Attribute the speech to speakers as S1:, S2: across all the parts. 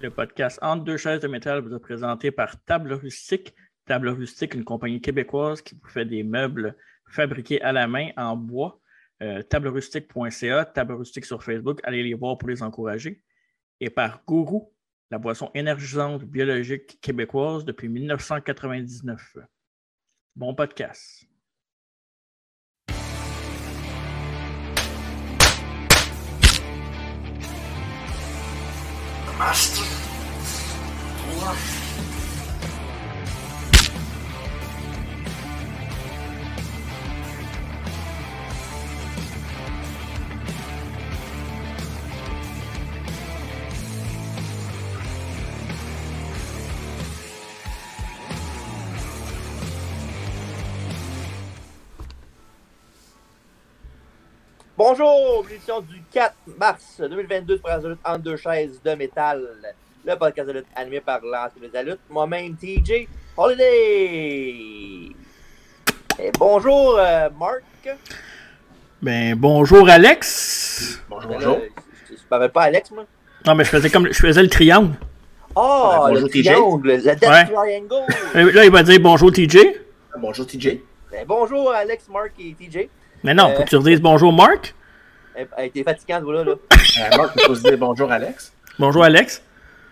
S1: Le podcast Entre deux chaises de métal vous est présenté par Table Rustique. Table Rustique, une compagnie québécoise qui vous fait des meubles fabriqués à la main en bois. Euh, tablerustique.ca, Table Rustique sur Facebook, allez les voir pour les encourager. Et par Gourou, la boisson énergisante biologique québécoise depuis 1999. Bon podcast.
S2: Master. Bonjour, l'édition du 4 mars 2022 de Prince de lutte entre deux chaises de métal. Le podcast de lutte animé par l'ancien de la lutte, moi-même TJ Holiday. Et bonjour euh, Marc.
S1: Ben bonjour Alex.
S3: Bonjour,
S2: Mais là,
S3: bonjour.
S2: Euh, Je je m'appelle pas Alex, moi.
S1: Non mais je faisais comme je faisais le triangle.
S2: Oh,
S3: Ouais,
S2: le
S3: bonjour, TJ.
S2: triangle, le Death
S1: Ouais.
S2: Triangle.
S1: Euh, Là il va dire bonjour TJ.
S3: Bonjour TJ.
S2: Ben, bonjour Alex, Marc et TJ.
S1: Mais non, faut
S2: Euh.
S1: que tu redises bonjour Marc.
S2: Eh, eh, T'es fatigant, ce là là.
S3: Euh, Marc, vous pouvez dire bonjour Alex.
S1: Bonjour Alex.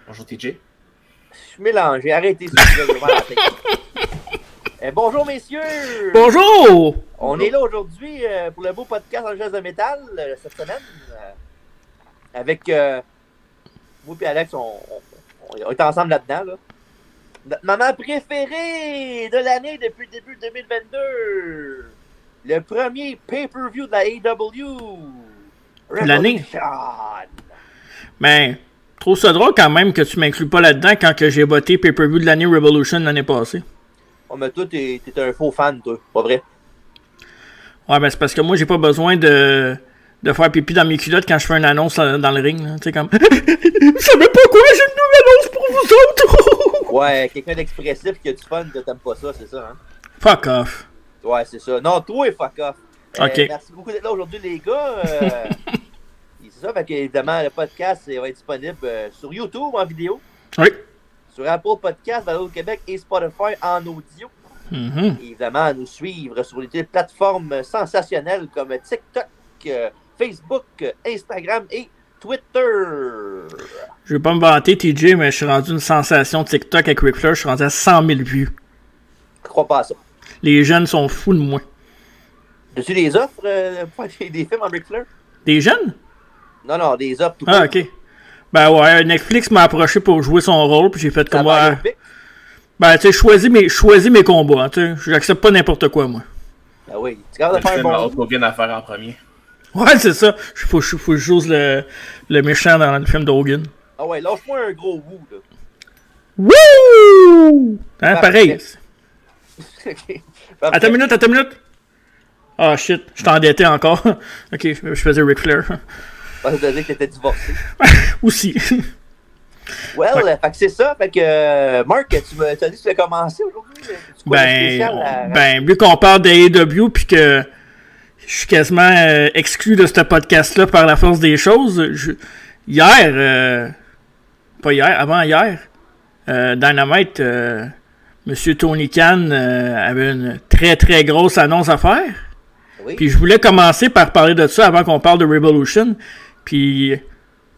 S3: Bonjour TJ.
S2: Je suis mélangé, arrêtez ce sujet, je vais m'arrêter. Eh, bonjour messieurs!
S1: Bonjour!
S2: On
S3: Bonjour.
S2: est là aujourd'hui euh, pour le beau podcast en chaise de métal euh, cette semaine. euh, avec euh, vous et Alex, on, on- on est ensemble là-dedans. Là. Notre maman préférée de l'année depuis le début 2022. Le premier pay-per-view de la E AEW.
S1: L'année.
S2: Revolution.
S1: Ben, trouve ça drôle quand même que tu m'inclus pas là-dedans quand que j'ai voté pay-per-view de l'année Revolution l'année passée.
S2: Oh, mais toi, t'es t'es un faux fan, toi. Pas vrai?
S1: Ouais, ben c'est parce que moi, j'ai pas besoin de, de faire pipi dans mes culottes quand je fais une annonce euh, dans le ring. là. Tu sais, comme. Vous savez pas quoi, j'ai une nouvelle annonce pour vous autres!
S2: Ouais, quelqu'un d'expressif qui a du fun, toi, t'aimes pas ça, c'est ça, hein?
S1: Fuck off.
S2: Ouais, c'est ça. Non, toi, fuck off. Euh,
S1: Ok.
S2: merci beaucoup d'être là aujourd'hui, les gars. Euh, c'est ça, fait que, évidemment, le podcast il va être disponible euh, sur YouTube en vidéo,
S1: Oui.
S2: sur Apple Podcast, Valo Québec et Spotify en audio.
S1: Mhm.
S2: Et évidemment, à nous suivre sur les plateformes sensationnelles comme TikTok, euh, Facebook, euh, Instagram et Twitter.
S1: Je vais pas me vanter, TJ, mais je suis rendu une sensation TikTok avec Ric Flair. Je suis rendu à 100 000 vues.
S2: Je crois pas à ça.
S1: Les jeunes sont fous de moi.
S2: As-tu des offres euh, pour des, des films en Ric Flair?
S1: Des jeunes?
S2: Non, non, des offres tout
S1: Ah,
S2: court.
S1: ok. Ben ouais, Netflix m'a approché pour jouer son rôle, puis j'ai fait
S2: Ça
S1: comme.
S2: va,
S1: ouais,
S2: Olympique?
S1: Ben, tu sais, choisis mes, choisis mes combats. hein, tu sais. J'accepte pas n'importe quoi, moi.
S2: Ah oui, tu es capable
S3: Le
S2: de faire un
S3: film à
S2: bon.
S3: haute coquine à faire en premier.
S1: Ouais, c'est ça. Je- Faut, faut, faut que je joue le, le méchant dans le film d'Hogan.
S2: Ah ouais, lâche-moi un gros wou, là.
S1: Wouh! Hein, pareil.
S2: Parfait.
S1: Attends une minute, attends une minute. Ah shit, je suis endetté encore. ok, je je faisais Ric Flair.
S2: Parce que t'as dit que t'étais divorcé.
S1: Aussi.
S2: Well, euh, fait que c'est ça. Fait que, euh, Marc, tu me- t'as dit que tu l'as commencé aujourd'hui. euh, c'est quoi le
S1: ben,
S2: spécial à-
S1: ben, vu qu'on parle d'AEW puis que je suis quasiment euh, exclu de ce podcast-là par la force des choses, je- hier, euh, pas hier, avant hier, euh, Dynamite, euh, Monsieur Tony Khan euh, avait une très très grosse annonce à faire.
S2: Oui.
S1: Puis je voulais commencer par parler de ça avant qu'on parle de Revolution. Puis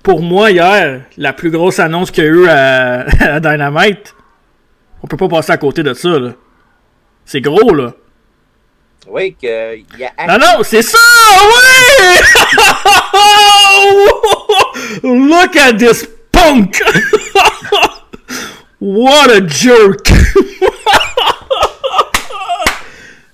S1: pour moi, hier, la plus grosse annonce qu'il y a eu à, à Dynamite, on peut pas passer à côté de ça. là. C'est gros, là.
S2: Oui, que, euh, il y a
S1: Non, non, c'est ça! Oui! Look at this punk! What a jerk!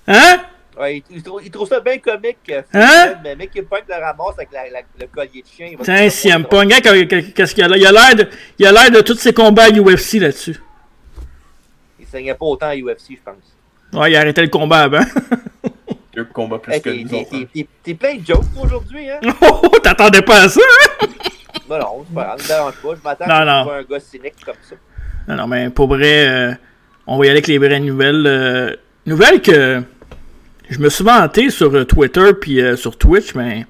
S1: hein?
S2: Ouais, il, il trouve, il trouve ça bien comique. euh,
S1: Hein?
S2: Mais mec, il punk le ramasse avec la- la- le collier de chien. il va
S1: Tiens,
S2: te faire
S1: CM Punk, hein, qu'est- qu'est- qu'est-ce qu'il y a là? Il a l'air de, il a l'air de tous ses combats à UFC là-dessus.
S2: Il saignait pas autant à UFC, je pense.
S1: Ouais, il a arrêté le combat avant.
S3: Deux combats plus
S2: Hey,
S3: que
S2: Eh, t'es-
S3: nous
S2: t'es-
S3: autres.
S1: hein.
S3: hein.
S2: t'es- t'es- T'es plein de jokes aujourd'hui, hein?
S1: Oh, oh, t'attendais pas à ça, hein?
S2: Non, non, c'est pas grave, me dérange pas. Je m'attends
S1: Non,
S2: à
S1: non.
S2: ce que tu sois un gars cynique comme ça.
S1: Non, non, mais pour vrai, euh, on va y aller avec les vraies nouvelles. euh, nouvelles que je me suis vanté sur euh, Twitter puis euh, sur Twitch, mais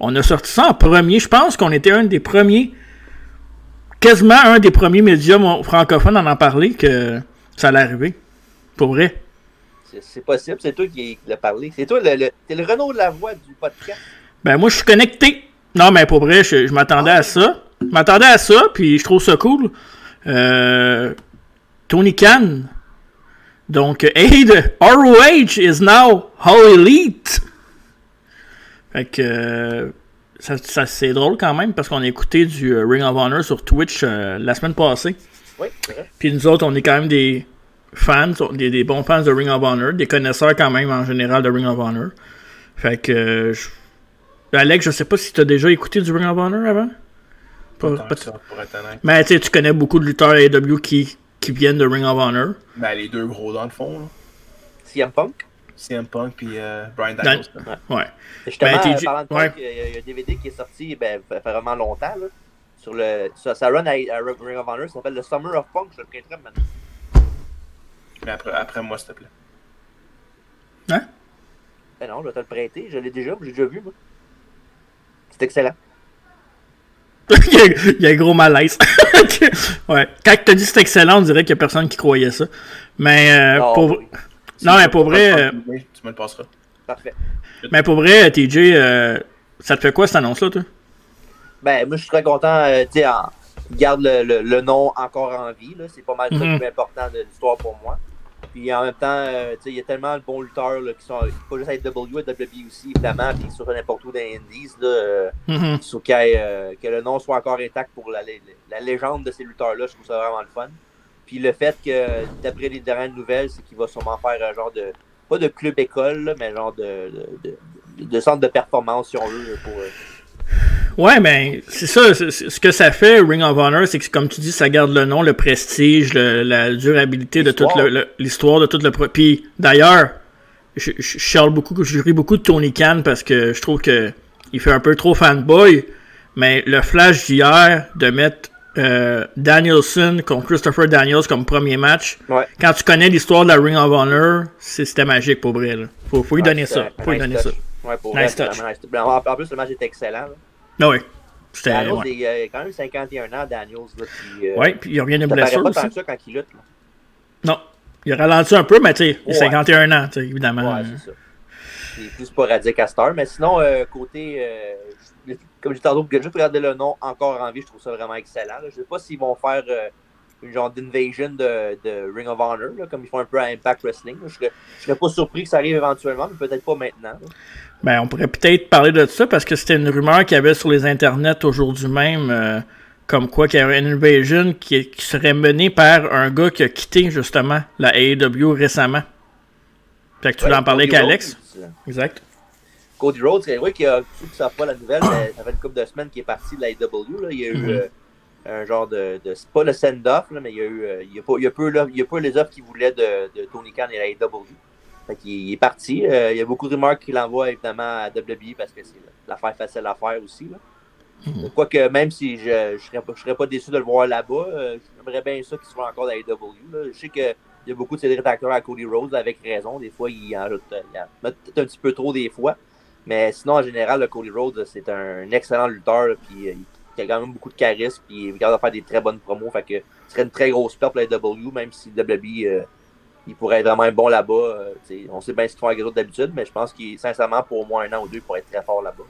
S1: on a sorti ça en premier. Je pense qu'on était un des premiers quasiment un des premiers médias francophones à en parler que ça allait arriver. Pour vrai.
S2: C'est- C'est possible, c'est toi qui l'as parlé. C'est toi, le, le, t'es le Renaud de la voix du podcast.
S1: Ben moi, je suis connecté. Non, mais pour vrai, je, je m'attendais à ça. Je m'attendais à ça, puis je trouve ça cool. Euh, Tony Khan. Donc, hey, the ROH is now All Elite. Fait que euh, ça, ça, c'est drôle quand même parce qu'on a écouté du euh, Ring of Honor sur Twitch euh, la semaine passée.
S2: Oui, c'est vrai.
S1: Puis nous autres, on est quand même des fans, des, des bons fans de Ring of Honor, des connaisseurs quand même en général de Ring of Honor. Fait que. euh, je- Alex, je sais pas si t'as déjà écouté du Ring of Honor avant. Pas-
S3: Tant
S1: pas-
S3: que ça, pour être honnête.
S1: Mais tu sais, tu connais beaucoup de lutteurs AEW qui, qui viennent de Ring of Honor.
S3: Ben, les deux gros dans le fond, là.
S2: CM Punk.
S3: CM Punk puis euh, Brian Danielson.
S1: Ouais.
S2: Justement,
S1: Ben,
S2: euh,
S1: TJ
S2: parlant de
S1: ouais.
S2: Punk, il y a- il y, a un DVD qui est sorti ben, fait fait vraiment longtemps. Là, sur le, ça, ça run à, à Ring of Honor, ça s'appelle le Summer of Punk, je le prêterai maintenant.
S3: Mais après, après moi, s'il te plaît.
S1: Hein?
S2: Ben non, je vais te le prêter, je l'ai déjà, j'ai déjà vu. moi. C'est excellent.
S1: il, y a, il y a un gros malaise. ouais. Quand t'as dit c'est excellent, on dirait qu'il y a personne qui croyait ça. Mais euh,
S2: Ah,
S1: pour.
S2: oui,
S3: Si
S1: Non,
S3: tu
S1: mais
S3: veux
S1: pour
S3: pas
S1: vrai, euh,
S3: le prendre, Tu me le passeras.
S2: Parfait.
S1: Mais pour vrai, TJ, euh, ça te fait quoi cette annonce-là, toi?
S2: Ben, moi, je suis très content. euh, tu sais, en- garde le, le- le nom encore en vie. là. C'est pas mal ça
S1: Mhm.
S2: le plus important de l'histoire pour moi. Puis en même temps, euh, tu sais, il y a tellement de bons lutteurs là, qui sont pas juste à AEW, à WWE aussi, E, évidemment, puis sur n'importe où dans les Indies. Là, euh,
S1: Mhm.
S2: sur qu'il y ait, euh, que le nom soit encore intact pour la, lé- la légende de ces lutteurs-là, je trouve ça vraiment le fun. Puis le fait que, d'après les dernières nouvelles, c'est qu'il va sûrement faire un genre de, pas de club-école, là, mais genre de, de, de- de centre de performance, si on veut, pour, euh,
S1: Ouais, mais c'est ça. c'est- c'est- Ce que ça fait, Ring of Honor, c'est que, comme tu dis, ça garde le nom, le prestige, le- la durabilité de toute
S2: L'histoire.
S1: le- le- l'histoire de tout le. pro- Puis d'ailleurs, je, je, je parle beaucoup, je ris beaucoup de Tony Khan parce que je trouve que il fait un peu trop fanboy. Mais le flash d'hier de mettre euh, Danielson contre Christopher Daniels comme premier match,
S2: Ouais.
S1: quand tu connais l'histoire de la Ring of Honor, c'est- c'était magique pour vrai. là. Faut, faut lui
S2: Ouais,
S1: donner
S2: Ah, c'est
S1: ça.
S2: un- un
S1: Faut lui
S2: nice
S1: donner ça.
S2: touch. Ouais, pour
S1: Nice
S2: vrai,
S1: touch.
S2: vraiment nice touch. En, en plus, le match est excellent. là.
S1: Ah ouais. C'était.
S2: Daniels,
S1: Ouais.
S2: il a quand même 51 ans, Daniels. Là, puis, euh,
S1: Ouais, puis il revient d'une
S2: ça paraît
S1: blessure
S2: pas
S1: aussi.
S2: tant que ça quand il lutte. là.
S1: Non. Il a ralenti un peu, mais tu sais, il a
S2: Ouais.
S1: 51 ans, tu sais, évidemment.
S2: Ouais, c'est ça. C'est plus sporadique à cette heure. Mais sinon, euh, côté, euh, je- comme je disais tantôt, que juste regarder le nom encore en vie, je trouve ça vraiment excellent. là. Je sais pas s'ils vont faire euh, une genre d'invasion de, de Ring of Honor, là, comme ils font un peu à Impact Wrestling. là. Je serais, je serais pas surpris que ça arrive éventuellement, mais peut-être pas maintenant. là.
S1: ben, on pourrait peut-être parler de ça parce que c'était une rumeur qu'il y avait sur les internets aujourd'hui même, euh, comme quoi qu'il y avait une invasion qui, qui serait menée par un gars qui a quitté justement la AEW récemment. Fait que tu voulais
S2: Ouais,
S1: en parler
S2: Cody
S1: qu'Alex.
S2: Rhodes.
S1: Exact.
S2: Cody Rhodes, c'est vrai qu'il a, ceux qui ne savent pas la nouvelle, mais ça fait une couple de semaines qu'il est parti de la AEW. là. Il y a eu
S1: Mhm.
S2: euh, un genre de, de- c'est pas le send-off, là, mais il y a eu, euh, il y a pas, il y a peu, là, il y a peu les offres qu'il voulait de, de Tony Khan et la AEW. Fait qu'il il est parti. Euh, il y a beaucoup de rumeurs qu'il envoie évidemment à WWE parce que c'est l'affaire facile à faire aussi. Là. Quoique, même si je ne serais, pas- je serais pas déçu de le voir là-bas, euh, j'aimerais bien ça qu'il soit encore dans AEW. là. Je sais que il y a beaucoup de ses rétracteurs à Cody Rhodes avec raison. Des fois, il en, rajoute- il en met peut-être un petit peu trop des fois. Mais sinon, en général, le Cody Rhodes, c'est un excellent lutteur. là, Puis, euh, il a quand même beaucoup de charisme. Puis, il est capable de faire des très bonnes promos. Fait que ce serait une très grosse perte pour la W, même si WWE, euh, il pourrait être vraiment bon là-bas. euh, tu sais, on sait bien ce qu'ils font avec les autres d'habitude, mais je pense qu'il, sincèrement, pour au moins un an ou deux, il pourrait être très fort là-bas.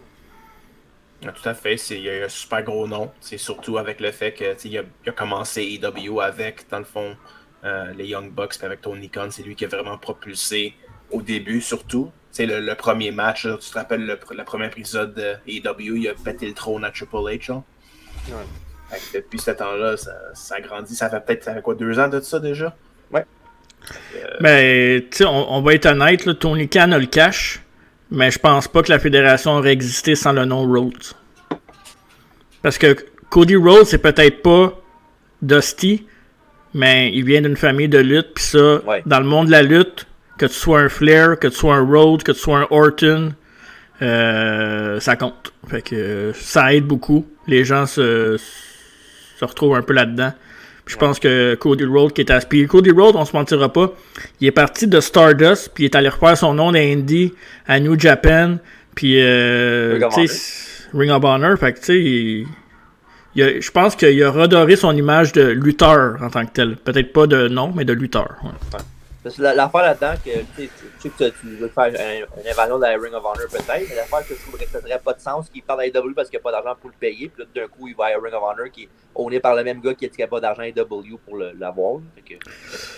S3: Ah, Tout à fait, c'est il y a eu un super gros nom. C'est surtout avec le fait que tu sais, il a, il a commencé AEW avec, dans le fond, euh, les Young Bucks, puis avec Tony Khan, c'est lui qui a vraiment propulsé au début, surtout. C'est le, le premier match, là, tu te rappelles le, pr- le premier épisode de AEW, il a pété le trône à Triple H. là.
S2: Ouais.
S3: Fait que depuis ce temps-là, ça, ça a grandi. Ça fait peut-être ça fait quoi deux ans de ça déjà?
S1: Ben, tu sais, on, on va être honnête, là, Tony Khan a le cash, mais je pense pas que la fédération aurait existé sans le nom Rhodes. Parce que Cody Rhodes, c'est peut-être pas Dusty, mais il vient d'une famille de lutte, puis ça,
S2: Ouais.
S1: dans le monde de la lutte, que tu sois un Flair, que tu sois un Rhodes, que tu sois un Orton, euh, ça compte. Fait que euh, ça aide beaucoup. Les gens se, se retrouvent un peu là-dedans. Puis Je pense que Cody Rhodes qui est à... Puis Cody Rhodes, on se mentira pas, il est parti de Stardust, puis il est allé refaire son nom d'Indy à New Japan, puis euh,
S2: Ring of
S1: tu sais, Ring of Honor, fait que tu sais, il- il a- je pense qu'il a redoré son image de lutteur en tant que tel. Peut-être pas de nom, mais de lutteur. ouais.
S2: Parce que la- l'affaire là-dedans, que tu sais, tu- je sais que tu- tu veux faire un- une invasion de la Ring of Honor peut-être, mais l'affaire que je trouve que ça ferait pas de sens qu'il parle à AEW parce qu'il n'y a pas d'argent pour le payer, puis là d'un coup il va à Ring of Honor qui est owné par le même gars qui n'a pas d'argent à AEW pour le- l'avoir. là. Fait que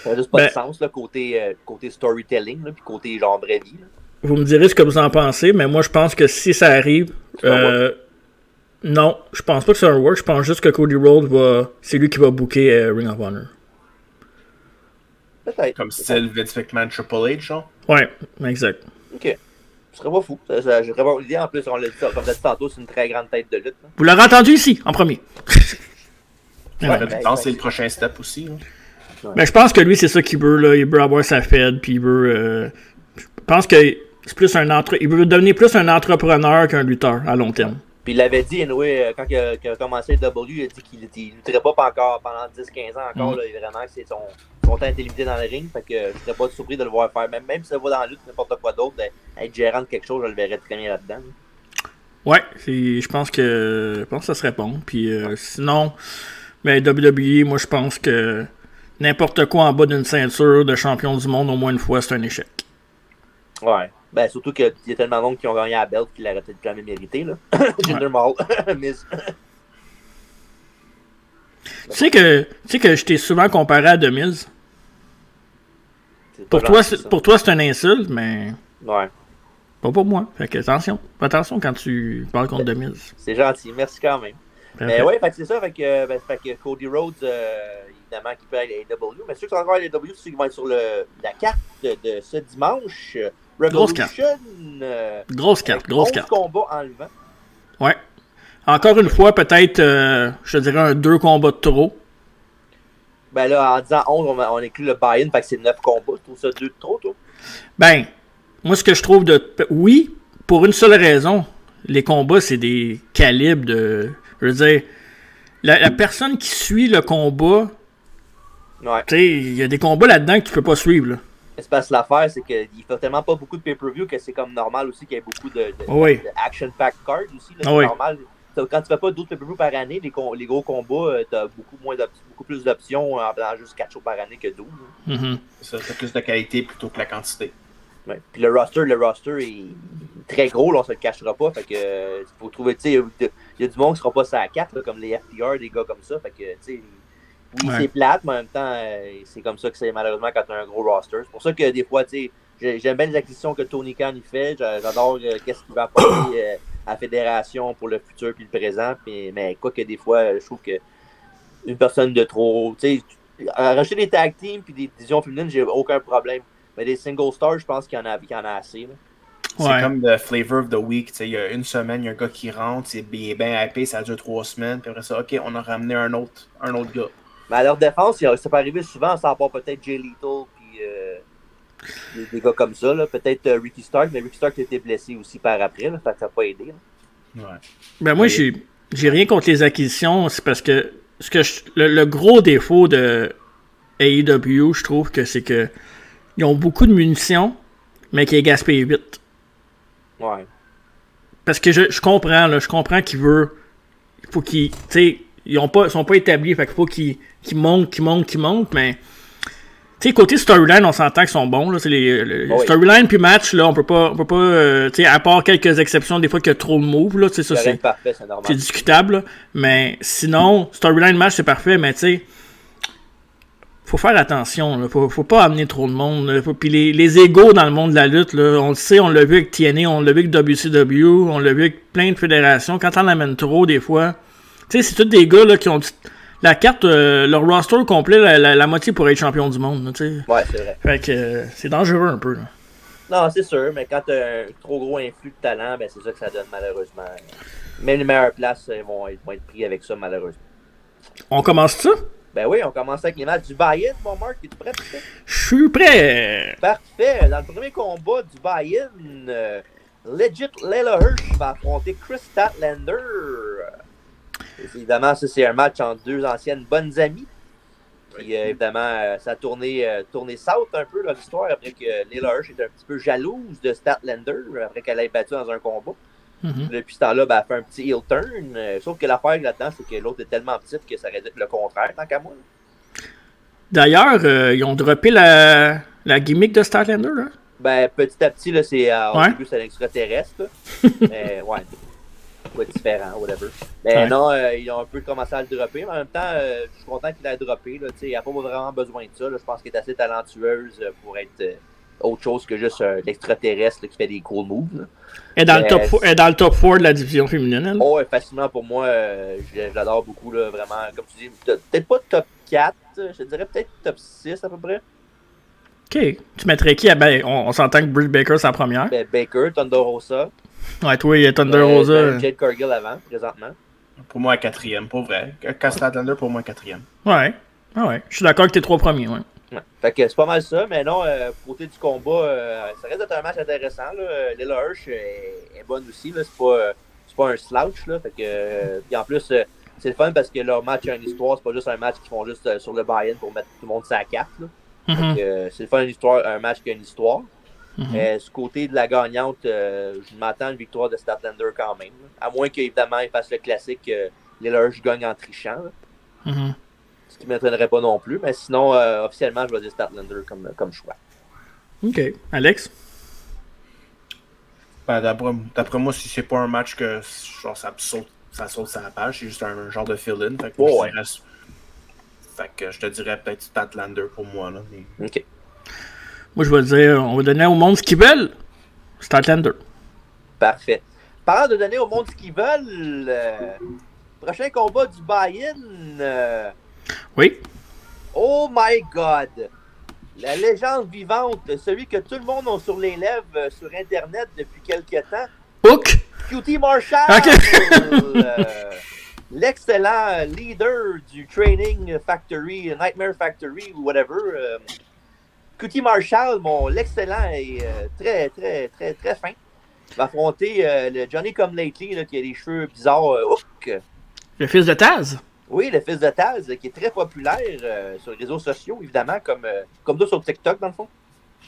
S2: Ça n'a juste pas
S1: Ben-
S2: de sens là, côté, euh, côté storytelling, là, puis côté genre vraie vie. là.
S1: Vous me direz ce que vous en pensez, mais moi je pense que si ça arrive,
S2: C'est un
S1: euh, non, je pense pas que c'est un work. Je pense juste que Cody Rhodes va, c'est lui qui va booker euh, Ring of Honor.
S2: Peut-être.
S3: Comme style Vince McMahon Triple H, genre.
S1: Ouais, exact.
S2: Ok. Ce serait pas fou. Ça, ça- J'ai vraiment l'idée. En plus, on l'a dit, comme l'a dit tantôt, c'est une très grande tête de lutte. là.
S1: Vous l'aurez entendu ici en premier.
S3: Ouais,
S2: Ouais,
S3: mais
S2: ben,
S3: je pense
S2: ouais.
S3: que c'est le prochain step aussi. hein.
S1: Mais Ben, je pense que lui c'est ça qu'il veut là. Il veut avoir sa fed, puis il veut. euh, je pense que c'est plus un entre, il veut devenir plus un entrepreneur qu'un lutteur à long terme.
S2: Puis il l'avait dit, anyway, euh, quand il a, qu'il a commencé le W, il a dit qu'il était- il lutterait pas pas encore pendant 10-15 ans encore.
S1: Mhm.
S2: Là, et vraiment, c'est son, son temps est limité dans le ring. Fait que je serais pas surpris de le voir faire. Même, même si ça va dans la lutte, n'importe quoi d'autre, d'être- être gérant de quelque chose, je le verrais très bien là-dedans. là.
S1: Ouais, c'est- je pense que je pense que ça serait bon. Puis euh, sinon, ben, mais WWE, E, moi je pense que n'importe quoi en bas d'une ceinture de champion du monde au moins une fois, c'est un échec.
S2: Ouais. Ben, surtout qu'il y a tellement de monde qui ont gagné à la belt qu'il l'aurait peut-être jamais mérité. là. Jinder Mahal. Miz.
S1: Tu sais que tu sais que je t'ai souvent comparé à Demise.
S2: C'est pas
S1: Pour toi,
S2: gentil,
S1: c'est-
S2: ça.
S1: pour toi c'est une insulte, mais
S2: Ouais.
S1: pas pour moi. Fait que attention, attention quand tu parles contre Demise.
S2: C'est gentil. Merci quand même. Mais
S1: Parfait.
S2: ben ouais, fait que c'est ça, fait que, euh, ben, fait que Cody Rhodes, euh, évidemment, qui peut aller à AEW, mais ceux qui sont encore à AEW, c'est ceux qui vont être sur le, la carte de, de ce dimanche. euh,
S1: Grosse carte.
S2: Revolution, euh,
S1: Grosse carte,
S2: avec
S1: grosse
S2: 11
S1: carte.
S2: combats en levant.
S1: Ouais. Encore une fois, peut-être, euh, je te dirais un deux combats de trop.
S2: Ben là, en disant 11, on, on inclut le buy-in, fait que c'est 9 combats. Je trouve ça 2 de trop, toi.
S1: Ben, moi, ce que je trouve de. Oui, pour une seule raison. Les combats, c'est des calibres de. Je veux dire, la, la personne qui suit le combat,
S2: Ouais.
S1: tu sais, il y a des combats là-dedans que tu peux pas suivre. là.
S2: Mais C'est parce que l'affaire, c'est qu'il fait tellement pas beaucoup de pay-per-view que c'est comme normal aussi qu'il y ait beaucoup de, de-
S1: Oui.
S2: de action-pack cards aussi. là, C'est
S1: Oui.
S2: normal. Ça, Quand tu fais pas 12 pay-per-view par année, les, com- les gros combats, euh, t'as beaucoup, moins d'op- beaucoup plus d'options euh, en faisant juste 4 shows par année que 12. là.
S1: Mhm.
S3: Ça, c'est plus de qualité plutôt que la quantité.
S2: Ouais. Puis le roster, le roster est très gros, là, on se le cachera pas. Fait que euh, faut trouver, tu sais, il y a du monde qui sera pas ça à 4, comme les FTR, des gars comme ça. Fait que, tu sais, oui,
S1: Ouais.
S2: c'est plate, mais en même temps, euh, c'est comme ça que c'est malheureusement quand t'as un gros roster. C'est pour ça que des fois, tu sais, j'ai- j'aime bien les acquisitions que Tony Khan il fait. J'a- J'adore euh, qu'est-ce qu'il va apporter euh, à la fédération pour le futur puis le présent. Puis, mais quoi que des fois, euh, je trouve que une personne de trop, tu sais, tu- racheter des tag teams puis des divisions féminines, j'ai aucun problème. Mais des single stars, je pense qu'il y, en a- qu'il y en a assez. là.
S1: Ouais.
S3: C'est comme le flavor of the week. tu sais, Il y a une semaine, il y a un gars qui rentre, c'est- il est bien hypé, ça dure trois semaines. Puis après ça, OK, on a ramené un autre, un autre gars.
S2: Mais à leur défense, il y a- c'est pas arrivé souvent, ça part peut-être Jay Little puis euh, des, des gars comme ça. là. Peut-être euh, Ricky Stark, mais Ricky Stark était blessé aussi par après, là, fait que ça n'a pas aidé. là.
S3: Ouais.
S1: Ben moi, j'ai, j'ai rien contre les acquisitions, c'est parce que, ce que je- le, le gros défaut de AEW, je trouve que c'est que ils ont beaucoup de munitions, mais qui est gaspillé vite.
S2: Ouais.
S1: Parce que je, je comprends, là, je comprends qu'il veut. Il faut qu'il. Tu sais, ils ont pas, sont pas établis, fait qu'il faut qu'ils qu'ils montent, qu'ils montent, qu'ils montent, mais. Tu sais, côté storyline, on s'entend qu'ils sont bons. Là, c'est les, le-
S2: Oui.
S1: Storyline puis match, là, on peut pas. On peut pas euh, tu sais, à part quelques exceptions, des fois qu'il y a trop de moves, là, tu sais, ça,
S2: Ça,
S1: c'est.
S2: c'est parfait, c'est normal.
S1: C'est discutable, là. mais sinon, storyline match, c'est parfait, mais tu sais, faut faire attention, là. Faut, faut pas amener trop de monde. là. Faut- Puis les, les égaux dans le monde de la lutte, là, on le sait, on l'a vu avec TNA, on l'a vu avec WCW, on l'a vu avec plein de fédérations. Quand on amène trop, des fois, tu sais, c'est tous des gars là, qui ont du- la carte, euh, leur roster au complet, la, la- la moitié pourrait être champion du monde, là, tu sais.
S2: Ouais, c'est vrai.
S1: Fait que euh, c'est dangereux un peu, là.
S2: Non, c'est sûr, mais quand t'as un trop gros influx de talent, ben c'est ça que ça donne malheureusement. Même les meilleures places euh, vont être, vont être pris avec ça malheureusement.
S1: On commence ça?
S2: Ben oui, on commence avec les matchs du buy-in, mon Marc, es-tu prêt? pour ça?
S1: Je suis prêt!
S2: Parfait. Dans le premier combat du buy-in, euh, Legit Layla Hirsch va affronter Chris Statlander. Évidemment, ça, c'est un match entre deux anciennes bonnes amies. Puis, euh, évidemment, euh, ça a tourné, euh, tourné south un peu, là, l'histoire, après que Layla Hirsch était un petit peu jalouse de Statlander, après qu'elle ait battu dans un combat.
S1: Mhm.
S2: Depuis ce temps-là, ben, elle fait un petit heel turn. euh, sauf que l'affaire là-dedans, c'est que l'autre est tellement petite que ça aurait dû être le contraire, tant qu'à moi.
S1: D'ailleurs, euh, ils ont droppé la, la gimmick de hein. Starlander. Là.
S2: Ben, petit à petit, là, c'est euh, au
S1: Ouais.
S2: début, c'est un extraterrestre. là. Mais ouais, quoi de différent, whatever. Mais
S1: Ouais.
S2: non, euh, ils ont un peu commencé à le dropper, mais en même temps, euh, je suis content qu'il ait droppé. Là, tu sais, il n'a pas vraiment besoin de ça. là. Je pense qu'il est assez talentueuse euh, pour être euh, autre chose que juste un extraterrestre là, qui fait des cool moves. là.
S1: Elle est dans, le
S2: Euh,
S1: top four- elle est dans le top 4 de la division féminine. elle.
S2: Oh, ouais, facilement pour moi, euh, je, je l'adore beaucoup, là, vraiment. Comme tu dis, peut- peut-être pas top 4, euh, je te dirais peut-être top 6 à peu près.
S1: Ok. Tu mettrais qui Ah ben, on, on s'entend que Britt Baker, c'est la première.
S2: Ben, Baker, Thunder Rosa.
S1: Ouais, toi, il y a Thunder
S2: euh,
S1: Rosa.
S2: ben, Jade Cargill avant, présentement.
S3: Pour moi, à quatrième, pour vrai. Castatlander, pour moi, à quatrième.
S1: Ouais. Ah ouais. Je suis d'accord que t'es trois premiers. Ouais.
S2: Ouais. Fait que c'est pas mal ça, mais non, euh, côté du combat, euh, ça reste d'être un match intéressant. Là. Euh, Lila Hirsch euh, est, bonne aussi, là. c'est pas, euh, c'est pas un slouch. Là. Fait que, euh, puis en plus, euh, c'est le fun parce que leur match a une histoire, c'est pas juste un match qu'ils font juste euh, sur le buy-in pour mettre tout le monde sa carte. Là.
S1: Mhm.
S2: Fait que, euh, c'est le fun une histoire, un match qui a une histoire.
S1: Mhm.
S2: Euh, du côté de la gagnante, euh, je m'attends à une victoire de Statlander quand même. là. À moins qu'évidemment, ils fassent le classique euh, Lillard gagne en trichant. là.
S1: Mhm.
S2: Ce qui ne m'étonnerait pas non plus. Mais sinon, euh, officiellement, je vais dire Statlander comme, comme choix.
S1: Ok. Alex
S3: Ben, d'après, d'après moi, si c'est pas un match que genre, ça me saute, ça saute sur la page, c'est juste un genre de fill-in. Fait que,
S2: Ouais,
S3: je
S2: ouais.
S3: dirais- fait que je te dirais peut-être Statlander pour moi. Là. Mais-
S2: OK.
S1: Moi, je vais dire, on va donner au monde ce qu'ils veulent. Starlander.
S2: Parfait. Parlant de donner au monde ce qu'ils veulent, euh, prochain combat du buy-in. euh,
S1: Oui.
S2: oh my God! La légende vivante, celui que tout le monde a sur les lèvres euh, sur Internet depuis quelques temps,
S1: Hook.
S2: Cutie Marshall,
S1: Ok.
S2: euh, l'excellent leader du Training Factory, Nightmare Factory ou whatever. euh, Cutie Marshall, mon l'excellent et euh, très, très, très, très fin, va affronter euh, le Johnny Come Lately là, qui a des cheveux bizarres. euh, hook.
S1: Le fils de Taz.
S2: Oui, le fils de Taz, qui est très populaire euh, sur les réseaux sociaux, évidemment, comme, euh, comme nous sur TikTok, dans le fond.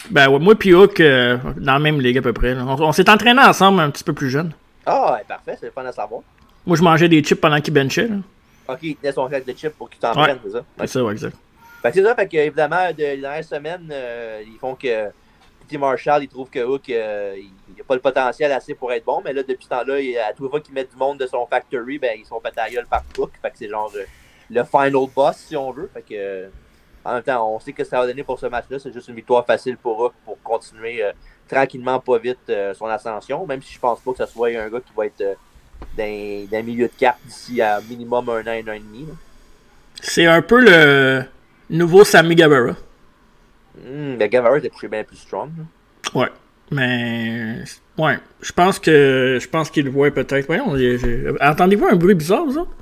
S1: Ben, ouais, moi puis Hook, euh, dans la même ligue à peu près. là. On, on s'est entraînés ensemble un petit peu plus jeune.
S2: Ah, ouais, parfait, c'est le fun à savoir.
S1: Moi, je mangeais des chips pendant qu'il benchait. là.
S2: Ok, il tenait son sac de chips pour qu'il t'en
S1: Ouais.
S2: prenne, c'est ça?
S1: C'est ça, ouais, exact.
S2: Fait que Ben, c'est ça, fait que, évidemment, de, les dernières semaines, euh, ils font que Petit Marshall, ils trouvent que Hook, euh, il n'a pas le potentiel assez pour être bon, mais là, depuis ce temps-là, il- à tous les fois qu'ils mettent du monde de son factory, ben, ils sont pétés à la gueule par Hook. Fait que c'est genre euh, le final boss, si on veut. Fait que, euh, en même temps, on sait que ça va donner pour ce match-là. C'est juste une victoire facile pour Hook pour continuer euh, tranquillement, pas vite, euh, son ascension, même si je pense pas que ce soit un gars qui va être euh, d'un d'un milieu de carte d'ici à minimum un an, un an et demi. là.
S1: C'est un peu le nouveau Sammy Guevara.
S2: Hmm, mais Guevara était bien plus strong. là.
S1: Ouais. Mais. Ouais. Je pense que. Je pense qu'il le voit peut-être. Voyons, j'ai- j'ai- Entendez-vous un bruit bizarre, vous autres?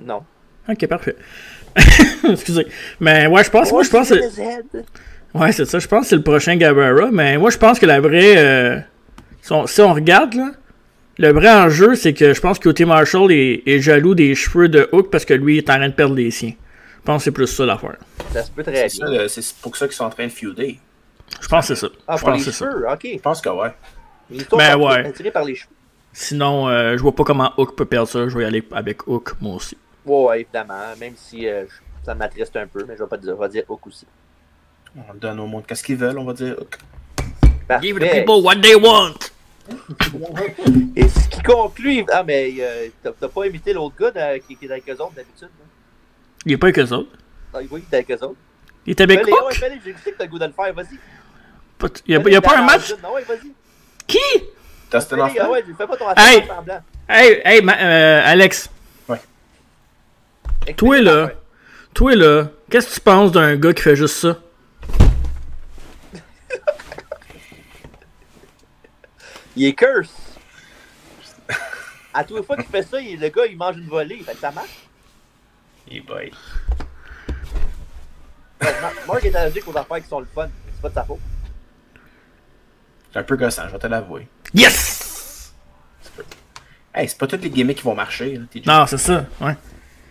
S2: Non.
S1: Ok, parfait. Excusez. Mais ouais, je pense. moi, je pense. que- Ouais, c'est ça. Je pense que c'est le prochain Guevara. Mais moi, je pense que la vraie. euh, Si, on, si on regarde, là. Le vrai enjeu, c'est que je pense que O.T. Marshall est, est jaloux des cheveux de Hook parce que lui est en train de perdre les siens. Je pense que c'est plus ça l'affaire.
S2: Ça se peut
S3: C'est,
S2: très
S3: ça,
S2: bien.
S3: le- c'est pour ça qu'ils sont en train de feuder.
S1: Je pense que c'est ça.
S2: Ah,
S1: je
S2: pour les
S1: pense que c'est ça.
S2: cheveux, ok.
S3: Je pense que ouais.
S2: Ils sont
S1: Ben
S2: partis-
S1: ouais.
S2: attirés par les cheveux.
S1: Sinon, euh, je vois pas comment Hook peut perdre ça. Je vais y aller avec Hook, moi aussi.
S2: Ouais, ouais, évidemment. Même si euh, je- ça m'attriste un peu, mais je vais pas dire, je vais dire Hook aussi.
S3: On donne au monde qu'est-ce qu'ils veulent, on va dire. Hook.
S2: Parfait.
S1: Give the people what they want.
S2: Et ce qui conclut. Ah, mais euh, t'as t'as pas imité l'autre gars dans- qui, qui est avec eux autres d'habitude. là?
S1: Il est pas avec eux autres.
S2: Ah, oui, il est avec eux autres.
S1: Il est avec
S2: Fais-les, ouais,
S1: Hook.
S2: fais-les, j'ai vu que t'as le goût de le faire, vas-y.
S1: Pas- Il y a, il y a pas un match.
S2: Non, Ah ouais, vas-y.
S1: Qui?
S3: Dustin
S2: Fais-les, ah
S3: Hoffman?
S2: ouais, fais pas ton
S1: Hey!
S2: affaire semblant.
S1: Hey, hey, ma- euh, Alex.
S2: Explique
S1: Toi,
S2: ton
S1: là.
S2: affaire.
S1: Toi, là. Qu'est-ce que tu penses d'un gars qui fait juste ça?
S2: Il est curse. À tous les fois qu'il fait ça, il- le gars, il mange une volée. Fait que ça marche.
S3: Hey, boy.
S2: Ouais, Ben, Mar- Mark est allergique aux affaires qui sont le fun. C'est pas de sa faute.
S3: C'est un peu gossant, je vais te l'avouer.
S1: Yes!
S3: Hey, c'est pas toutes les gimmicks qui vont marcher. là, TJ.
S1: Non, c'est ça. Ouais.
S2: Ben,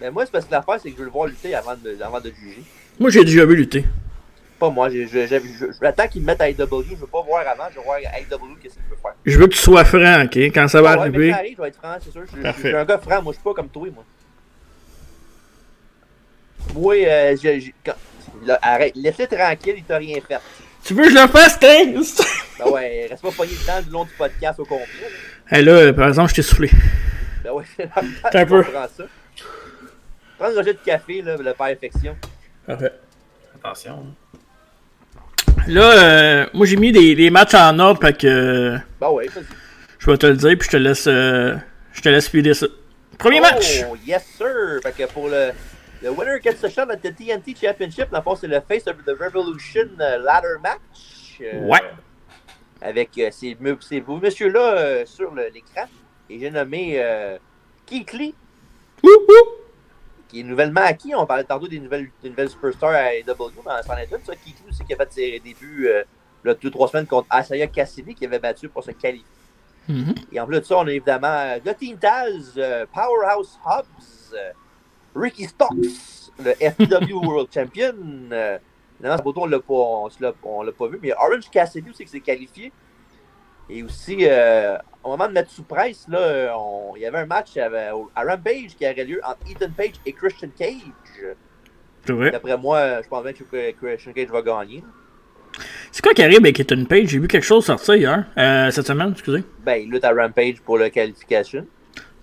S2: Mais moi, c'est parce que l'affaire, c'est que je veux le voir lutter avant de, avant de le juger.
S1: Moi, j'ai déjà vu lutter.
S2: pas moi. Je, je, je, je- j'attends qu'ils me mettent AEW. Je veux pas voir avant. Je veux voir AEW qu'est-ce qu'il veut faire.
S1: Je veux que tu sois franc, OK? Quand ça va
S2: Ah Ouais,
S1: arriver.
S2: mais quand ça arrive, je vais être franc, c'est sûr. Je, je- je
S1: Parfait.
S2: suis un gars franc. Moi, je suis pas comme toi, moi. Oui, euh, je, je- quand- là, arrête. Laissez tranquille, il t'a rien fait.
S1: Tu veux que je le fasse, t'es?
S2: Ben ouais, reste pas pogné dedans du long du podcast au complet. là.
S1: Hé là, euh, par exemple, je t'ai soufflé.
S2: Ben ouais, c'est normal,
S1: T'as un
S2: je
S1: peu.
S2: comprends ça. Prends une rejet de café, là, le perfection.
S1: Parfait.
S3: Attention. hein.
S1: Là, euh, moi, j'ai mis des, des matchs en ordre, fait que euh,
S2: Ben ouais, vas-y.
S1: je vais te le dire, puis je te laisse, euh, je te laisse filer ça. Premier match!
S2: Oh, yes, sir! Fait que pour le, le winner gets the shot at the TNT Championship, dans le fond, c'est le Face of the Revolution euh, Ladder Match. euh,
S1: Ouais.
S2: Avec euh, ces, mu- ces beaux messieurs-là euh, sur le- l'écran. Et j'ai nommé euh, Keith Lee,
S1: Ouh, ouh.
S2: qui est nouvellement acquis. On parlait tantôt des nouvelles, des nouvelles superstars à E AEW dans San Antonio. Ça, Keith Lee aussi qui a fait ses débuts euh, là, deux, trois semaines contre Asaya Cassidy, qui avait battu pour se qualifier.
S1: Mhm.
S2: Et en plus de ça, on a évidemment euh, The Teen Taz, euh, Powerhouse Hobbs, euh, Ricky Starks, le FW World Champion. Euh, évidemment, ce bouton, on l'a pas, on se l'a- on l'a pas vu, mais Orange Cassidy aussi qui s'est qualifié. Et aussi, euh, au moment de mettre sous presse, là, euh, on- il y avait un match à, à Rampage qui aurait lieu entre Ethan Page et Christian Cage.
S1: C'est vrai.
S2: D'après moi, je pense bien que Christian Cage va gagner.
S1: C'est quoi qui arrive avec Ethan Page? J'ai vu quelque chose sortir hier. Euh, cette semaine, excusez.
S2: Ben, il lutte à Rampage pour la qualification.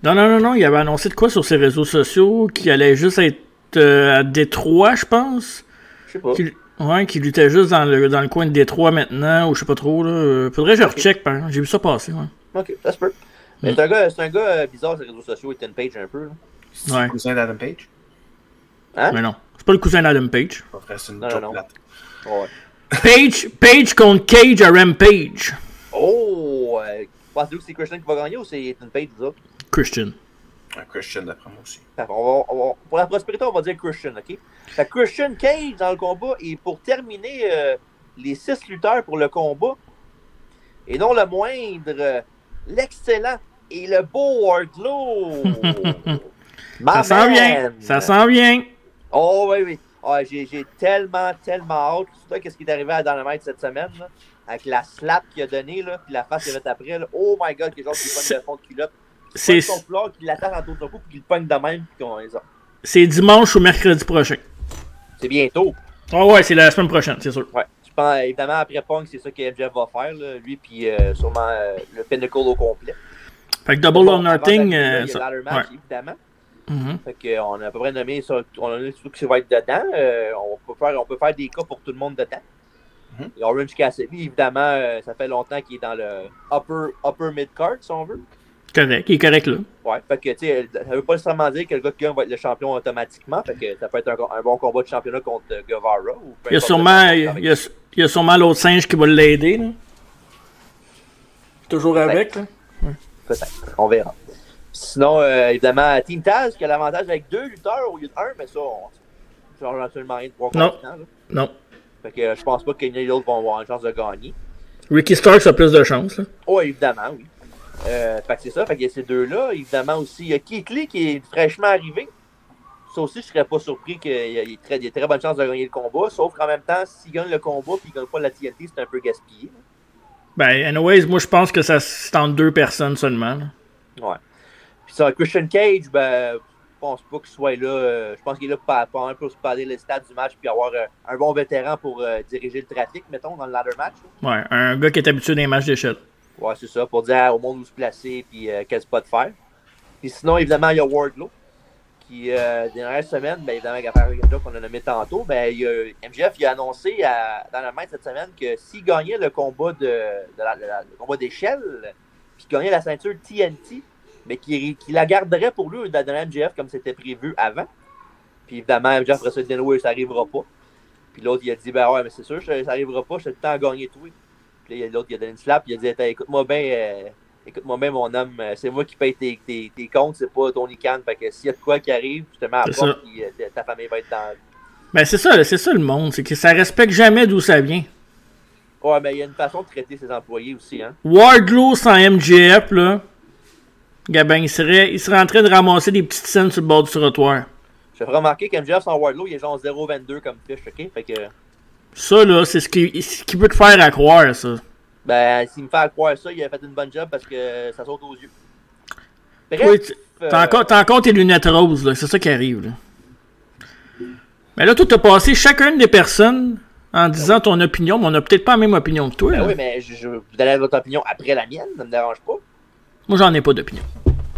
S1: Non, non, non, non. Il avait annoncé de quoi sur ses réseaux sociaux qu'il allait juste être euh, à Détroit, je pense.
S2: Je sais pas.
S1: Qu'il- ouais, qu'il luttait juste dans le, dans le coin de Détroit maintenant, ou je sais pas trop. Là. Euh, Faudrait que je recheck, par exemple. J'ai vu ça passer, ouais.
S2: Ok, ça se peut. Mais c'est un gars, c'est un gars euh, bizarre sur les réseaux sociaux, Ethan Page un peu. là.
S3: C'est
S1: Ouais.
S3: le cousin d'Adam Page?
S2: Ah.
S1: Mais non. C'est pas le cousin d'Adam Page.
S3: Pas vrai, c'est une
S2: Non,
S3: joke
S2: non.
S3: plate.
S2: Ouais.
S1: Page, Page contre Cage à Rampage.
S2: Oh! Euh, Pensez-vous que c'est Christian qui va gagner ou c'est Ethan Page, vous autres?
S1: Christian.
S3: Un Christian d'après moi aussi.
S2: Fait qu'on va- on va- pour la prospérité, on va dire Christian, ok? Fait que Christian Cage dans le combat et pour terminer euh, les six lutteurs pour le combat, et non le moindre, euh, l'excellent et le beau Wardlow!
S1: Ça
S2: My
S1: s'en vient.
S2: Ah, man!
S1: Ça s'en vient.
S2: Oh oui, oui. Ah, j'ai, j'ai tellement, tellement hâte. Tu sais, qu'est-ce qui est arrivé à Dynamite cette semaine, là, avec la slap qu'il a donnée, là, puis la face qu'il a faite après. Là. Oh my god, que genre qui pogne le fond de culotte.
S1: C'est,
S2: C'est son foulard, qu'il l'attache en dos de coup, puis qu'il le pogne de même, puis qu'on les a.
S1: c'est dimanche ou mercredi prochain.
S2: C'est bientôt.
S1: Ah ouais, c'est la semaine prochaine, c'est sûr.
S2: Ouais. Je pense, évidemment, après Punk, c'est ça que MJF va faire, là, lui, puis euh, sûrement euh, le Pinnacle au complet.
S1: Fait que Double
S2: Bon,
S1: or
S2: avant
S1: Nothing,
S2: d'arriver,
S1: euh,
S2: il y a
S1: ça-
S2: ladder match, évidemment.
S1: Mhm.
S2: Fait que, euh, on a à peu près nommé ça, on a tout ce qui va être dedans. Euh, on, peut faire, on peut faire des cas pour tout le monde dedans.
S3: Mhm.
S2: Et Orange Cassidy, évidemment, euh, ça fait longtemps qu'il est dans le upper, upper mid-card, si on veut.
S1: Correct, il est correct là.
S2: Ouais, fait que, tu sais, euh, ça veut pas nécessairement dire que le gars qui gagne va être le champion automatiquement. Fait que ça peut être un, un bon combat de championnat contre euh, Guevara. Ou peu
S1: Il y a
S2: importe
S1: sûrement, euh,
S2: le
S1: il y
S2: champion
S1: a, il y a- il y a sûrement l'autre singe qui va l'aider. là. Toujours
S2: Ben,
S1: avec. Là.
S2: Peut-être, on verra. Sinon, euh, évidemment, Team Taz qui a l'avantage avec deux lutteurs au lieu d'un, mais ça, on ne change absolument rien de trois
S1: Non.
S2: continents, là.
S1: Non.
S2: Fait que euh, je pense pas qu'il y en ait d'autres vont avoir une chance de gagner.
S1: Ricky Starks a plus de chance. là.
S2: Oh, évidemment, oui. Euh, fait que c'est ça, fait qu'il y a ces deux-là. Évidemment aussi, il y a Keekly qui est fraîchement arrivé. Ça aussi, je serais pas surpris qu'il y ait il y ait très, il y ait très bonne chance de gagner le combat. Sauf qu'en même temps, s'il gagne le combat puis qu'il gagne pas la TNT, c'est un peu gaspillé.
S1: Ben, anyways, moi je pense que ça c'est entre deux personnes seulement. là.
S2: Ouais. Puis ça, Christian Cage, ben, je pense pas qu'il soit là. euh, je pense qu'il est là pour, pa- pour, pour se parler les stats du match puis avoir euh, un bon vétéran pour euh, diriger le trafic, mettons, dans le ladder match. là.
S1: Ouais, un gars qui est habitué des matchs d'échelle.
S2: Ouais, c'est ça, pour dire au monde où se placer puis euh, quel spot faire. Puis sinon, évidemment, il y a Wardlow, qui, euh, dernière semaine, ben, évidemment, avec l'affaire Wardlow qu'on a nommé tantôt, ben, il y a- MJF il a annoncé à- dans la main cette semaine que s'il gagnait le combat de, de la- de la- le combat d'échelle, puis qu'il gagnait la ceinture TNT, mais qu'il qu'il la garderait pour lui de la dernière MJF comme c'était prévu avant. Puis évidemment, MJF après ça, il dit oui, ça arrivera pas. Puis l'autre, il a dit, ben ouais, mais c'est sûr, ça, ça arrivera pas, j'ai le temps à gagner tout. Puis là, il y a l'autre qui a donné une slap, il a dit Attends, écoute-moi bien, euh, écoute-moi bien, mon homme, euh, c'est moi qui paye tes, tes, tes comptes, c'est pas Tony Khan. Fait que s'il y a de quoi qui arrive, je te mets à la
S1: C'est ça.
S2: porte, puis euh, ta famille va être dans.
S1: Ben c'est ça, là, c'est ça le monde, c'est que ça respecte jamais d'où ça vient.
S2: Ouais, mais il y a une façon de traiter ses employés aussi, hein.
S1: Wardlow sans MJF, là, Gabin, il serait, il serait en train de ramasser des petites scènes sur le bord du trottoir.
S2: Je te fais remarquer qu'MJF sans Wardlow, il est genre 0,22 comme fiche, ok Fait que.
S1: Ça, là, c'est ce qui, ce qui peut te faire à croire, ça.
S2: Ben, s'il me fait croire ça, il a fait une bonne job parce que ça saute aux yeux. Bref,
S1: Oui, tu- T'as
S2: euh,
S1: encore, t'as encore tes lunettes roses, là. C'est ça qui arrive, là. Mais là, toi, t'as passé chacune des personnes en disant ton opinion, mais on n'a peut-être pas la même opinion que toi.
S2: Ah ben
S1: là.
S2: oui, mais je, je, vous donnez votre opinion après la mienne, ça me dérange pas.
S1: Moi, j'en ai pas d'opinion.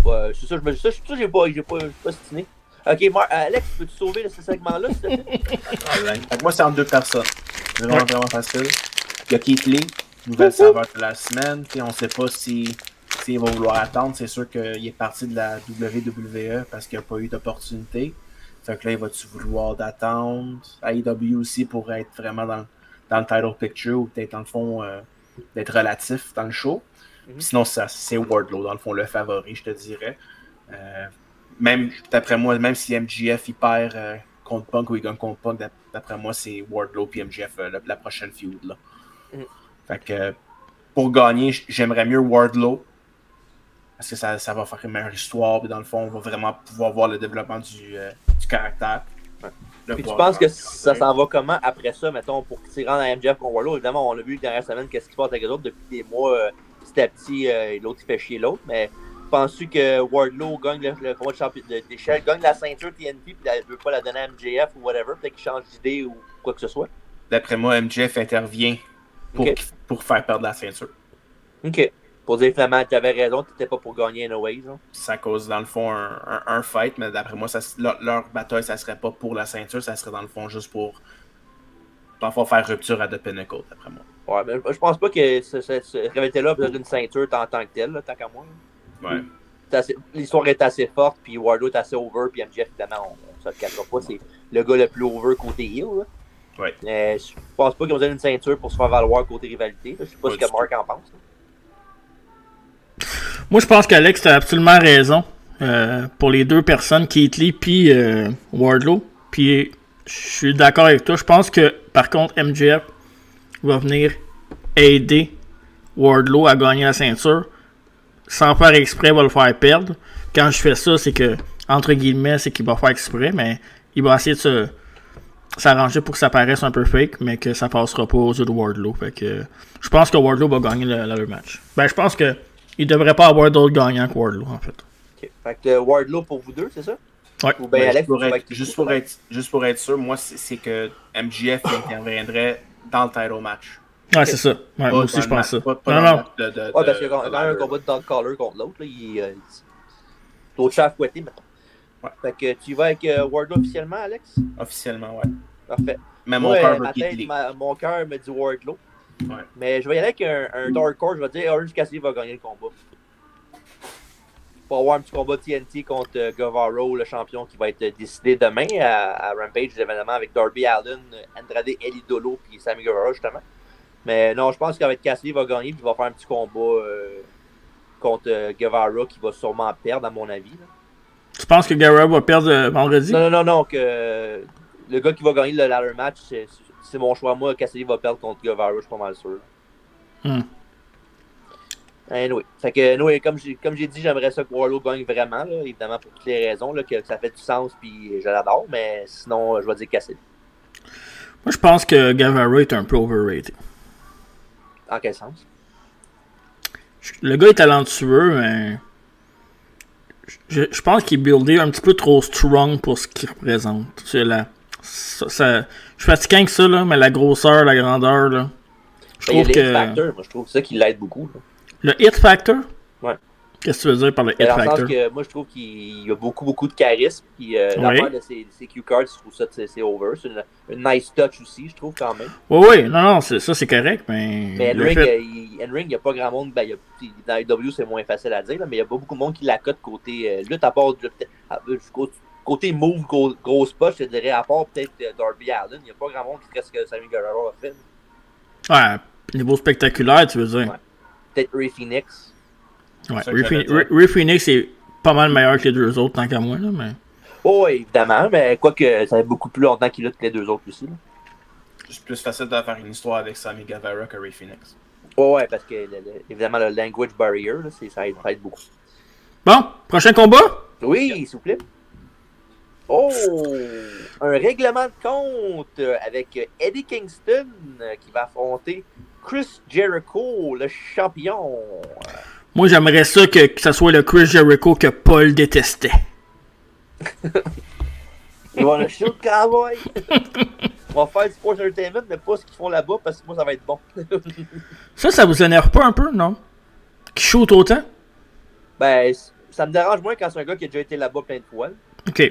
S2: Ouais, c'est ça, je me ça, ça, j'ai pas, j'ai pas, j'ai pas stiné. Ok, Mar- euh, Alex, peux-tu sauver ce segment-là, s'il te plaît?
S3: Fait que moi, c'est en deux personnes. C'est vraiment, vraiment facile. Il y a Keith Lee, nouvelle saveur de la semaine. Puis on sait pas si, s'il va vouloir attendre. C'est sûr qu'il est parti de la WWE parce qu'il n'a pas eu d'opportunité. Fait que là, il va-tu vouloir d'attendre AEW aussi pour être vraiment dans, dans le title picture ou peut-être dans le fond euh, d'être relatif dans le show.
S2: Mhm.
S3: Puis Sinon, ça, c'est Wardlow, dans le fond, le favori, je te dirais. Euh, même d'après moi, même si MGF il perd euh, contre Punk ou il gagne contre Punk, d'ap- d'après moi, c'est Wardlow puis MGF euh, la, la prochaine feud. Là.
S2: Mhm.
S3: Fait que euh, pour gagner, j- j'aimerais mieux Wardlow. Parce que ça, ça va faire une meilleure histoire. Puis dans le fond, on va vraiment pouvoir voir le développement du, euh, du caractère. Le
S2: Puis tu
S3: voir-
S2: penses que ça s'en va comment après ça, mettons, pour qu'ils rentrent à MJF contre Warlow? Évidemment, on l'a vu la dernière semaine, qu'est-ce qui se passe avec les autres depuis des mois, euh, petit à petit, euh, l'autre il fait chier l'autre, mais penses-tu que Wardlow gagne le, le combat de champion de- d'échelle, gagne la ceinture TNP, puis elle veut pas la donner à MJF ou whatever, peut-être qu'il change d'idée ou quoi que ce soit?
S3: D'après moi, MGF intervient pour,
S2: Ok.
S3: qu- pour faire perdre la ceinture.
S2: Ok. Pour dire finalement, tu avais raison, t'étais pas pour gagner anyways. Hein.
S3: ça cause dans le fond un, un- un fight, mais d'après moi, ça, s- leur, leur bataille, ça serait pas pour la ceinture, ça serait dans le fond juste pour dans le fond, faire rupture à The Pinnacle, d'après moi.
S2: Ouais, mais je- je pense pas que ce, ce, ce là a besoin d'une ceinture en tant que telle, là, tant qu'à moi. là.
S3: Ouais.
S2: C'est assez- L'histoire est assez forte, puis Wardlow est assez over, puis MJF, évidemment, on, on se le cachera pas, c'est le gars le plus over côté heel. Là.
S3: Ouais.
S2: Mais je pense pas qu'ils ont besoin d'une ceinture pour se faire valoir côté rivalité. là. Je sais pas
S3: Pas
S2: ce que
S3: du
S2: Mark en pense. là.
S1: Moi, je pense qu'Alex, t'as absolument raison. euh, pour les deux personnes, Keith Lee puis euh, Wardlow. Puis, je suis d'accord avec toi. Je pense que, par contre, MJF va venir aider Wardlow à gagner la ceinture. Sans faire exprès, va le faire perdre. Quand je fais ça, c'est que, entre guillemets, c'est qu'il va faire exprès, mais il va essayer de se- s'arranger pour que ça paraisse un peu fake, mais que ça passera pas aux yeux de Wardlow. Fait que, je pense que Wardlow va gagner le, le match. Ben, je pense que il devrait pas avoir d'autres gagnants que Wardlow, en fait.
S2: Ok. Fait que euh, Wardlow pour vous deux, c'est ça?
S1: Ouais.
S2: Ou ben
S3: Mais
S2: Alex,
S3: juste, pour
S2: tu vas
S3: être,
S2: avec-
S3: juste pour être- juste pour être sûr, moi, c'est c'est que MGF interviendrait dans le title match.
S1: Ouais, c'est ça. Ouais, moi aussi, je pense ça. Non, non.
S2: Ouais, Ah, parce qu'il y a quand
S3: Euh,
S2: même un combat de dog collar contre l'autre. là, il, euh, il- L'autre chef fouetté, mettons.
S3: Ouais.
S2: Fait que tu y vas avec euh, Wardlow officiellement, Alex?
S3: Officiellement, ouais.
S2: Parfait.
S3: Mais mon
S2: Moi, euh,
S3: cœur veut
S2: ma
S3: Keith
S2: tête,
S3: Lee.
S2: ma- mon cœur me dit Wardlow.
S3: Ouais.
S2: Mais je vais y aller avec un, un Dark Horse. Je vais dire Orange Cassidy va gagner le combat. Pour avoir un petit combat TNT contre euh, Guevara, le champion qui va être euh, décidé demain à, à Rampage, évidemment, avec Darby Allen, Andrade Elidolo puis Sammy Guevara, justement. Mais non, je pense qu'avec Cassidy, il va gagner puis il va faire un petit combat euh, contre euh, Guevara qui va sûrement perdre, à mon avis. là.
S1: Tu penses que Guerrero va perdre euh, vendredi?
S2: Non, non, non, non, que euh, le gars qui va gagner le ladder match, c'est c'est mon choix. Moi, Cassidy va perdre contre Guevara, je suis pas mal sûr.
S1: Hmm.
S2: Anyway. Fait que, anyway, comme j'ai comme j'ai dit, j'aimerais ça que Warlow gagne vraiment, là, évidemment, pour toutes les raisons, là, que ça fait du sens, puis je l'adore, mais sinon, euh, je vais dire Cassidy.
S1: Moi, je pense que Guerrero est un peu overrated.
S2: En quel sens?
S1: Je- Le gars est talentueux, mais. Je, je pense qu'il est buildé un petit peu trop strong pour ce qu'il représente. C'est la. ça- ça- je suis fatigué avec ça, là, mais la grosseur, la grandeur, là. Je
S2: Ben, il y
S1: trouve
S2: a le hit
S1: que.
S2: factor, moi, je trouve ça qui l'aide beaucoup. là.
S1: Le hit factor?
S2: Ouais.
S1: Qu'est-ce que tu veux dire par le
S2: Mais
S1: hit
S2: Dans le
S1: factor?
S2: sens que moi, je trouve qu'il y a beaucoup, beaucoup de charisme, puis euh, la
S1: Oui.
S2: part de ses, ses cue cards, je trouve ça, c'est c'est over. C'est une, une nice touch aussi, je trouve, quand même.
S1: Oui, oui, non, non, c'est- ça c'est correct, mais.
S2: Mais
S1: le
S2: N-Ring,
S1: fait-
S2: euh, il N-Ring, il n'y a pas grand monde. Ben, il y a- dans les W, c'est moins facile à dire, là, mais il y a pas beaucoup de monde qui la cote côté euh, lutte, à part du- à- euh, du côté- côté move, gros- grosse poche, je dirais, à part peut-être euh, Darby Allen. Il n'y a pas grand monde qui ferait ce que Sammy Guerrero a fait.
S1: Ouais, niveau spectaculaire, tu veux dire.
S2: Peut-être Ray Phoenix.
S1: Ouais.
S3: C'est ça que j'allais dire.
S1: Ray Phoenix est pas mal meilleur que les deux autres, tant qu'à moi, là, mais.
S2: Oh, évidemment, mais quoique ça fait beaucoup plus longtemps qu'il lutte que les deux autres aussi. là.
S3: C'est plus facile de faire une histoire avec Sammy Guevara que Ray Phoenix.
S2: Ouais, ouais, parce que le- le- évidemment, le language barrier, là, c'est- ça aide, ça aide beaucoup.
S1: Bon, prochain combat?
S2: Oui, s'il vous plaît. Oh! Un règlement de compte avec Eddie Kingston qui va affronter Chris Jericho, le champion.
S1: Moi, j'aimerais ça que, que ce soit le Chris Jericho que Paul détestait.
S2: Ils vont le shoot cowboy. On va faire du sports entertainment, mais pas ce qu'ils font là-bas parce que moi, ça va être bon.
S1: Ça, ça vous énerve pas un peu, non? Qui shoot autant?
S2: ben, c- ça me dérange moins quand c'est un gars qui a déjà été là-bas plein de fois.
S1: Ok.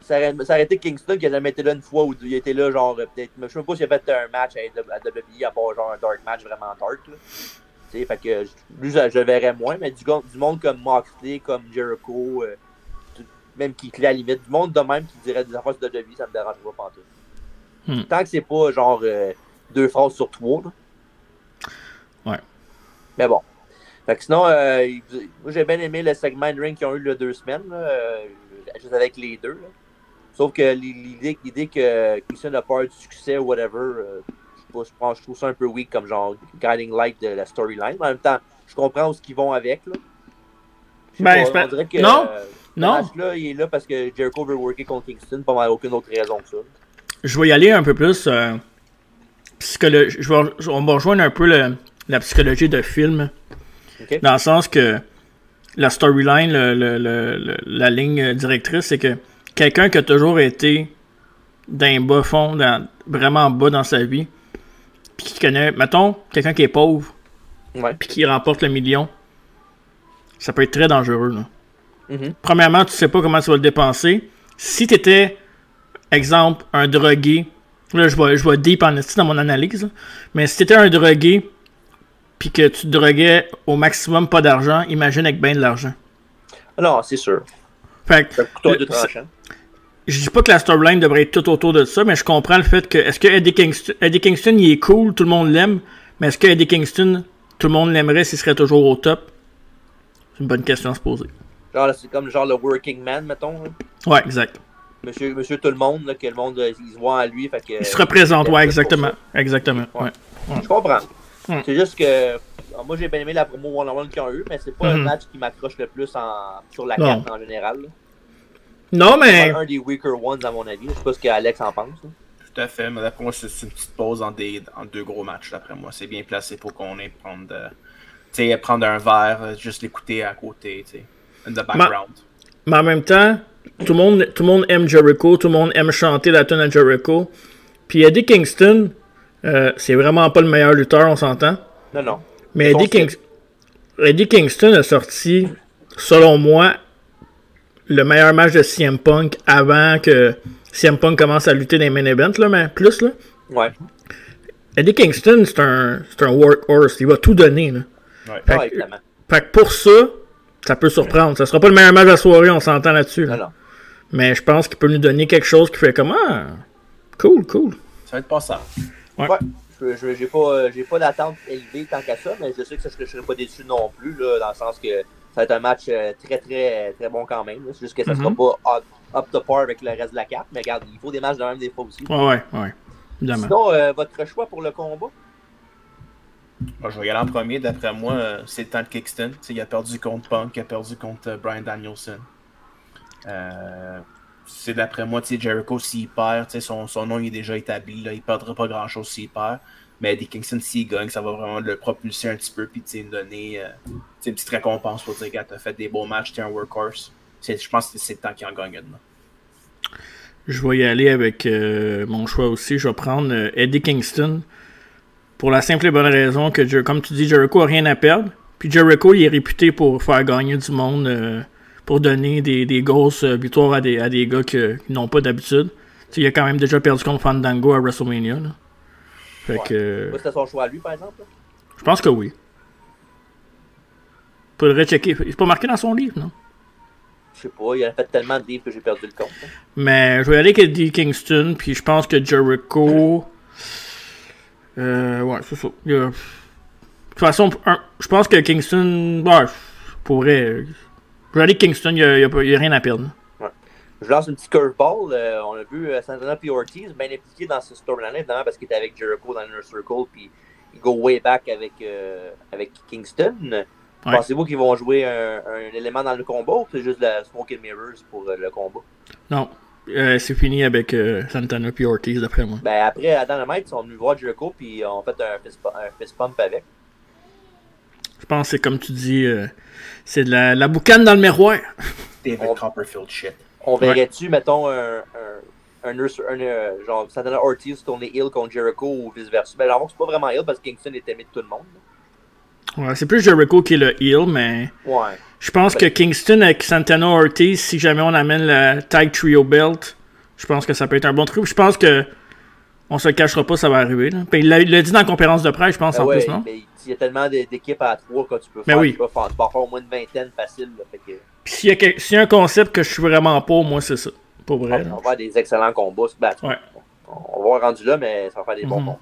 S2: Ça aurait, ça aurait été Kingston qui a jamais été là une fois ou deux. il a été là, genre, euh, peut-être. Je sais même pas s'il a fait un match à AW- à WWE à part genre un dark match vraiment dark. Là. Tu sais, fait que je- lui, je, je le verrais moins, mais du, gon- du monde comme Moxley, comme Jericho, euh, tout- même Keith Lee à la limite, du monde de même qui dirait des affaires sur WWE, ça me dérange pas pantoute.
S1: Hmm.
S2: Tant que c'est pas genre euh, deux phrases sur trois. là.
S1: Ouais.
S2: Mais bon. Fait que sinon, euh, il- moi j'ai bien aimé le segment de ring qu'ils ont eu le deux semaines, là, euh, juste avec les deux. là. Sauf que l'i- l'idée l'idée que Kingston a peur du succès ou whatever, euh, je, sais pas, je pense, je trouve ça un peu weak comme genre guiding light de la storyline. Mais En même temps, je comprends où ce qu'ils vont avec. Là. Je sais
S1: Ben, c'est pas-
S2: on dirait que
S1: Non,
S2: euh,
S1: non.
S2: ce match-là, il est là parce que Jericho veut worker contre Kingston, pas mal aucune autre raison que ça.
S1: Je vais y aller un peu plus. euh, psycholo- je vais- je- on va rejoindre un peu le- la psychologie de film.
S2: Ok.
S1: Dans le sens que la storyline, le- le- le- le- la ligne directrice, c'est que quelqu'un qui a toujours été d'un bas fond, dans- vraiment bas dans sa vie, puis qui connaît, mettons, quelqu'un qui est pauvre,
S2: Ouais.
S1: puis qui remporte le million, ça peut être très dangereux. là.
S2: Mhm.
S1: Premièrement, tu sais pas comment tu vas le dépenser. Si tu étais, exemple, un drogué, là je vais, je vais deep en esti dans mon analyse, là. mais si tu étais un drogué, puis que tu te droguais au maximum pas d'argent, imagine avec bien de l'argent.
S2: Ah Non, c'est sûr.
S1: Fait que,
S2: C'est un couteau à deux
S1: le- c'est-
S2: tranchants.
S1: je dis pas que la storyline devrait être tout autour de ça, mais je comprends le fait que est-ce que Eddie Kingston, Eddie Kingston il est cool, tout le monde l'aime, mais est-ce que Eddie Kingston, tout le monde l'aimerait s'il serait toujours au top C'est une bonne question à se poser.
S2: Genre, là, c'est comme genre le working man, mettons. là.
S1: Ouais, exact.
S2: Monsieur, monsieur tout le monde, là, que le monde, euh, il se voit en lui. Fait que,
S1: Il se représente, ouais,
S2: pour
S1: exactement. Exactement.
S2: Ouais.
S1: ouais.
S2: Je comprends.
S1: Mm.
S2: C'est juste que alors, moi j'ai bien aimé la promo one-on-one qu'ils ont eu, mais c'est pas un
S1: Mhm.
S2: match qui m'accroche le plus en, sur la
S1: Non.
S2: carte en général. là.
S1: Non, mais.
S2: C'est un des weaker ones à mon avis. Je sais pas ce qu'Alex en pense. là.
S3: Tout à fait, mais d'après moi, c'est c'est une petite pause en, des, en deux gros matchs, d'après moi. C'est bien placé pour qu'on ait prendre, de- tu sais, prendre un verre, euh, juste l'écouter à côté, tu sais, in the background.
S1: Mais en même temps, tout le monde, tout le monde aime Jericho, tout le monde aime chanter la tune à Jericho. Puis Eddie Kingston, euh, c'est vraiment pas le meilleur lutteur, on s'entend.
S2: Non, non.
S1: Mais
S2: Son
S1: Eddie,
S2: style.
S1: Kings- Eddie Kingston a sorti, selon moi, le meilleur match de CM Punk avant que CM Punk commence à lutter dans les main events, là, mais plus. Là.
S2: Ouais.
S1: Eddie Kingston, c'est un, c'est un workhorse. Il va tout donner. Là.
S3: Ouais.
S1: Fait
S2: Ouais,
S1: que-
S2: évidemment.
S1: Fait que pour ça, ça peut surprendre. Ça sera pas le meilleur match de la soirée, on s'entend là-dessus. là.
S2: Non, non.
S1: Mais je pense qu'il peut nous donner quelque chose qui fait comme Ah, cool, cool.
S3: Ça va être passable.
S2: Ouais. Je- je- J'ai pas, euh, j'ai pas d'attente élevée tant qu'à ça, mais je sais que ça, je, je serais pas déçu non plus, là, dans le sens que ça va être un match euh, très, très, très bon quand même. là. C'est juste que ça
S1: Mhm.
S2: sera pas up, up to par avec le reste de la carte, mais regarde, il faut des matchs de même des fois aussi.
S1: Ouais, ouais, ouais. Évidemment.
S2: Sinon, euh, votre choix pour le combat
S3: Moi, je vais y aller en premier, d'après moi, euh, c'est le temps de Kingston. Tu sais, il a perdu contre Punk, il a perdu contre euh, Brian Danielson. Euh, c'est d'après moi, tu sais, Jericho, s'il perd, tu sais, son, son nom il est déjà établi, là, il perdra pas grand-chose s'il perd. Mais Eddie Kingston, s'il gagne, ça va vraiment le propulser un petit peu, puis tu sais, nous donner euh, tu sais, une petite récompense pour dire, gars, t'as fait des beaux matchs, t'es un workhorse. C'est- Je pense que c'est le temps qu'il en gagne une. là.
S1: Je vais y aller avec euh, mon choix aussi. Je vais prendre euh, Eddie Kingston. Pour la simple et bonne raison que, Jer- comme tu dis, Jericho a rien à perdre. Puis Jericho, il est réputé pour faire gagner du monde, euh, pour donner des, des grosses euh, victoires à des, à des gars que- qui n'ont pas d'habitude. Tu sais, Il a quand même déjà perdu contre Fandango à WrestleMania. là. Fait que. euh,
S2: Moi, C'était son choix à lui, par exemple. là.
S1: Je pense que oui. Faudrait checker. Il n'est pas marqué dans son livre, non?
S2: Je sais pas, il en a fait tellement de livres que j'ai perdu le compte. là.
S1: Mais je vais y aller avec Eddie Kingston, puis je pense que Jericho. Euh, ouais, c'est ça. Il y a- De toute façon, un- je pense que Kingston. Ouais, pourrait. Je vais aller avec Kingston, il n'y a, il y a pas- il y a rien à perdre.
S2: Je lance une petite curveball. euh, on a vu euh, Santana puis Ortiz bien impliqué dans ce storyline, évidemment, parce qu'il était avec Jericho dans l'Inner Circle, puis il go way back avec, euh, avec Kingston.
S1: Ouais.
S2: Pensez-vous qu'ils vont jouer un, un élément dans le combat ou c'est juste la Smoke and Mirrors pour euh, le combat?
S1: Non. Euh, c'est fini avec euh, Santana puis Ortiz, d'après moi.
S2: Ben après, à Dynamite, ils sont venus voir Jericho puis on fait un fist, pu- un fist pump avec.
S1: Je pense que c'est comme tu dis, euh, c'est de la, la boucane dans le miroir.
S3: David
S2: On-
S3: Copperfield shit.
S2: On verrait-tu, mettons, un, un, un, nurse- un, euh, genre Santana Ortiz tourner heel contre Jericho ou vice-versa? Ben alors, c'est pas vraiment heel parce que Kingston est aimé de tout le monde. là.
S1: Ouais, c'est plus Jericho qui est le heel, mais
S2: Ouais.
S1: je pense que Kingston avec Santana Ortiz, si jamais on amène le Tag Trio Belt, je pense que ça peut être un bon truc. Je pense que on se le cachera pas, ça va arriver. là. Puis il l'a- il l'a dit dans la conférence de presse, je pense,
S2: Ben
S1: en
S2: ouais,
S1: plus, non?
S2: mais il y a tellement d'é- d'équipes à trois que tu peux
S1: Ben
S2: faire.
S1: oui.
S2: Tu, peux faire tu peux en faire au moins une vingtaine facile. là, fait que,
S1: Puis s'il y, a quel- s'il y a un concept que je suis vraiment pour, moi, c'est ça. Pour
S2: on,
S1: vrai.
S2: on
S1: là.
S2: va avoir des excellents combats. Ben,
S1: Ouais.
S2: On va rendre là, mais ça va faire des bons
S1: Mhm.
S2: combats.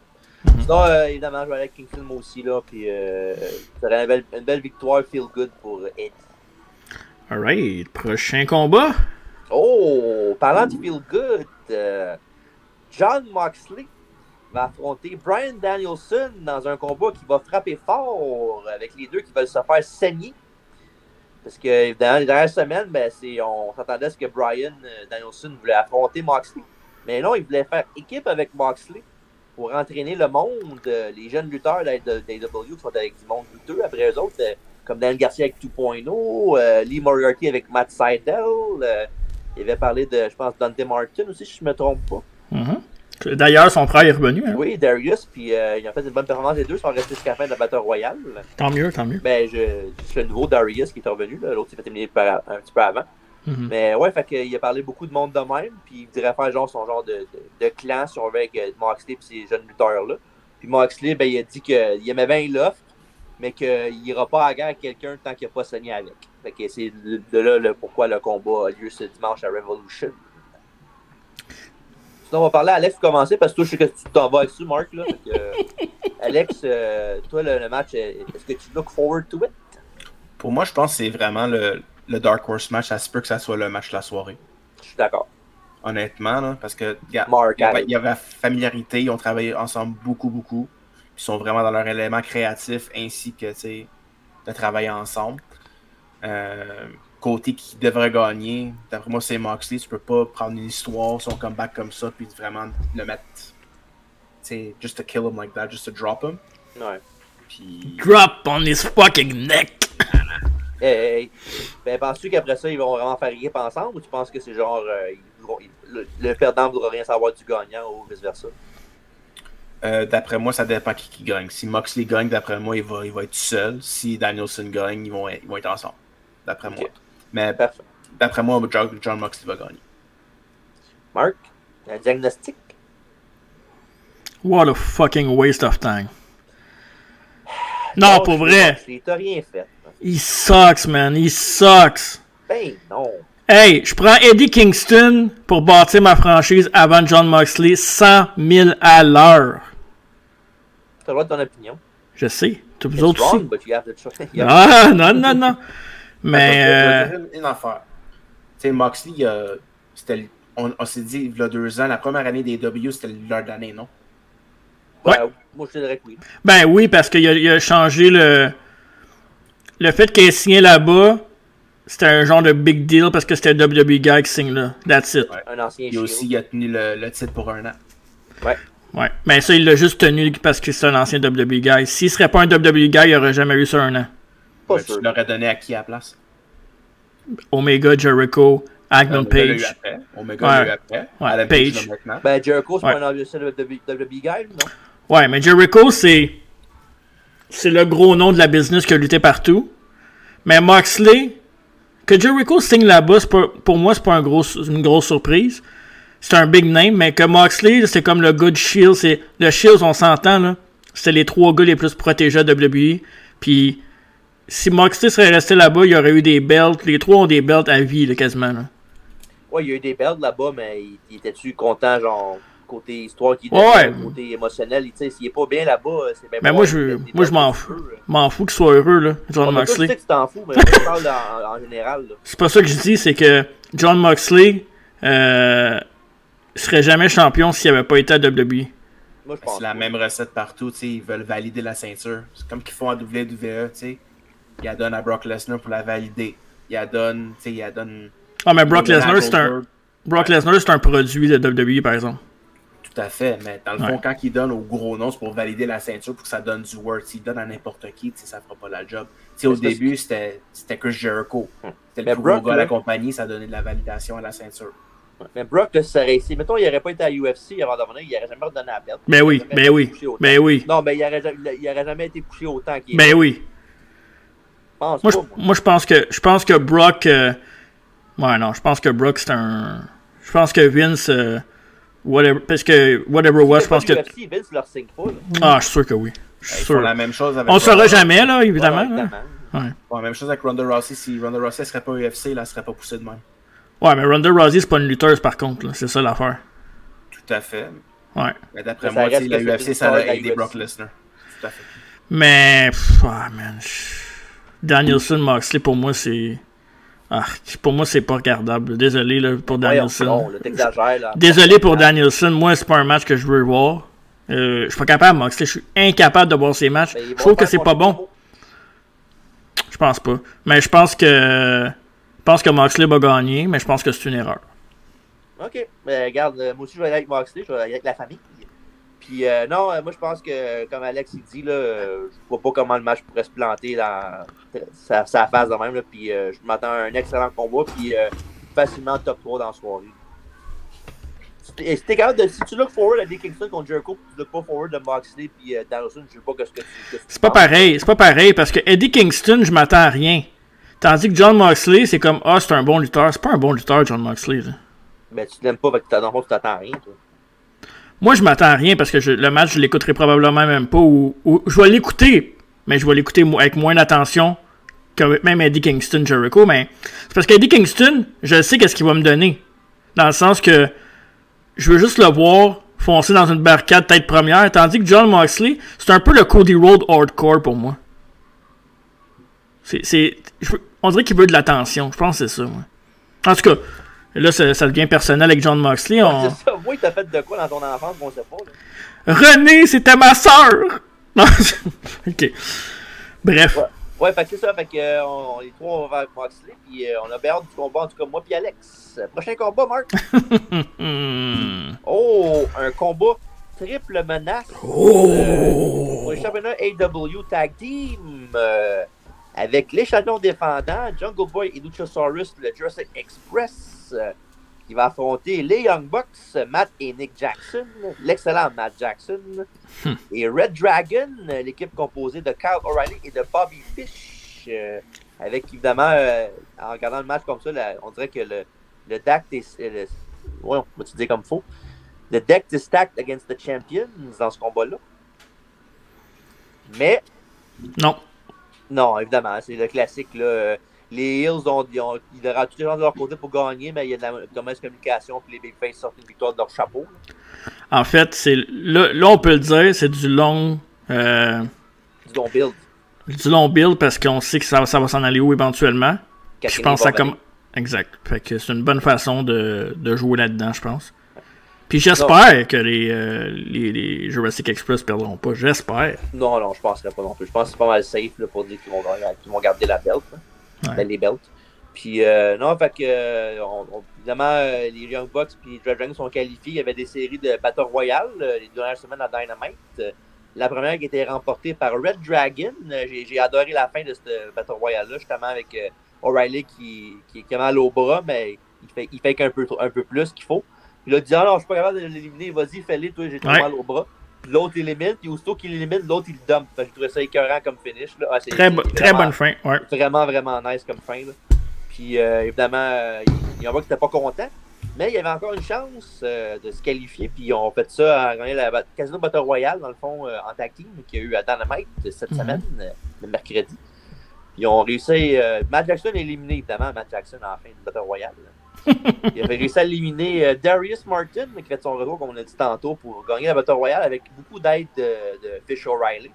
S2: Sinon, euh, évidemment, je vais aller avec Kingston moi aussi. Là, puis, euh, ça serait une belle, une belle victoire, feel good pour Eddie.
S1: Alright, prochain combat.
S2: Oh, parlant de feel good, euh, John Moxley va affronter Brian Danielson dans un combat qui va frapper fort avec les deux qui veulent se faire saigner. Parce que, évidemment, les dernières semaines, ben, c'est, on s'attendait à ce que Brian euh, Danielson voulait affronter Moxley. Mais non, il voulait faire équipe avec Moxley pour entraîner le monde, euh, les jeunes lutteurs de la AEW qui sont avec du monde douteux après eux autres, euh, comme Dan Garcia avec 2.0, euh, Lee Moriarty avec Matt Seidel. euh, il avait parlé de, je pense, Dante Martin aussi, si je me trompe pas.
S1: Mhm. D'ailleurs, son frère est revenu. hein.
S2: Oui, Darius, puis euh, ils ont fait une bonne performance les deux, ils sont restés jusqu'à la fin de la Battle Royale.
S1: Tant mieux, tant mieux.
S2: Ben, je, c'est le nouveau Darius qui est revenu, là. l'autre s'est fait éliminer par- un petit peu avant.
S1: Mhm.
S2: Mais ouais, fait qu'il a parlé beaucoup de monde de même, puis il voudrait faire genre son genre de, de, de clan, si on veut, avec euh, Moxley et ces jeunes lutteurs-là. Puis Moxley, ben, il a dit qu'il aimait bien l'offre, mais qu'il n'ira pas à la guerre avec quelqu'un tant qu'il n'a pas saigné avec. Fait que c'est de de là le, pourquoi le combat a lieu ce dimanche à Revolution. Sinon, on va parler à Alex pour commencer, parce que toi, je sais que tu t'en vas avec ça, Marc. Là, Fait que, euh, Alex, euh, toi, le, le match, euh, est-ce que tu look forward to it?
S3: Pour moi, je pense que c'est vraiment le, le Dark Horse match. Ça se peut que ça soit le match de la soirée.
S2: Je suis d'accord.
S3: honnêtement, là, parce que il y, a-
S2: Mark
S3: il y avait,
S2: Allen.
S3: il y avait familiarité, ils ont travaillé ensemble beaucoup, beaucoup. Ils sont vraiment dans leur élément créatif ainsi que tu sais, de travailler ensemble. Euh, côté qui devrait gagner, d'après moi, c'est Moxley. Tu peux pas prendre une histoire, son comeback comme ça, puis vraiment le mettre. tu sais, Just to kill him like that, just to drop him.
S2: Ouais.
S3: Puis.
S1: Drop on his fucking neck.
S2: Hey, hey, hey. Eh, Ben, penses-tu qu'après ça, ils vont vraiment faire équipe ensemble ou tu penses que c'est genre. euh, ils vont- ils- le, le perdant voudra rien savoir du gagnant ou vice-versa?
S3: Euh, d'après moi, ça dépend qui, qui gagne. Si Moxley gagne, d'après moi, il va, il va être seul. Si Danielson gagne, ils vont, ils vont être ensemble. D'après
S2: Ok.
S3: moi. Mais
S2: Parfait.
S3: d'après moi, John, John Moxley va gagner.
S2: Marc, un diagnostic?
S1: What a fucking waste of time. Non,
S2: Oh,
S1: pour
S2: je
S1: vrai.
S2: sais pas, T'as rien fait.
S1: Il sucks, man. Il sucks.
S2: Ben non.
S1: Hey, je prends Eddie Kingston pour bâtir ma franchise avant John Moxley 100 000 à l'heure.
S2: T'as le droit de ton opinion.
S1: Je sais. Tous vous
S2: It's
S1: autres
S2: wrong,
S1: aussi.
S2: but you have the choice. You have-
S1: Ah, non, non, non. Mais,
S3: Parce que,
S1: euh,
S3: je vais dire une, une affaire. Tu sais, Moxley, il a- c'était le- on, on s'est dit, il y a deux ans, la première année des W, c'était leur année, non?
S1: Ouais.
S2: Ouais, moi, je te dirais que oui.
S1: ben oui, parce qu'il a, il a changé le. Le fait qu'il ait signé là-bas, c'était un genre de big deal parce que c'était WWE guy qui signe là. That's it.
S3: Ouais.
S2: Un ancien
S3: Il a
S2: chien.
S3: aussi il a tenu le, le titre pour un an.
S1: Ouais. Mais ça, il l'a juste tenu parce que c'est un ancien WWE guy. S'il serait pas un WWE guy, il aurait jamais eu ça un an.
S2: Pas
S3: Mais
S2: sûr.
S3: tu l'aurais donné à qui à la place?
S1: Omega, Jericho,
S2: Ah,
S1: Agnon
S3: Omega l'a eu
S1: Page.
S3: après. Omega l'a eu
S1: Ouais.
S3: après.
S1: Ouais,
S3: Adam
S1: Page.
S3: l'a maintenant.
S2: Ben, Jericho, c'est
S1: Ouais.
S2: pas un ancien WWE WWE E guy, non?
S1: Ouais, mais Jericho, c'est. C'est le gros nom de la business qui a lutté partout. Mais Moxley, que Jericho signe là-bas, c'est pas- pour moi, c'est pas un gros, une grosse surprise. C'est un big name, mais que Moxley, c'est comme le gars de Shield. c'est- Le Shield, on s'entend, là. C'était les trois gars les plus protégés de WWE. E. Puis, si Moxley serait resté là-bas, il y aurait eu des belts. Les trois ont des belts à vie, là, quasiment. Là.
S2: Ouais, il y a eu des pertes là-bas, mais il, il était-tu content, genre, côté histoire qu'il
S1: Ouais.
S2: côté émotionnel? Il- Tu sais, s'il est pas bien là-bas, euh, c'est bien
S1: Mais
S2: bon,
S1: moi,
S2: il
S1: je,
S2: fait des
S1: moi, je
S2: pertes
S1: m'en
S2: que tu
S1: fous.
S2: veux.
S1: M'en fous qu'il soit heureux, là, John
S2: Bon, ben, toi,
S1: Moxley.
S2: Je sais que tu t'en fous, mais on parle en, en général. Là.
S1: C'est pas ça que je dis, c'est que John Moxley euh, serait jamais champion s'il avait pas été à E. WWE.
S2: Moi, je pense.
S3: C'est la
S2: pas.
S3: même recette partout, E, tu sais, ils veulent valider la ceinture. C'est comme qu'ils font à WWE, tu sais. il la donne à Brock Lesnar pour la valider. Il la donne, tu sais, il la donne.
S1: Ah, mais Brock
S3: il la
S1: Lesnar, c'est un,
S3: over.
S1: Brock Lesnar, c'est un produit de WWE, par exemple.
S3: Tout à fait, mais dans le fond,
S1: Ouais.
S3: quand il donne au gros nom, c'est pour valider la ceinture pour que ça donne du work. S'il donne à n'importe qui, tu sais, ça fera pas la job. Tu sais, au
S2: Mais c'est Hmm. parce
S3: début, c'était c'était Chris Jericho. C'était
S2: Mais
S3: le plus gros
S2: Brock,
S3: gars de
S2: là-
S3: la compagnie, ça donnait de la validation à la ceinture.
S2: Mais Brock, là, si ça aurait essayé. Mettons, il n'aurait pas été à UFC avant d'en venir, il n'aurait jamais redonné la perte.
S1: Ben oui,
S2: Il aurait
S1: ben
S2: jamais
S1: oui,
S2: été couché autant.
S1: ben oui,
S2: Non, mais il n'aurait jamais été couché autant qu'il
S1: ben oui.
S2: Je pense
S1: Moi,
S2: pas,
S1: je, moi, je pense que je pense que Brock. euh, ouais, non, je pense que Brock, c'est un. Je pense que Vince. euh, whatever, parce que whatever was, je pense que.
S2: UFC, Vince leur signe pas, là.
S1: Ah, je suis sûr que oui. Je suis
S3: Ils font
S1: sûr.
S3: la même chose avec
S1: On le saura
S3: Ronda-
S1: jamais, là, évidemment. hein.
S2: Ouais,
S1: là.
S2: évidemment.
S3: Ils font la même chose avec Ronda Rousey. Si Ronda Rousey ne serait pas UFC, là, elle serait pas poussée de même.
S1: Ouais, mais Ronda Rousey, c'est pas une lutteuse, par contre. là. C'est ça l'affaire.
S3: Tout à fait.
S1: Ouais.
S3: Mais d'après
S2: Ça
S3: moi, tu sais,
S2: reste
S3: la
S2: que c'est
S3: UFC,
S2: une
S3: ça
S2: histoire de
S3: a
S2: la
S3: aidé
S2: UFC.
S3: Brock Lesnar. Tout à fait.
S1: Mais. pff, ah, man. je- Danielson, Moxley, pour moi, c'est. Ah, pour moi, c'est pas regardable. Désolé là, pour Danielson.
S2: Voyons, Non, là, t'exagères, là.
S1: Désolé pour Danielson, moi c'est pas un match que je veux voir. Euh, je suis pas capable, Moxley, je suis incapable de voir ces matchs.
S2: Mais ils vont
S1: Je trouve que
S2: faire
S1: c'est pas
S2: contre
S1: bon. Je pense pas. Mais je pense que je pense que Moxley va gagner, mais je pense que c'est une erreur.
S2: Ok, mais regarde, euh, moi aussi je vais aller avec Moxley, je vais aller avec la famille. Puis euh, non, euh, moi je pense que, comme Alex il dit, là, euh, je vois pas comment le match pourrait se planter dans sa, sa phase de même. Là, puis euh, je m'attends à un excellent combat, puis euh, facilement top 3 dans la soirée. Si t'es- Si, t'es capable de, si tu look forward à Eddie Kingston contre Jericho, puis tu look pas forward de Moxley puis euh, Danielson, je sais pas que ce que tu que tu
S1: C'est pas
S2: penses.
S1: pareil, c'est pas pareil parce que Eddie Kingston, je m'attends à rien. Tandis que John Moxley, c'est comme ah, c'est un bon lutteur, c'est pas un bon lutteur John Moxley. là.
S2: Mais Ben, tu l'aimes pas, fait que t'as- dans le fond, tu t'attends à rien. Toi.
S1: Moi, je m'attends à rien parce que je- le match, je l'écouterai probablement même pas ou, ou- je vais l'écouter, mais je vais l'écouter mo- avec moins d'attention que même Eddie Kingston Jericho. Mais c'est parce qu'Eddie Kingston, je sais qu'est-ce qu'il va me donner. Dans le sens que je veux juste le voir foncer dans une barricade tête première, tandis que John Moxley, c'est un peu le Cody Road hardcore pour moi. C'est, c'est- je veux- on dirait qu'il veut de l'attention. Je pense que c'est ça. moi. En tout cas, là, ça, ça devient personnel avec John Moxley. On...
S2: C'est ça, moi, t'as fait de quoi dans ton enfance qu'on sait pas. là?
S1: René, c'était ma sœur! Non, je- ok. Bref,
S2: Ouais, fait que c'est ça. Fait que euh, on, on- les trois, on va vers Moxley. Puis euh, on a bien hâte du combat, en tout cas, moi puis Alex. Euh, Prochain combat, Marc.
S1: hmm,
S2: Oh, un combat triple menace. Euh, pour les championnats AW Tag Team. euh, avec les Shadows défendants, Jungle Boy et Luchasaurus, le Jurassic Express. euh, qui va affronter les Young Bucks, Matt et Nick Jackson, l'excellent Matt Jackson, et Red Dragon, euh, l'équipe composée de Kyle O'Reilly et de Bobby Fish. euh, avec évidemment, euh, en regardant le match comme ça, là, on dirait que le, le deck est. euh, le- voyons, moi tu dis comme faux. Le deck is stacked against the champions dans ce combat-là. Mais
S1: non.
S2: non, évidemment, c'est le classique. Là. Euh, Les Hills, ont, ils, ont, ils auront tous les gens de leur côté pour gagner, mais il y a de la de la mauvaise communication, puis les Bigface sortent une victoire de leur chapeau. là.
S1: En fait, c'est là, là, on peut le dire, c'est du long. euh,
S2: Du don build.
S1: du long build parce qu'on sait que ça, ça va s'en aller où éventuellement. Puis je
S2: Cassini
S1: pense que
S2: va
S1: ça comme.
S2: venir.
S1: Exact. Fait que c'est une bonne façon de, de jouer là-dedans, je pense. Puis j'espère que les, euh, les, les Jurassic Express perdront pas. J'espère.
S2: Non, non, je penserais pas non plus. Je pense que c'est pas mal safe là, pour dire qu'ils vont, gagner- qu'ils vont garder la belt. là.
S1: Ouais.
S2: Ben, les belts. Puis, euh, non, fait que, euh, on- on- évidemment, euh, les Young Bucks et les Dragon sont qualifiés. Il y avait des séries de Battle Royale euh, les dernières semaines à Dynamite. Euh, La première qui était remportée par Red Dragon. Euh, J'ai j'ai adoré la fin de ce Battle Royale-là, justement, avec euh, O'Reilly qui, qui, qui a mal au bras, mais il fait, il fait qu'un peu, trop- un peu plus qu'il faut. Puis là, il dit Ah non, je suis pas capable de l'éliminer, vas-y, fais-le, toi, j'ai trop
S1: Ouais.
S2: mal au bras. Puis l'autre élimine, puis aussitôt qu'il élimine, l'autre il le dump. Fait que je trouvais ça écœurant comme finish. Là. Ah, c'est-
S1: Très, bo-
S2: c'est
S1: très
S2: vraiment-
S1: bonne fin. Ouais.
S2: vraiment, vraiment nice comme fin. là. Puis euh, évidemment, euh, il y en a qui n'étaient pas contents, mais il y avait encore une chance euh, de se qualifier. Puis on fait ça en gagnant la bat- Casino Battle Royale, dans le fond, euh, en tag team, qu'il y a eu à Dynamite euh, cette
S1: Mhm.
S2: semaine, euh, le mercredi. Ils ont réussi. euh, Matt Jackson est éliminé, évidemment, Matt Jackson en fin de Battle Royale. là. Il avait réussi à éliminer euh, Darius Martin, qui fait son retour, comme on a dit tantôt, pour gagner la Battle Royale avec beaucoup d'aide de, de Fish O'Reilly.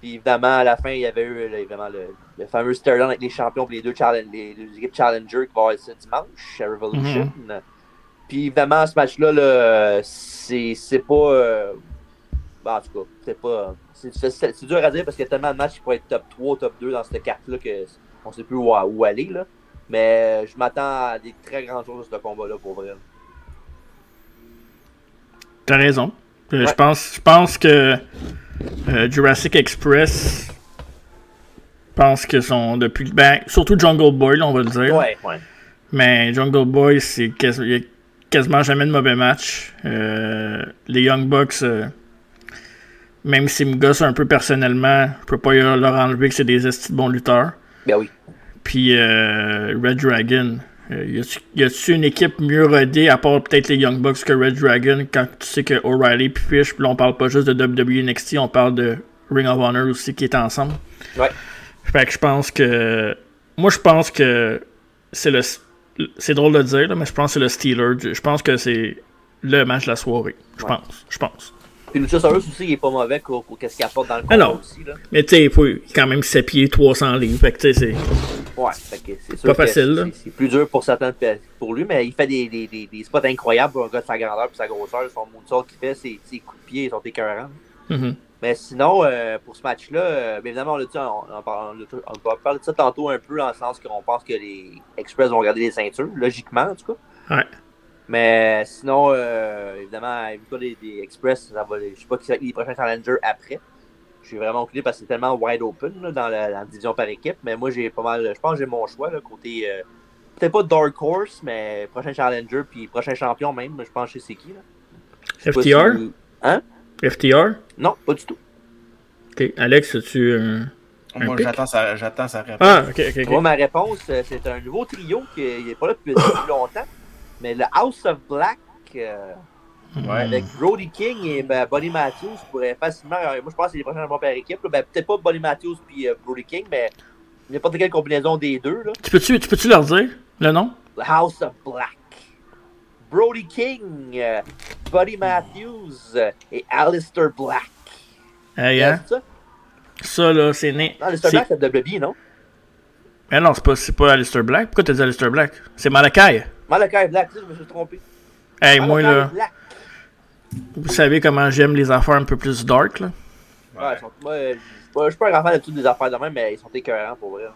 S2: Puis évidemment, à la fin, il y avait eu là, évidemment, le, le fameux stare avec les champions et les deux, challen- les deux équipes Challenger qui vont être ce dimanche à Revolution. Puis évidemment, ce match-là, là, euh, c'est c'est pas. euh, ben, Bah, en tout cas, c'est pas. C'est, c'est- c'est- c'est dur à dire parce qu'il y a tellement de matchs qui pourraient être top 3, top 2 dans cette carte-là qu'on sait plus où, où aller. Là. Mais je m'attends à des très grandes choses de ce combat-là pour vrai.
S1: T'as raison. Euh, Je
S2: Ouais.
S1: pense, je pense que euh, Jurassic Express pense que son depuis ben surtout Jungle Boy là, on va le dire.
S2: Ouais, ouais.
S1: Mais Jungle Boy c'est quas- il y a quasiment jamais de mauvais match. Euh, les Young Bucks euh, même s'ils me gossent un peu personnellement, je peux pas leur enlever que c'est des estis de bons lutteurs.
S2: Ben oui.
S1: Puis euh, Red Dragon. Euh, y a-tu- y a-tu une équipe mieux rodée, à part peut-être les Young Bucks que Red Dragon, quand tu sais que O'Reilly puis Fish, puis là on parle pas juste de WWE NXT, on parle de Ring of Honor aussi qui est ensemble.
S2: Ouais.
S1: Fait que je pense que. Moi je pense que c'est le. C'est drôle de le dire, là, mais je pense que c'est le Steeler. du- Je pense que c'est le match de la soirée. Je
S2: Ouais.
S1: pense. Je pense.
S2: Puis Luchasaurus aussi, il est pas mauvais qu'au- qu'au- qu'est-ce qu'il apporte dans le combat
S1: Alors.
S2: aussi. Là.
S1: Mais tu sais, il faut quand même s'appuyer 300 livres. Fait que tu sais, c'est.
S2: Ouais, fait que c'est sûr
S1: Pas
S2: que
S1: facile, là.
S2: c'est- C'est plus dur pour certains de- pour lui, mais il fait des, des, des, des spots incroyables pour un gars de sa grandeur et sa grosseur. Son moonsault qu'il fait, ses, ses coups de pied sont écœurants.
S1: Mhm.
S2: Mais sinon, euh, pour ce match-là, euh, bien évidemment, on, l'a dit, on, on, par- on l'a- on va parler de ça tantôt un peu, dans le sens qu'on pense que les Express vont garder les ceintures, logiquement, en tout cas.
S1: Ouais.
S2: Mais sinon, euh, évidemment, la victoire des, des Express, ça va, les- je sais pas qui sera les prochains challengers après. Je suis vraiment occupé parce que c'est tellement wide open là, dans, la, dans la division par équipe. Mais moi, j'ai pas mal. Je pense que j'ai mon choix, là, côté. euh, Peut-être pas Dark Horse, mais prochain challenger, puis prochain champion même. Je pense que je sais c'est qui. Là. Je sais pas
S1: FTR
S2: si-
S1: FTR
S2: Non, pas du tout.
S1: Ok. Alex, as-tu. un-
S3: Moi,
S1: pic?
S3: j'attends sa, j'attends sa réponse.
S1: Ah, ok, ok, ok.
S2: Moi, ma réponse, euh, c'est un nouveau trio qui n'est pas là depuis depuis longtemps. Mais le House of Black euh,
S3: Ouais.
S2: avec Brody King et ben, Bonnie Matthews pourrait facilement. euh, moi, je pense que c'est les prochains membres par équipe. là. Ben, Peut-être pas Bonnie Matthews puis euh, Brody King, mais n'importe quelle combinaison des deux. Là.
S1: Tu peux-tu tu peux-tu leur dire le nom?
S2: Le House of Black. Brody King, euh, Buddy Matthews euh, et Alistair Black.
S1: Hey, hein?
S2: C'est ça?
S1: Ça, là, c'est né.
S2: Non, Alistair
S1: c'est-
S2: Black, c'est WWE, non?
S1: Mais non, c'est pas, c'est pas Alistair Black. Pourquoi t'as dit Alistair Black? C'est Malakai.
S2: Malakai Black, ça, je me suis trompé.
S1: Hey, moi,
S2: Ah, Malakai
S1: là,
S2: Black.
S1: vous savez comment j'aime les affaires un peu plus dark, là. Hein?
S2: Ouais, ils sont- moi, je moi, je suis pas un grand fan de toutes les affaires de même, mais ils sont écœurants pour vrai.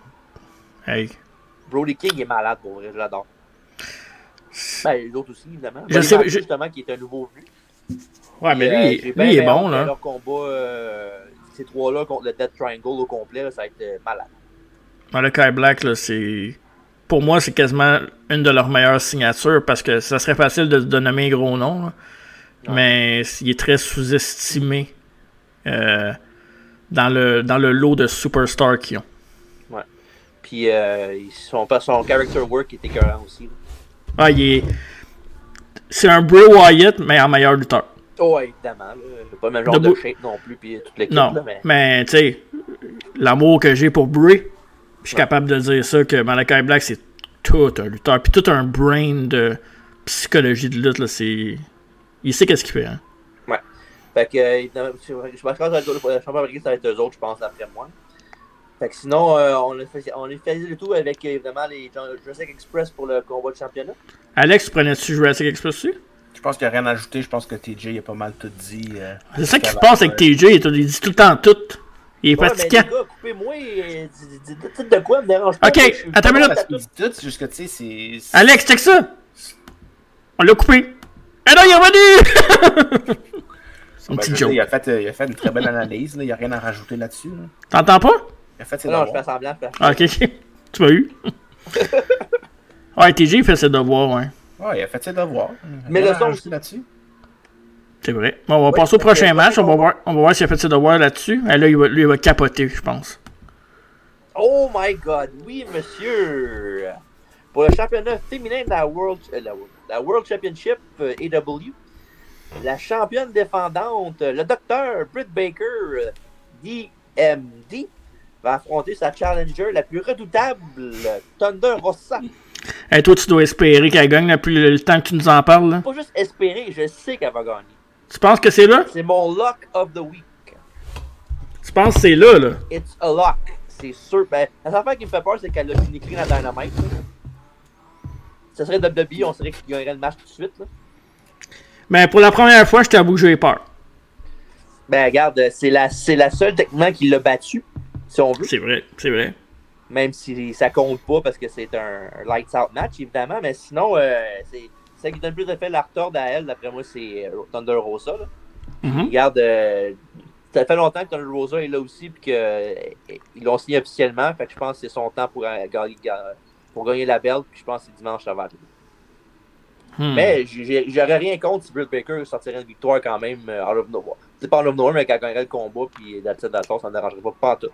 S1: Hey.
S2: Brody King est malade pour vrai, je l'adore. Ben, les autres aussi, évidemment.
S1: Je
S2: Buddy
S1: sais-
S2: Matthews,
S1: je-
S2: justement, qui est un nouveau venu.
S1: Ouais, mais
S2: Euh,
S1: lui,
S2: j'ai
S1: il-
S2: bien,
S1: lui, il est
S2: bien
S1: bon,
S2: hâte que
S1: là.
S2: Leur combat, euh, ces trois-là contre le Death Triangle au complet, là, ça va être euh, malade.
S1: Malakai Black, là, c'est. Pour moi, c'est quasiment une de leurs meilleures signatures parce que ça serait facile de, de nommer un gros nom, là.
S2: Ouais.
S1: mais il est très sous-estimé euh, dans, le, dans le lot de superstars qu'ils ont.
S2: Puis, euh, ils sont, son character work est écœurant aussi. là.
S1: Ah, il est. C'est un Bray Wyatt, mais en meilleur lutteur.
S2: Oh, ouais, évidemment. là. C'est pas le même genre
S1: Debout.
S2: de shape non plus, puis toute l'équipe.
S1: Non,
S2: là, mais...
S1: mais tu sais, l'amour que j'ai pour Bray, je suis capable de dire ça que Malakai Black, c'est tout un lutteur, puis tout un brain de psychologie de lutte. Là, c'est... Il sait qu'est-ce qu'il fait. Hein?
S2: Fait que euh, évidemment, je je pense que ça va être- le champion américain, ça va être eux autres, je pense, après moi. Fait que sinon, euh, on, a fait, on a fait le tout avec euh, évidemment les Jur- Jurassic Express pour le combat de championnat.
S1: Alex, tu prenais-tu Jurassic Express aussi?
S3: Je pense qu'il n'y a rien à ajouter. Je pense que TJ a pas mal tout dit. euh.
S1: C'est ça qui se passe avec TJ, il te- il dit tout le temps tout. Il est
S2: Ouais, mais les
S1: fatigant.
S2: gars, coupez-moi euh, et dites dites- dites de quoi, me dérange pas.
S1: Ok,
S2: moi, je suis-
S1: attends une minute.
S3: Parce qu'il dit tout, c'est juste que, tu sais, c'est- c'est.
S1: Alex, check ça! On l'a coupé! Et là, il est revenu! Une
S3: Ben, je
S1: petite
S3: veux dire,
S1: joke.
S3: il, a fait, euh, il a fait une très belle analyse. là. Il n'y a rien à rajouter là-dessus. là.
S2: hein.
S1: T'entends pas?
S3: Il a fait ses
S2: Non, je
S3: devoirs.
S2: fais semblant. je fais-
S1: Ah, ok, ok. Tu m'as eu. ouais, TJ fait ses devoirs, ouais.
S3: Ouais, il a fait ses devoirs.
S2: Mais
S3: Rien
S2: le
S3: à
S2: son
S3: rajouter
S2: aussi.
S3: là-dessus.
S1: C'est vrai. Bon, on va
S2: Ouais,
S1: passer au
S2: parce que
S1: prochain
S2: c'est
S1: match.
S2: pas
S1: On va voir, on va voir s'il a fait ses devoirs là-dessus. Et là, il va, lui, il va capoter, je pense.
S2: Oh my god, oui, monsieur! Pour le championnat féminin de la World, euh, la, World- la World Championship euh, AW, la championne défendante, euh, le docteur Britt Baker, euh, DMD, va affronter sa challenger la plus redoutable, euh, Thunder Rossa.
S1: Et toi, tu dois espérer qu'elle gagne là, plus le, le temps que tu nous en parles. là.
S2: Pas juste espérer, je sais qu'elle va gagner.
S1: Tu penses que c'est là?
S2: C'est mon lock of the week.
S1: Tu penses que c'est là, là?
S2: It's a lock, c'est sûr. Ben, la seule affaire qui me fait peur, c'est qu'elle a fini clean à Dynamite. là. Ce serait WWE, on serait qu'il gagnerait le match tout de suite. Là.
S1: Mais pour la première fois, je t'avoue que j'ai peur.
S2: Ben, regarde, c'est la, c'est la seule techniquement qui l'a battu, si on veut.
S1: C'est vrai, c'est vrai.
S2: Même si ça compte pas parce que c'est un un lights out match, évidemment. Mais sinon, euh, c'est celle qui donne le plus de fait la retorde à elle, d'après moi, c'est euh, Thunder Rosa. là.
S1: Mhm.
S2: Regarde, euh, ça fait longtemps que Thunder Rosa est là aussi, puis qu'ils l'ont signé officiellement. Fait que je pense que c'est son temps pour, euh, gagner, ga- pour gagner la belle, puis je pense que c'est dimanche ça va arriver.
S1: Hmm.
S2: Mais j'ai- j'ai- j'aurais rien contre si Britt Baker sortirait une victoire quand même euh, out of nowhere. C'est pas out of nowhere, mais qu'elle gagnerait le combat, puis la tête dans ça ne dérangerait pas, pas en tout.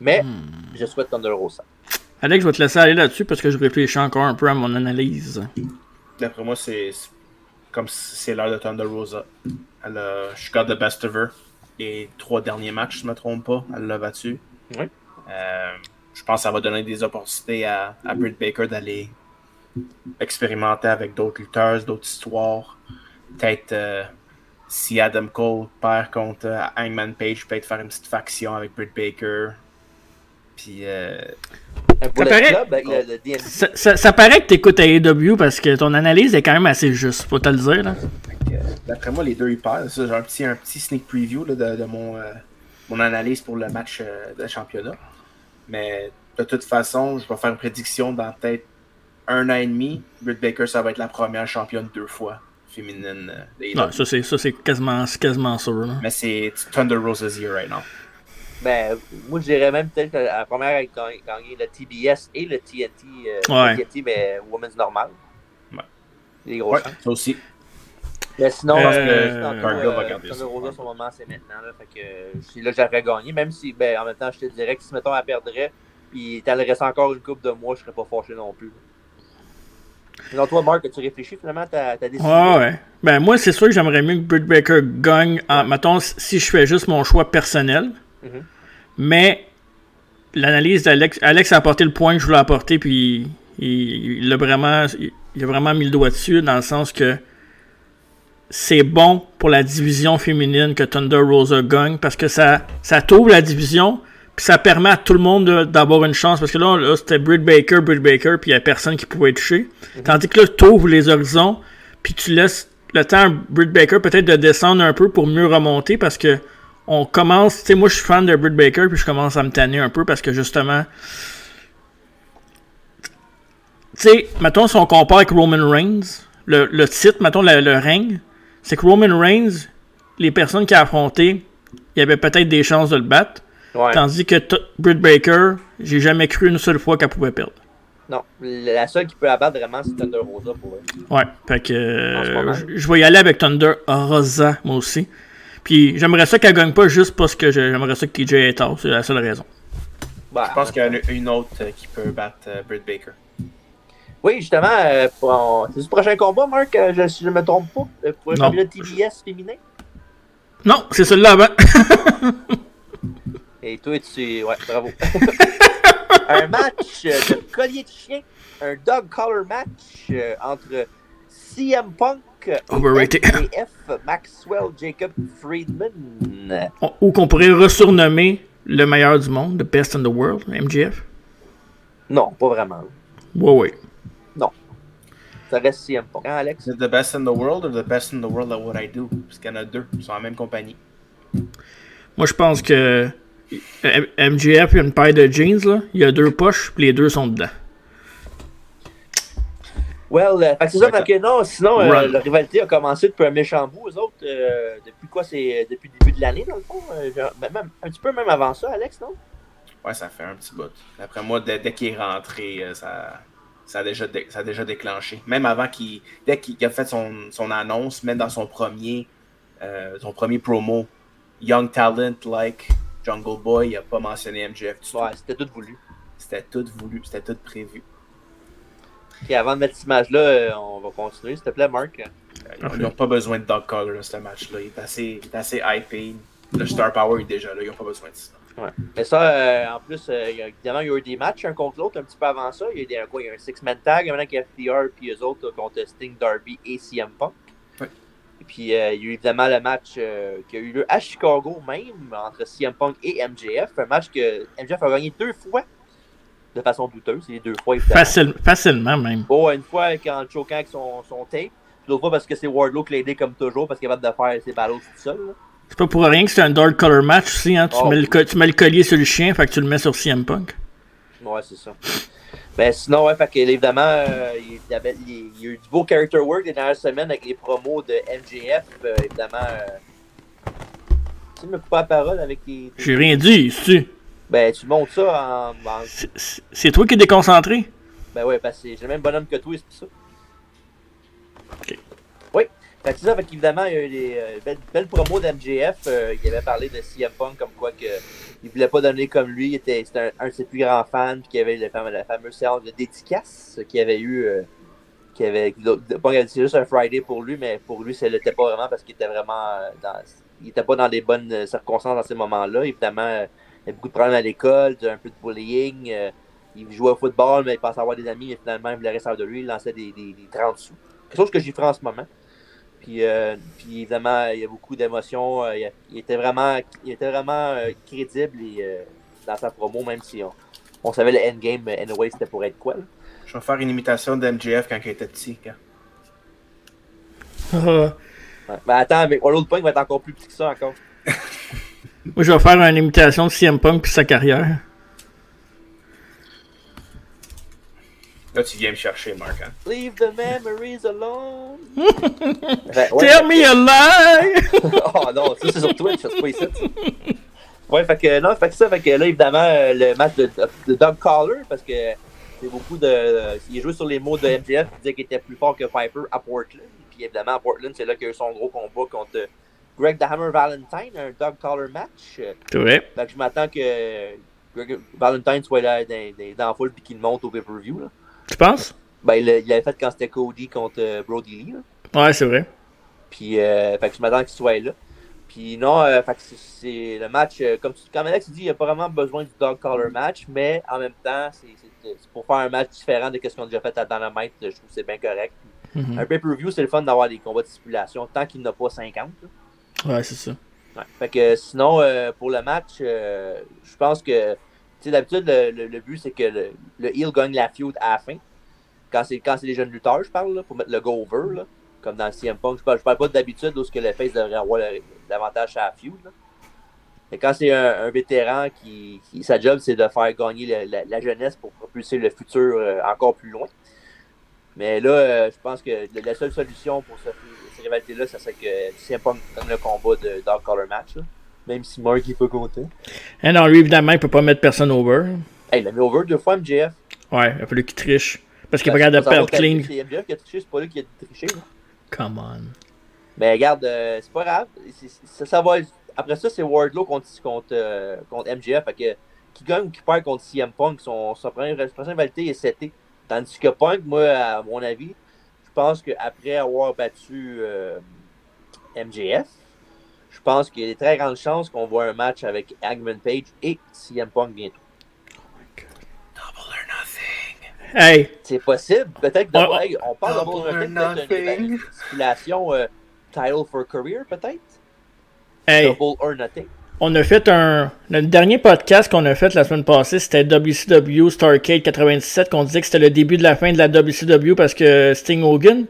S2: Mais
S1: Hmm.
S2: je souhaite Thunder Rosa.
S1: Alex, je vais te laisser aller là-dessus parce que je réfléchis encore un peu à mon analyse.
S3: D'après moi, c'est c'est comme si c'est l'heure de Thunder Rosa. Elle a, je suis de best of her. Les trois derniers matchs, si je ne me trompe pas, elle l'a battu.
S2: Oui.
S3: Euh, je pense que ça va donner des opportunités à, à Britt Baker d'aller expérimenter avec d'autres lutteurs, d'autres histoires. Peut-être euh, si Adam Cole perd contre euh, Hangman Page, peut-être faire une petite faction avec Britt Baker. Puis euh,
S2: Un Bullet
S1: paraît.
S2: Club avec le, le DNC.
S1: Ça, ça- ça paraît que t'écoutes à AEW parce que ton analyse est quand même assez juste, faut te le dire. Là.
S3: Fait que, D'après moi, les deux ils perdent. Ça, j'ai un petit, un petit sneak preview là, de, de mon, euh, mon analyse pour le match euh, de championnat. Mais de toute façon, je vais faire une prédiction dans peut-être un an et demi. Britt Baker, ça va être la première championne deux fois féminine. euh, des-
S1: Ouais, ça, c'est, ça, c'est quasiment, c'est quasiment sûr. là.
S3: Mais c'est it's Thunder Rose's year right now.
S2: Ben, moi, je dirais même peut-être la la première à gagner gagner le TBS et le TNT, euh,
S1: Ouais.
S2: TNT mais Women's Normal.
S3: Ouais.
S2: Les grosses
S3: Ouais,
S2: chances.
S3: ça aussi.
S2: Mais sinon,
S1: Euh,
S2: parce que tantôt,
S3: Cargill va
S2: euh,
S3: garder
S2: Thunder
S3: ça.
S2: Rosa, son moment, c'est maintenant. Là, fait que euh, c'est là que j'aurais gagné. Même si, ben, en même temps, je te dirais que si, mettons, elle perdrait, puis t'en restes encore une coupe de mois, je serais pas fâché non plus. Sinon, toi, Marc, as-tu réfléchi finalement à ta, ta décision?
S1: Ouais, ouais. Ben, moi, c'est sûr que j'aimerais mieux que Britt Baker gagne. En, mettons, si je fais juste mon choix personnel.
S2: Mhm.
S1: Mais l'analyse d'Alex Alex a apporté le point que je voulais apporter, puis il, il l'a vraiment, il, il a vraiment mis le doigt dessus, dans le sens que c'est bon pour la division féminine que Thunder Rosa gagne, parce que ça, ça t'ouvre la division, puis ça permet à tout le monde de- d'avoir une chance, parce que là, là, c'était Britt Baker, Britt Baker, puis il n'y a personne qui pouvait toucher. Tandis que là, t'ouvres les horizons, puis tu laisses le temps à Britt Baker peut-être de descendre un peu pour mieux remonter, parce que on commence, tu sais, moi je suis fan de Britt Baker, puis je commence à me tanner un peu parce que justement, tu sais, mettons si on compare avec Roman Reigns, le, le titre, mettons le, le règne, c'est que Roman Reigns, les personnes qu'il a affrontées, il y avait peut-être des chances de le battre,
S2: Ouais.
S1: tandis que t- Britt Baker, j'ai jamais cru une seule fois qu'elle pouvait perdre.
S2: Non, la seule qui peut abattre vraiment, c'est Thunder Rosa pour elle.
S1: Ouais, fait que
S2: En ce
S1: euh,
S2: moment.
S1: je- je vais y aller avec Thunder Rosa, moi aussi. Puis j'aimerais ça qu'elle gagne pas juste parce que je- j'aimerais ça que TJ est tard, c'est la seule raison.
S2: Bah,
S3: Je pense qu'il y en a une autre euh, qui peut battre euh, Britt Baker.
S2: Oui, justement, euh, pour- on- c'est du prochain combat, Marc, euh, je, si je me trompe pas, euh, pour le
S1: Non.
S2: championnat TBS féminin.
S1: Non, c'est celui-là avant.
S2: Et toi, tu. Ouais, bravo. un match euh, de collier de chien, un dog collar match euh, entre CM Punk euh, et
S1: Overrated.
S2: MJF Maxwell Jacob Friedman.
S1: On- ou qu'on pourrait resurnommer le meilleur du monde, the best in the world, MGF.
S2: Non, pas vraiment.
S1: Ouais, ouais.
S2: Ça reste CM Punk, hein, Alex?
S3: Is it the best in the world or the best in the world at what I do? Parce qu'il y en a deux. Ils sont en même compagnie.
S1: Moi, je pense que euh, M- MGF, il y a une paire de jeans, là. Il y a deux poches, puis les deux sont dedans.
S2: Well, euh, fait que c'est ça,
S3: D'accord.
S2: parce que non, sinon, euh,
S1: Run.
S2: la rivalité a commencé depuis un méchant bout, eux autres, euh, depuis quoi, c'est depuis le début de l'année, dans le fond, euh, genre, ben, même, un petit peu même avant ça, Alex, non?
S3: Ouais, ça fait un petit bout. D'après moi, dès, dès qu'il est rentré, euh, ça, ça, a déjà dé- ça a déjà déclenché. Même avant qu'il. Dès qu'il qu'il a fait son, son annonce, même dans son premier, euh, son premier promo, Young Talent like Jungle Boy, il n'a pas mentionné MGF du tout.
S2: Ouais, c'était tout voulu.
S3: C'était tout voulu, c'était tout prévu.
S2: Et avant de mettre cette image-là, euh, on va continuer, s'il te plaît, Marc.
S3: Euh,
S1: Parfait.
S3: Ils n'ont pas besoin de Dog Collar, ce match-là. Il est assez, il est assez hypé. Le Star Power est déjà là, ils n'ont pas besoin de ça.
S2: Mais ça, euh, en plus, euh, il y a- évidemment, il y a eu des matchs un contre l'autre un petit peu avant ça. Il y a eu des, quoi, il y a eu un six-man tag, maintenant qu'il y a FDR, puis eux autres, là, contre Sting, Darby et CM Punk.
S3: Ouais.
S2: Et puis, euh, il y a eu évidemment le match euh, qui a eu lieu à Chicago même, entre CM Punk et MJF. Un match que MJF a gagné deux fois, de façon douteuse, les deux fois, évidemment.
S1: Facile- facilement, même.
S2: Bon, une fois en le choquant avec son, son tape, puis l'autre fois parce que c'est Wardlow qui l'a aidé comme toujours, parce qu'il est capable de faire ses ballots tout seul. là.
S1: C'est pas pour rien que c'est un Dark Color match aussi, hein. Tu,
S2: Oh.
S1: mets le, co- tu mets le collier sur le chien, fait que tu le mets sur CM Punk.
S2: Ouais, c'est ça. Ben sinon, ouais, fait que, évidemment, euh, il, y avait- il- il y a eu du beau character work les dernières semaines avec les promos de MJF, euh, évidemment. euh, Tu me coupes la parole avec les.
S1: J'ai rien dit, ici.
S2: Ben, tu montes ça en. en-
S1: C'est- c'est- C'est toi qui es déconcentré?
S2: Ben ouais, parce que j'ai le même bonhomme que toi, c'est pour ça.
S1: Ok.
S2: Oui. Fait que c'est ça, fait qu'évidemment, il y a eu des euh, belles, belles promos d'MJF. euh, il avait parlé de CM Punk comme quoi que il voulait pas donner comme lui. Il était, c'était un, un de ses plus grands fans, puis qu'il y avait le fam- la fameuse séance de dédicace qu'il avait eu. euh, qu'il avait, l'autre- Punk avait dit, c'est juste un Friday pour lui, mais pour lui, ça l'était pas vraiment parce qu'il était vraiment euh, dans. Il était pas dans les bonnes euh, circonstances dans ces moments-là. Évidemment, euh, il y a beaucoup de problèmes à l'école, un peu de bullying. euh, il jouait au football, mais il pensait avoir des amis, mais finalement, il voulait rester hors de lui, il lançait des, des, des 30 sous. Quelque chose que j'y ferai en ce moment. Puis, euh, puis évidemment, il y a beaucoup d'émotions. euh, il, a- il était vraiment, il était vraiment euh, crédible et, euh, dans sa promo, même si on, on savait le endgame, euh, anyway, c'était pour être quoi. là.
S3: Je vais faire une imitation d'MJF quand il était petit. hein.
S1: Ah.
S2: Ouais. Mais attends, mais World Punk va être encore plus petit que ça encore.
S1: Moi, je vais faire une imitation de CM Punk puis sa carrière.
S3: Là, tu viens me chercher, Marc. hein.
S2: Leave the memories alone. Ben, ouais,
S1: Tell me a lie!
S2: oh non, ça c'est sur Twitch, ça c'est pas ici. Ouais, fait que non, fait que ça, fait que là évidemment euh, le match de, de Doug Collar, parce que c'est beaucoup de. il jouait sur les mots de MJF qui disait qu'il était plus fort que Piper à Portland. Puis évidemment à Portland, c'est là qu'il y a eu son gros combat contre Greg the Hammer Valentine, un Doug Collar match. Euh,
S1: C'est vrai.
S2: Fait que je m'attends que Greg Valentine soit là dans, dans, dans la foule puis qu'il monte au pay-per-view. là.
S1: Tu penses?
S2: Ben il l'a- il l'avait fait quand c'était Cody contre euh, Brody Lee. là.
S1: Ouais, c'est vrai.
S2: Puis, euh, fait que je m'attends qu'il soit là. Puis non, euh, fait que c'est- c'est le match, euh, comme, tu, comme Alex dit, il n'y a pas vraiment besoin du dog collar match, mais en même temps, c'est- c'est c'est pour faire un match différent de ce qu'on a déjà fait à Dynamite, je trouve que c'est bien correct.
S1: Mhm.
S2: Un pay-per-view, c'est le fun d'avoir des combats de stipulation, tant qu'il n'y en a pas 50. là.
S1: Mm-hmm. Ouais, c'est ça.
S2: Ouais. Fait que euh, sinon, euh, pour le match, euh, je pense que, tu sais, d'habitude, le, le- le but, c'est que le, le heel gagne la feud à la fin. Quand c'est quand c'est les jeunes lutteurs, je parle, là, pour mettre le go-over, là, comme dans CM Punk. Je parle, je parle pas d'habitude où ce que le face devrait avoir le- l'avantage à la feud. Là. Mais quand c'est un, un vétéran qui, qui- Sa job, c'est de faire gagner le- la, la jeunesse pour propulser le futur euh, encore plus loin. Mais là, euh, je pense que le- la seule solution pour ce, ces rivalités-là, ça serait que CM Punk donne le combat de Dark Color Match. là. Même si Mark n'est pas content.
S1: Eh non, lui, évidemment, il peut pas mettre personne over.
S2: Hey, il l'a mis over deux fois, MJF.
S1: Ouais, il a fallu qu'il triche. Parce qu'il est
S2: Parce
S1: pas capable
S2: que
S1: de perdre
S2: ça va
S1: clean.
S2: être- C'est MJF qui a triché, c'est pas lui qui a triché. là.
S1: Come on.
S2: Mais regarde, euh, c'est pas grave. C'est- c'est- ça, ça va... Après ça, c'est Wardlow contre, contre, euh, contre MJF. Fait que, qui gagne ou qui perd contre CM Punk, son, son premier- sa prochaine rivalité est 7 Tandis que Punk, moi, à mon avis, je pense qu'après avoir battu euh, MJF, je pense qu'il y a des très grandes chances qu'on voit un match avec Hangman Page et CM Punk bientôt.
S3: Double or nothing.
S1: Hey!
S2: C'est possible. Peut-être que
S1: Ouais,
S2: d'avoir- hey, on parle
S3: Double
S2: d'un
S3: or
S2: peut-être
S3: nothing.
S2: d'une stipulation euh, Title for Career, peut-être.
S1: Hey!
S2: Double or nothing.
S1: On a fait un. Notre dernier podcast qu'on a fait la semaine passée, c'était WCW Starcade 97, qu'on disait que c'était le début de la fin de la WCW parce que Sting Hogan.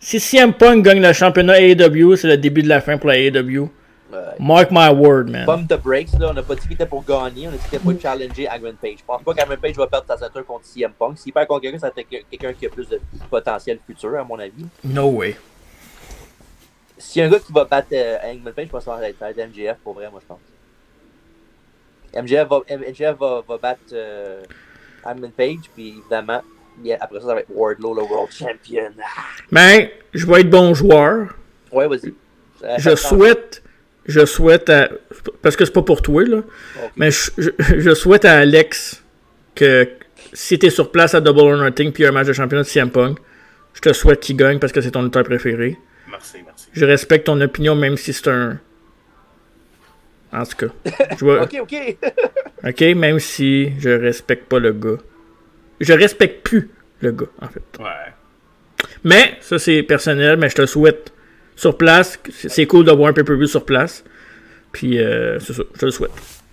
S1: Si CM Punk gagne le championnat AEW, c'est le début de la fin pour la AEW.
S2: Euh,
S1: Mark my word, man.
S2: Bump the breaks, là, on n'a pas dit qu'il était pour gagner, on a dit qu'il était pour challenger Hangman Page. Je pense pas qu'Hangman Page va perdre sa ceinture contre CM Punk. S'il perd contre quelqu'un, ça va être que- quelqu'un qui a plus de potentiel futur, à mon avis.
S1: No way.
S2: Si un gars qui va battre euh, Hangman Page, je pense que ça va être ça va être MJF pour vrai, moi, je pense. MJF va, MJF va, va battre euh, Hangman Page, puis évidemment, il y a- après ça, ça va être Wardlow, le World Champion. Ah.
S1: Mais je vais être bon joueur.
S2: Ouais, vas-y. Euh,
S1: Je
S2: attends.
S1: souhaite. Je souhaite à. Parce que c'est pas pour toi, là.
S2: Ok.
S1: Mais je, je- je souhaite à Alex que si t'es sur place à Double or Nothing puis un match de championnat de CM Punk, je te souhaite qu'il gagne parce que c'est ton lutteur préféré.
S3: Merci, merci.
S1: Je respecte ton opinion même si c'est un. En tout cas. Je vois-
S2: Ok, ok.
S1: ok, même si je respecte pas le gars. Je respecte plus le gars, en fait.
S3: Ouais.
S1: Mais, ça c'est personnel, mais je te souhaite sur place. C'est c'est cool d'avoir un pay-per-view sur place. Puis, euh, c'est ça, je te le souhaite.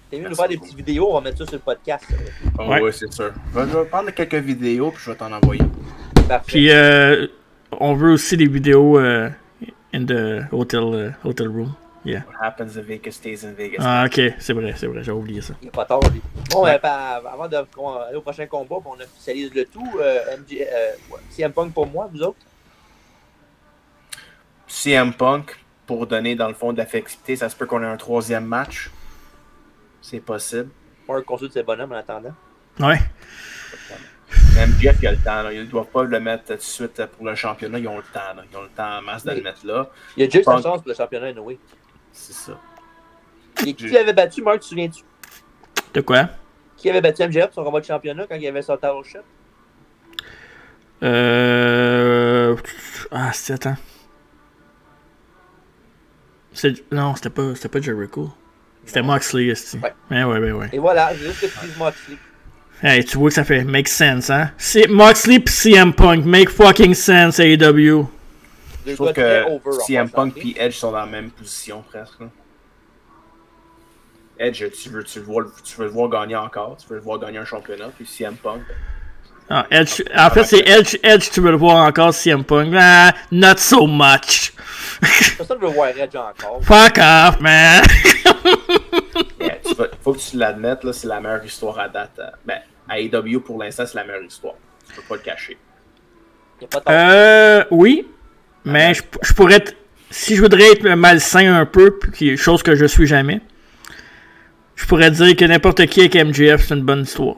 S2: T'es venu nous
S3: Merci
S2: faire des
S3: beaucoup.
S2: petites vidéos, on va mettre ça sur le podcast. ça.
S3: Oh,
S1: Ouais.
S3: ouais, c'est sûr. Je vais, je vais prendre quelques vidéos puis je vais t'en envoyer.
S2: Parfait.
S1: Puis, euh, on veut aussi des vidéos euh, in the hotel, euh, hotel room. Yeah.
S3: What happens in Vegas stays in Vegas.
S1: Ah, ok, c'est vrai, c'est vrai, j'ai oublié ça.
S2: Il n'y a pas tort, lui. Bon, ben, ben, avant d'aller au prochain combat, puis on officialise le tout. Euh, MJ, euh, ouais, CM Punk pour moi, vous autres.
S3: CM Punk, pour donner dans le fond de la flexibilité, ça se peut qu'on ait un troisième match. C'est possible.
S2: Mark consulte ses bonhommes en attendant.
S1: Ouais.
S3: Même Jeff, il a le temps. là. Ils ne doivent pas le mettre tout de suite pour le championnat. Ils ont le temps. là. Ils ont le temps en masse de le
S2: Oui.
S3: mettre là.
S2: Il y a juste une
S3: Punk.
S2: chance pour le championnat, Noé.
S3: C'est ça.
S2: Et qui l'avait battu, Mark, tu te souviens-tu?
S1: De quoi
S2: Qui avait battu MJF son combat de championnat quand il avait son au shot?
S1: Euh. Ah, c'est attends. C'est... Non, c'était pas, c'était pas Jericho. C'était Moxley, esti.
S2: Ouais.
S1: Ouais, ouais, ouais, ouais.
S2: Et voilà, j'ai juste le petit Moxley.
S1: Hey, tu vois que ça fait make sense, hein? C'est Moxley pis CM Punk. Make fucking sense, E AEW.
S2: Deux
S3: Je trouve
S2: gars très
S3: que
S2: over, on
S3: CM
S2: va
S3: Punk
S2: s'entendre.
S3: et Edge sont dans la même position presque. là. Edge, tu veux, tu, le vois, tu veux le voir gagner encore, tu veux le voir gagner un championnat, puis CM Punk.
S1: Ah, Edge... En fait, c'est Edge, Edge, tu veux le voir encore, CM Punk. Ah, not so much.
S2: Personne veut voir Edge encore.
S1: Fuck off, man.
S3: Yeah, Ben, tu vas- faut que tu l'admettes, là, c'est la meilleure histoire à date. hein. Ben, à AEW, pour l'instant, c'est la meilleure histoire. Tu peux pas le cacher.
S2: Il n'y a pas de
S1: Euh, oui. Mais je, je pourrais être. Si je voudrais être malsain un peu, puis qui- chose que je suis jamais, je pourrais dire que n'importe qui avec MJF, c'est une bonne histoire.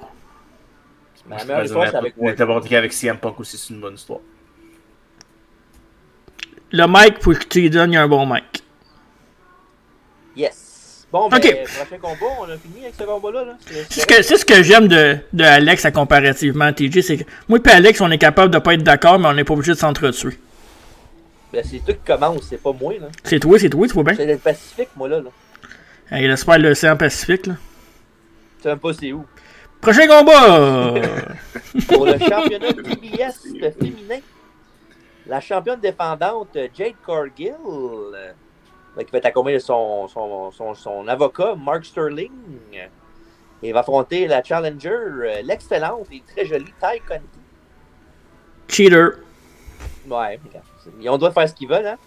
S2: Mais la meilleure histoire, c'est avec moi.
S3: N'importe qui avec CM Punk aussi, c'est une bonne histoire.
S1: Le mic, pour que tu lui donnes, il y a un bon mic.
S2: Yes. Bon, ben,
S1: Ok.
S2: prochain combat, on a fini avec ce combat-là. Là. C'est-
S1: C'est ce que, c'est ce que j'aime de, de Alex à comparativement à TJ, c'est que moi et Alex, on est capable de pas être d'accord, mais on n'est pas obligé de s'entretuer.
S2: Ben, c'est toi qui commence, c'est pas moi. là.
S1: C'est toi, c'est toi, tu vois bien.
S2: C'est le Pacifique, moi, là. là.
S1: Hey, laisse faire l'océan Pacifique, là.
S2: Je sais même pas c'est où.
S1: Prochain combat!
S2: Pour le championnat TBS de féminin, la championne défendante Jade Cargill, euh, qui va être accompagnée de son, son, son, son avocat Mark Sterling, et va affronter la challenger, euh, l'excellente et très jolie Ty Conti.
S1: Cheater.
S2: Ouais, regarde, c'est- ils ont le droit de faire ce qu'ils veulent, hein?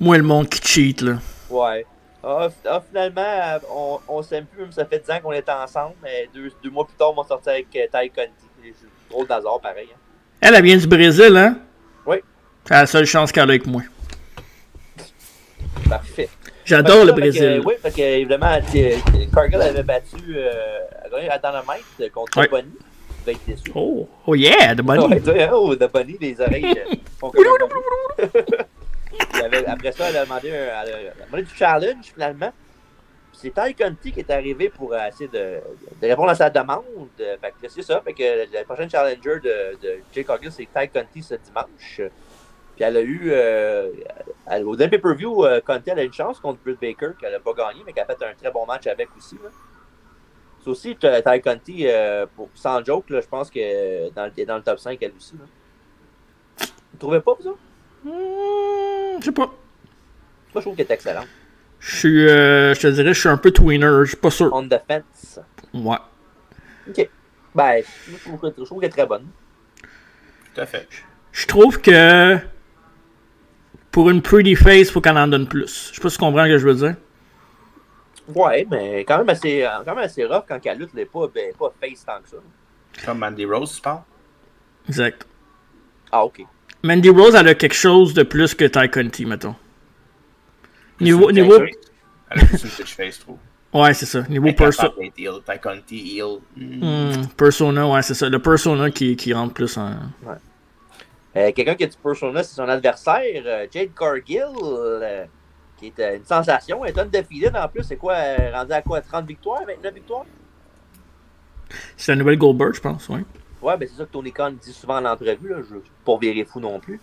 S1: Moi, le monde qui cheat, là.
S2: Ouais. Ah, f- ah, finalement, euh, on, on s'aime plus, même ça fait 10 ans qu'on est ensemble, mais deux, deux mois plus tard, on va sortir avec euh, Ty Conti. C'est Drôle d'hasard, pareil. hein.
S1: Elle, elle vient du Brésil, hein?
S2: Oui.
S1: C'est la seule chance qu'elle a avec moi.
S2: Parfait.
S1: J'adore le
S2: Fait que,
S1: Brésil.
S2: euh, oui, parce que évidemment, t- t- Cargill avait battu euh, elle a gagné à Dynamite contre
S1: Ouais.
S2: Bonnie. Il va être déçu.
S1: Oh, oh yeah, de bonne
S2: Ouais, tu sais, hein, oh, de Bonnie, les oreilles euh, font comme un bonbon. Il avait- Après ça, elle a demandé, un- elle a- elle a demandé du challenge finalement. Puis C'est Ty Conti qui est arrivé pour euh, essayer de, de répondre à sa demande. Euh, Fait que là, c'est ça. Fait que le prochain challenger de, de Jay Cargill, c'est Ty Conti ce dimanche. Puis elle a eu, euh, elle- au dernier pay-per-view, euh, Conti elle a eu une chance contre Britt Baker qu'elle n'a pas gagné, mais qu'elle a fait un très bon match avec aussi. là. C'est aussi Ty Ty Conti, euh, pour, sans joke, là, je pense que dans, le- dans le top 5, elle aussi. Là. Vous trouvez pas, vous autres?
S1: Hmm, Je sais pas.
S2: Moi, je trouve qu'elle est excellente.
S1: Je suis, euh, je te dirais, je suis un peu tweener, je suis pas sûr.
S2: On the fence.
S1: Ouais.
S2: OK. Ben, je trouve, que- je trouve qu'elle est très bonne.
S3: Tout à fait.
S1: Je trouve que pour une pretty face, faut qu'elle en donne plus. Je sais pas si tu comprends ce que je veux dire.
S2: Ouais, mais quand même assez, quand même assez rough quand elle lutte. Elle est pas, ben, pas face tant que ça.
S3: Comme Mandy Rose, tu parles
S1: Exact.
S2: Ah, OK.
S1: Mandy Rose, elle a quelque chose de plus que Ty Conti, mettons. Niveau,
S3: C'est une
S1: niveau,
S3: pitch face. Elle a juste une pitch face, je trouve.
S1: ouais, c'est ça. Niveau
S3: Elle est
S1: perso,
S3: capable d'être heel. Ty Conti, heel. Mm.
S1: Hmm, persona, ouais, c'est ça. Le persona qui, qui rentre plus en.
S2: Euh, Quelqu'un qui a du persona, c'est son adversaire, euh, Jade Cargill, euh, qui est euh, une sensation. Elle est undefeated en plus. C'est quoi, euh, rendu à quoi? 30 victoires? 29 victoires?
S1: C'est la nouvelle Goldberg, je pense, ouais.
S2: Ouais, ben c'est ça que Tony Khan dit souvent en entrevue, là. Je suis pas virer fou non plus.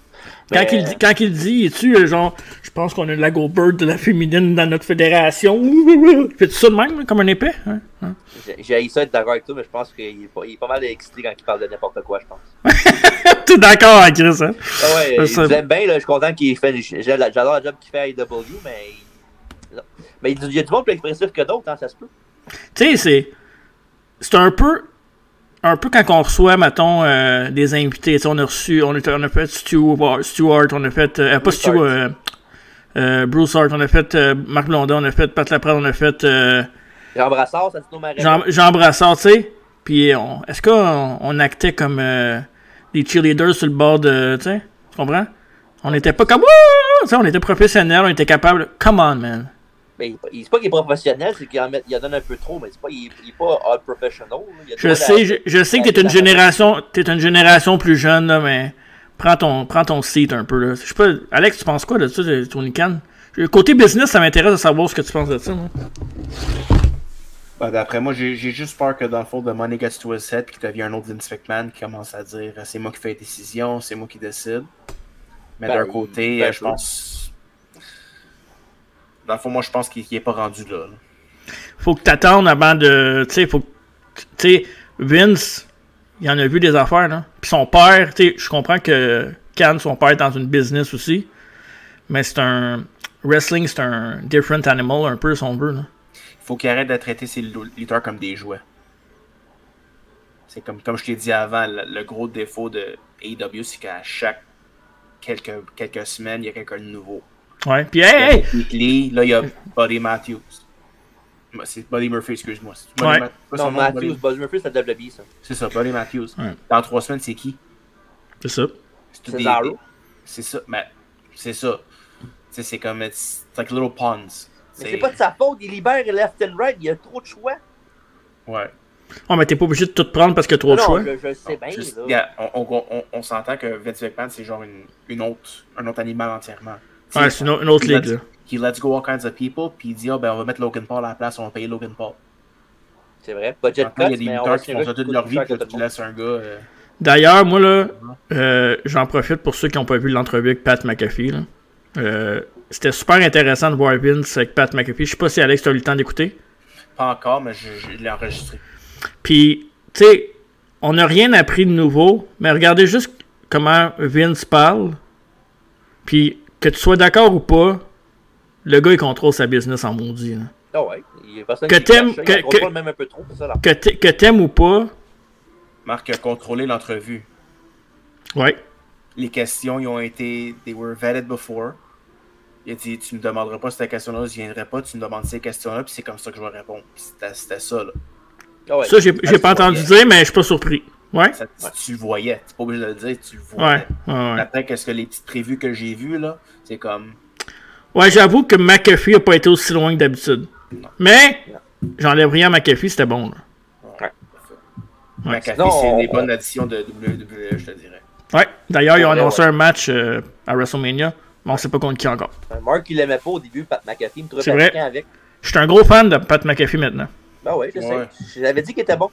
S1: Quand
S3: Ben,
S2: Mais,
S1: il dit, quand il dit, es-tu euh, genre, je pense qu'on a de la go bird de la féminine dans notre fédération. Fais-tu ça de même, là, comme un épée? Hein? Hein?
S2: euh, j'ai- J'ai haï ça être d'accord avec toi, mais je pense qu'il est, pas- il est pas mal excité quand il parle de n'importe quoi, je pense.
S1: T'es d'accord avec ça? hein?
S2: Ah ouais,
S1: Ça,
S2: il
S1: ça-
S2: nous aime bien, là. Je suis content qu'il fait. j'ai- J'adore le job qu'il fait à AEW, mais. non. Mais il y a du monde plus expressif que d'autres, hein, ça se peut.
S1: Tu sais, c'est. C'est un peu. Un peu quand on reçoit, mettons, euh, des invités. Tu sais, on a reçu. On a, on a fait Stu- Stewart, on a fait. euh, pas
S2: Luke
S1: Stu.
S2: Hart.
S1: euh, Euh, Bruce Hart, on a fait euh, Marc Blondin, on a fait Pat Laprade, on a fait euh,
S2: Jean Brassard, ça se nomme à
S1: Jean, Jean Brassard, tu sais. Puis on- est-ce qu'on on actait comme euh, des cheerleaders sur le bord de. Tu sais, tu comprends? On n'était pas comme. Wouh! Tu sais, on était professionnels, on était capable. Come on, man.
S2: Mais il- il- c'est pas qu'il est professionnel, c'est qu'il en, met- il en donne un peu trop, mais c'est pas, il, il est pas all professional. là. Il a
S1: Je
S2: droit
S1: sais,
S2: à-
S1: je, je sais que t'es une génération, t'es une génération plus jeune, là, mais prends ton, prends ton seat un peu, là. Je sais pas, Alex, tu penses quoi de ça, de Tony Khan? Je- Côté business, ça m'intéresse de savoir ce que tu penses de ça, hein. moi.
S3: Ben, D'après moi, j'ai j'ai juste peur que dans le fond, The Money Gets to His Head, puis qu'il devient un autre Vince McMahon qui commence à dire c'est moi qui fais les décisions, c'est moi qui décide. Mais
S2: Ben,
S3: d'un côté,
S2: ben,
S3: euh, je
S2: peu.
S3: pense. Dans le fond, moi, je pense qu'il n'est pas rendu là. là.
S1: Faut que t'attendes avant de, tu sais, faut que, tu sais, Vince, il en a vu des affaires, là. Puis son père, tu sais, je comprends que Khan, son père, est dans une business aussi, mais c'est un, wrestling, c'est un different animal, un peu, si on veut, là.
S3: Il faut qu'il arrête de traiter ses lou- lutteurs comme des jouets. C'est comme, comme je t'ai dit avant, le, le gros défaut de AEW, c'est qu'à chaque quelques, quelques semaines, il y a quelqu'un de nouveau.
S1: Ouais, puis hey, hey,
S3: Weekly, là, il y a Buddy Matthews. Bah, C'est Buddy Murphy, excuse-moi. C'est Buddy
S1: Ouais.
S3: Ma- pas son
S2: Non,
S3: nom,
S2: Matthews,
S3: Buddy-
S2: Buzz Murphy, c'est la WWE, ça.
S3: C'est ça, Buddy Matthews.
S1: Ouais.
S3: Dans trois semaines, c'est qui
S1: c'est ça.
S3: C'est tout des-
S2: Cesaro.
S3: C'est ça, mais c'est ça. Tu sais, c'est comme. It's, it's like Little Ponds.
S2: Mais c'est pas de sa faute, il libère left and right, il y a trop de choix.
S3: Ouais.
S1: Oh, mais t'es pas obligé de tout prendre parce qu'il y a trop de
S2: Ah non,
S1: choix.
S2: je, je sais bien,
S3: Juste-
S2: là.
S3: regarde, on, on- on- on s'entend que Vince McMahon, c'est genre une, une autre, un autre animal entièrement. Tu sais,
S1: Ouais, c'est une, au- une autre
S3: he
S1: ligue,
S3: lets-
S1: là.
S3: He lets go all kinds of people, puis il dit, ah, ben, on va mettre Logan Paul à la place, on va payer Logan Paul.
S2: C'est vrai, budget
S3: Maintenant, il y a
S2: cuts,
S3: des
S2: mais on va
S3: lutteurs qui
S2: signer
S3: font
S2: un
S3: ça
S2: gars qui
S3: toute
S2: coûte
S3: leur
S2: plus
S3: vie,
S2: cher
S3: puis
S2: que tout
S3: là, tu
S2: le monde.
S3: laisses un gars. euh,
S1: D'ailleurs, moi, là, euh, j'en profite pour ceux qui n'ont pas vu l'entrevue avec Pat McAfee. là. Euh, C'était super intéressant de voir Vince avec Pat McAfee. Je sais pas si Alex, t'as eu le temps d'écouter.
S3: Pas encore, mais je, je l'ai enregistré.
S1: Puis, tu sais, on n'a rien appris de nouveau, mais regardez juste comment Vince parle. Puis, que tu sois d'accord ou pas, le gars, il contrôle sa business en maudit. là.
S2: Ah ouais, il y a personne
S1: Que
S2: qui le
S1: t'aimes-
S2: cache, il
S1: que-
S2: contrôle
S1: que-
S2: même un peu trop, c'est ça, là.
S1: Que t'a- que t'aimes ou pas,
S3: Marc a contrôlé l'entrevue.
S1: ouais.
S3: Les questions, ils ont été. They were vetted before. Il a dit Tu me demanderas pas cette question-là, je viendrai pas, tu me demandes ces questions-là, puis c'est comme ça que je vais répondre. Puis C'était c'était ça, là.
S2: Ah ouais.
S1: Ça, j'ai j'ai pas
S3: Ouais.
S1: entendu dire, mais je suis pas surpris. Ouais?
S3: Ça, tu- Tu le voyais. T'es pas obligé de le dire, tu le voyais.
S1: Ouais, ouais, ouais.
S3: Après, qu'est-ce que les petites prévues que j'ai vues, là, c'est comme.
S1: Ouais, j'avoue que McAfee a pas été aussi loin que d'habitude.
S3: Non.
S1: Mais j'enlève rien à McAfee, c'était bon. là.
S3: McAfee,
S2: Non,
S3: c'est
S2: on-
S3: des bonnes additions de WWE, je te dirais.
S1: Ouais, d'ailleurs, ils ont
S2: Ouais,
S1: annoncé un match euh, à WrestleMania, mais on sait pas contre qui encore.
S2: Mark, il l'aimait pas au début, Pat McAfee, il me trouvait
S1: C'est vrai.
S2: fatigant avec.
S1: Je suis un gros fan de Pat McAfee maintenant.
S2: Ah ouais, je
S3: Ouais.
S2: sais. Je l'avais dit qu'il était bon.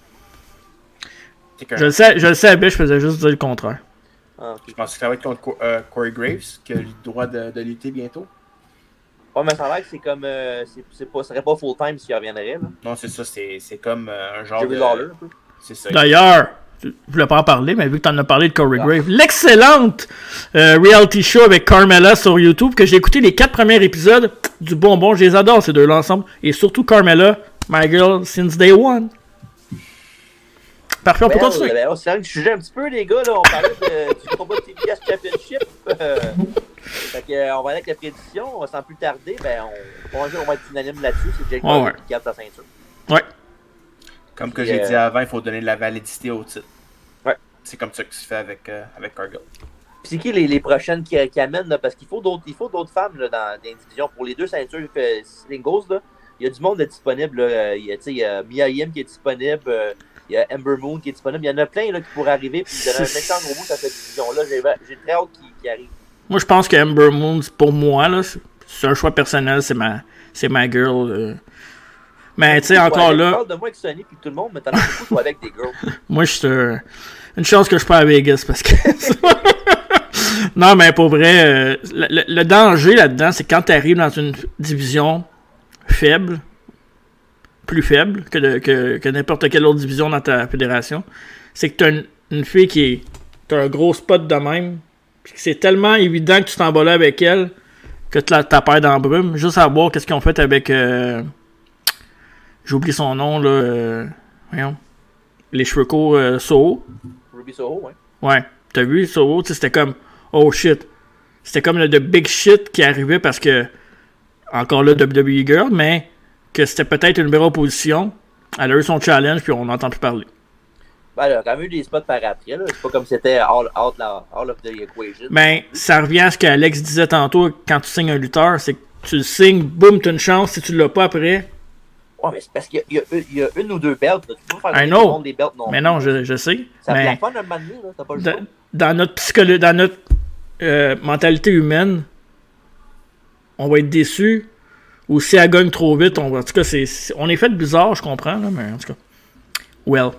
S3: C'est que-
S1: Je le sais, je le sais, à Bill, je faisais juste dire le contraire.
S2: Ah,
S3: Je pense que ça va être contre Co- euh, Corey Graves, qui a le droit de, de lutter bientôt.
S2: Ouais, mais ça a l'air que c'est comme. euh, c'est c'est pas, ça serait pas full-time s'il reviendrait, là.
S3: Non, c'est ça, c'est c'est comme euh, un genre
S2: Jerry
S3: de.
S2: Lawler, un peu.
S3: C'est ça.
S1: D'ailleurs, je voulais pas en parler, mais vu que t'en as parlé de Corey
S2: Ah.
S1: Grave, l'excellente euh, reality show avec Carmella sur YouTube, que j'ai écouté les quatre premiers épisodes du bonbon, je les adore ces deux-là ensemble, et surtout Carmella, my girl since day one. Parfait, on peut
S2: Well,
S1: continuer.
S2: ben, on s'éloigne du sujet un petit peu, les gars. Là. On parlait de- du combat de TBS Championship. Euh, fait que, euh, on va aller avec la prédiction. Sans plus tarder, ben, on, on va dire, on va être unanime là-dessus. C'est Jake
S1: Ouais,
S2: Paul
S1: ouais.
S2: qui garde sa ceinture.
S1: Ouais.
S3: Comme que
S2: Puis,
S3: j'ai
S2: euh,
S3: dit avant, il faut donner de la validité au titre.
S2: Ouais.
S3: C'est comme ça que se fait avec, euh, avec Cargill.
S2: Puis c'est qui les, les prochaines qui, qui amènent là, Parce qu'il faut d'autres il faut d'autres femmes là, dans, dans les divisions. Pour les deux ceintures euh, singles, là, il y a du monde de disponible. là. Il y a, tu sais, il y a Mia Yim qui est disponible. euh, il y a Ember Moon qui est disponible. Il y en a plein là, qui pourraient arriver. Puis donner un
S1: C'est-
S2: excellent gros bout à cette division-là. J'ai- J'ai très hâte qu'ils qu'ils arrivent.
S1: Moi, je pense que Amber Moon, c'est pour moi, là, c'est- c'est un choix personnel, c'est ma, c'est ma girl. euh. Mais Ben, tu sais,
S2: Ouais,
S1: encore
S2: tu
S1: là,
S2: parles de moi avec Sony puis tout le monde, mais t'en as beaucoup, toi, avec des girls.
S1: moi, je suis. euh, Une chance que je suis pas à Vegas parce que. non, mais pour vrai, euh, le, le- le danger là-dedans, c'est quand tu arrives dans une division faible, plus faible que, de- que, que n'importe quelle autre division dans ta fédération, c'est que tu une, une fille qui est. T'as un gros spot de même, puis que c'est tellement évident que tu t'emballes avec elle que tu la t'as peur dans la brume. Juste à voir qu'est-ce qu'ils ont fait avec. euh, J'oublie son nom, là. euh, voyons. Les cheveux courts, euh, Soho.
S2: Ruby Soho, hein.
S1: Ouais. T'as vu, Soho, tu sais, c'était comme, oh shit. C'était comme le de big shit qui arrivait parce que, encore là, WWE Girl, mais que c'était peut-être une meilleure opposition. Elle a eu son challenge, puis on n'entend plus parler.
S2: Ben, elle a quand même eu des spots par après. là. C'est pas comme si c'était all, out la- all of the equation.
S1: Mais ça revient à ce qu'Alex disait tantôt quand tu signes un lutteur, c'est que tu le signes, boum, t'as une chance. Si tu l'as pas après,
S2: Ouais, mais c'est parce qu'il y, a- il y a une ou deux belts. là. Tu peux pas faire
S1: I
S2: tout
S1: know.
S2: le monde des belts non
S1: mais non, je, je sais.
S2: Ça
S1: mais-
S2: plafonne un moment donné, là. T'as pas le choix.
S1: dans, dans notre psycholo- dans notre euh, mentalité humaine, on va être déçu. Ou si elle gagne trop vite, on va. En tout cas, c'est, c'est- on est fait bizarre, je comprends, là, mais en tout cas. Well.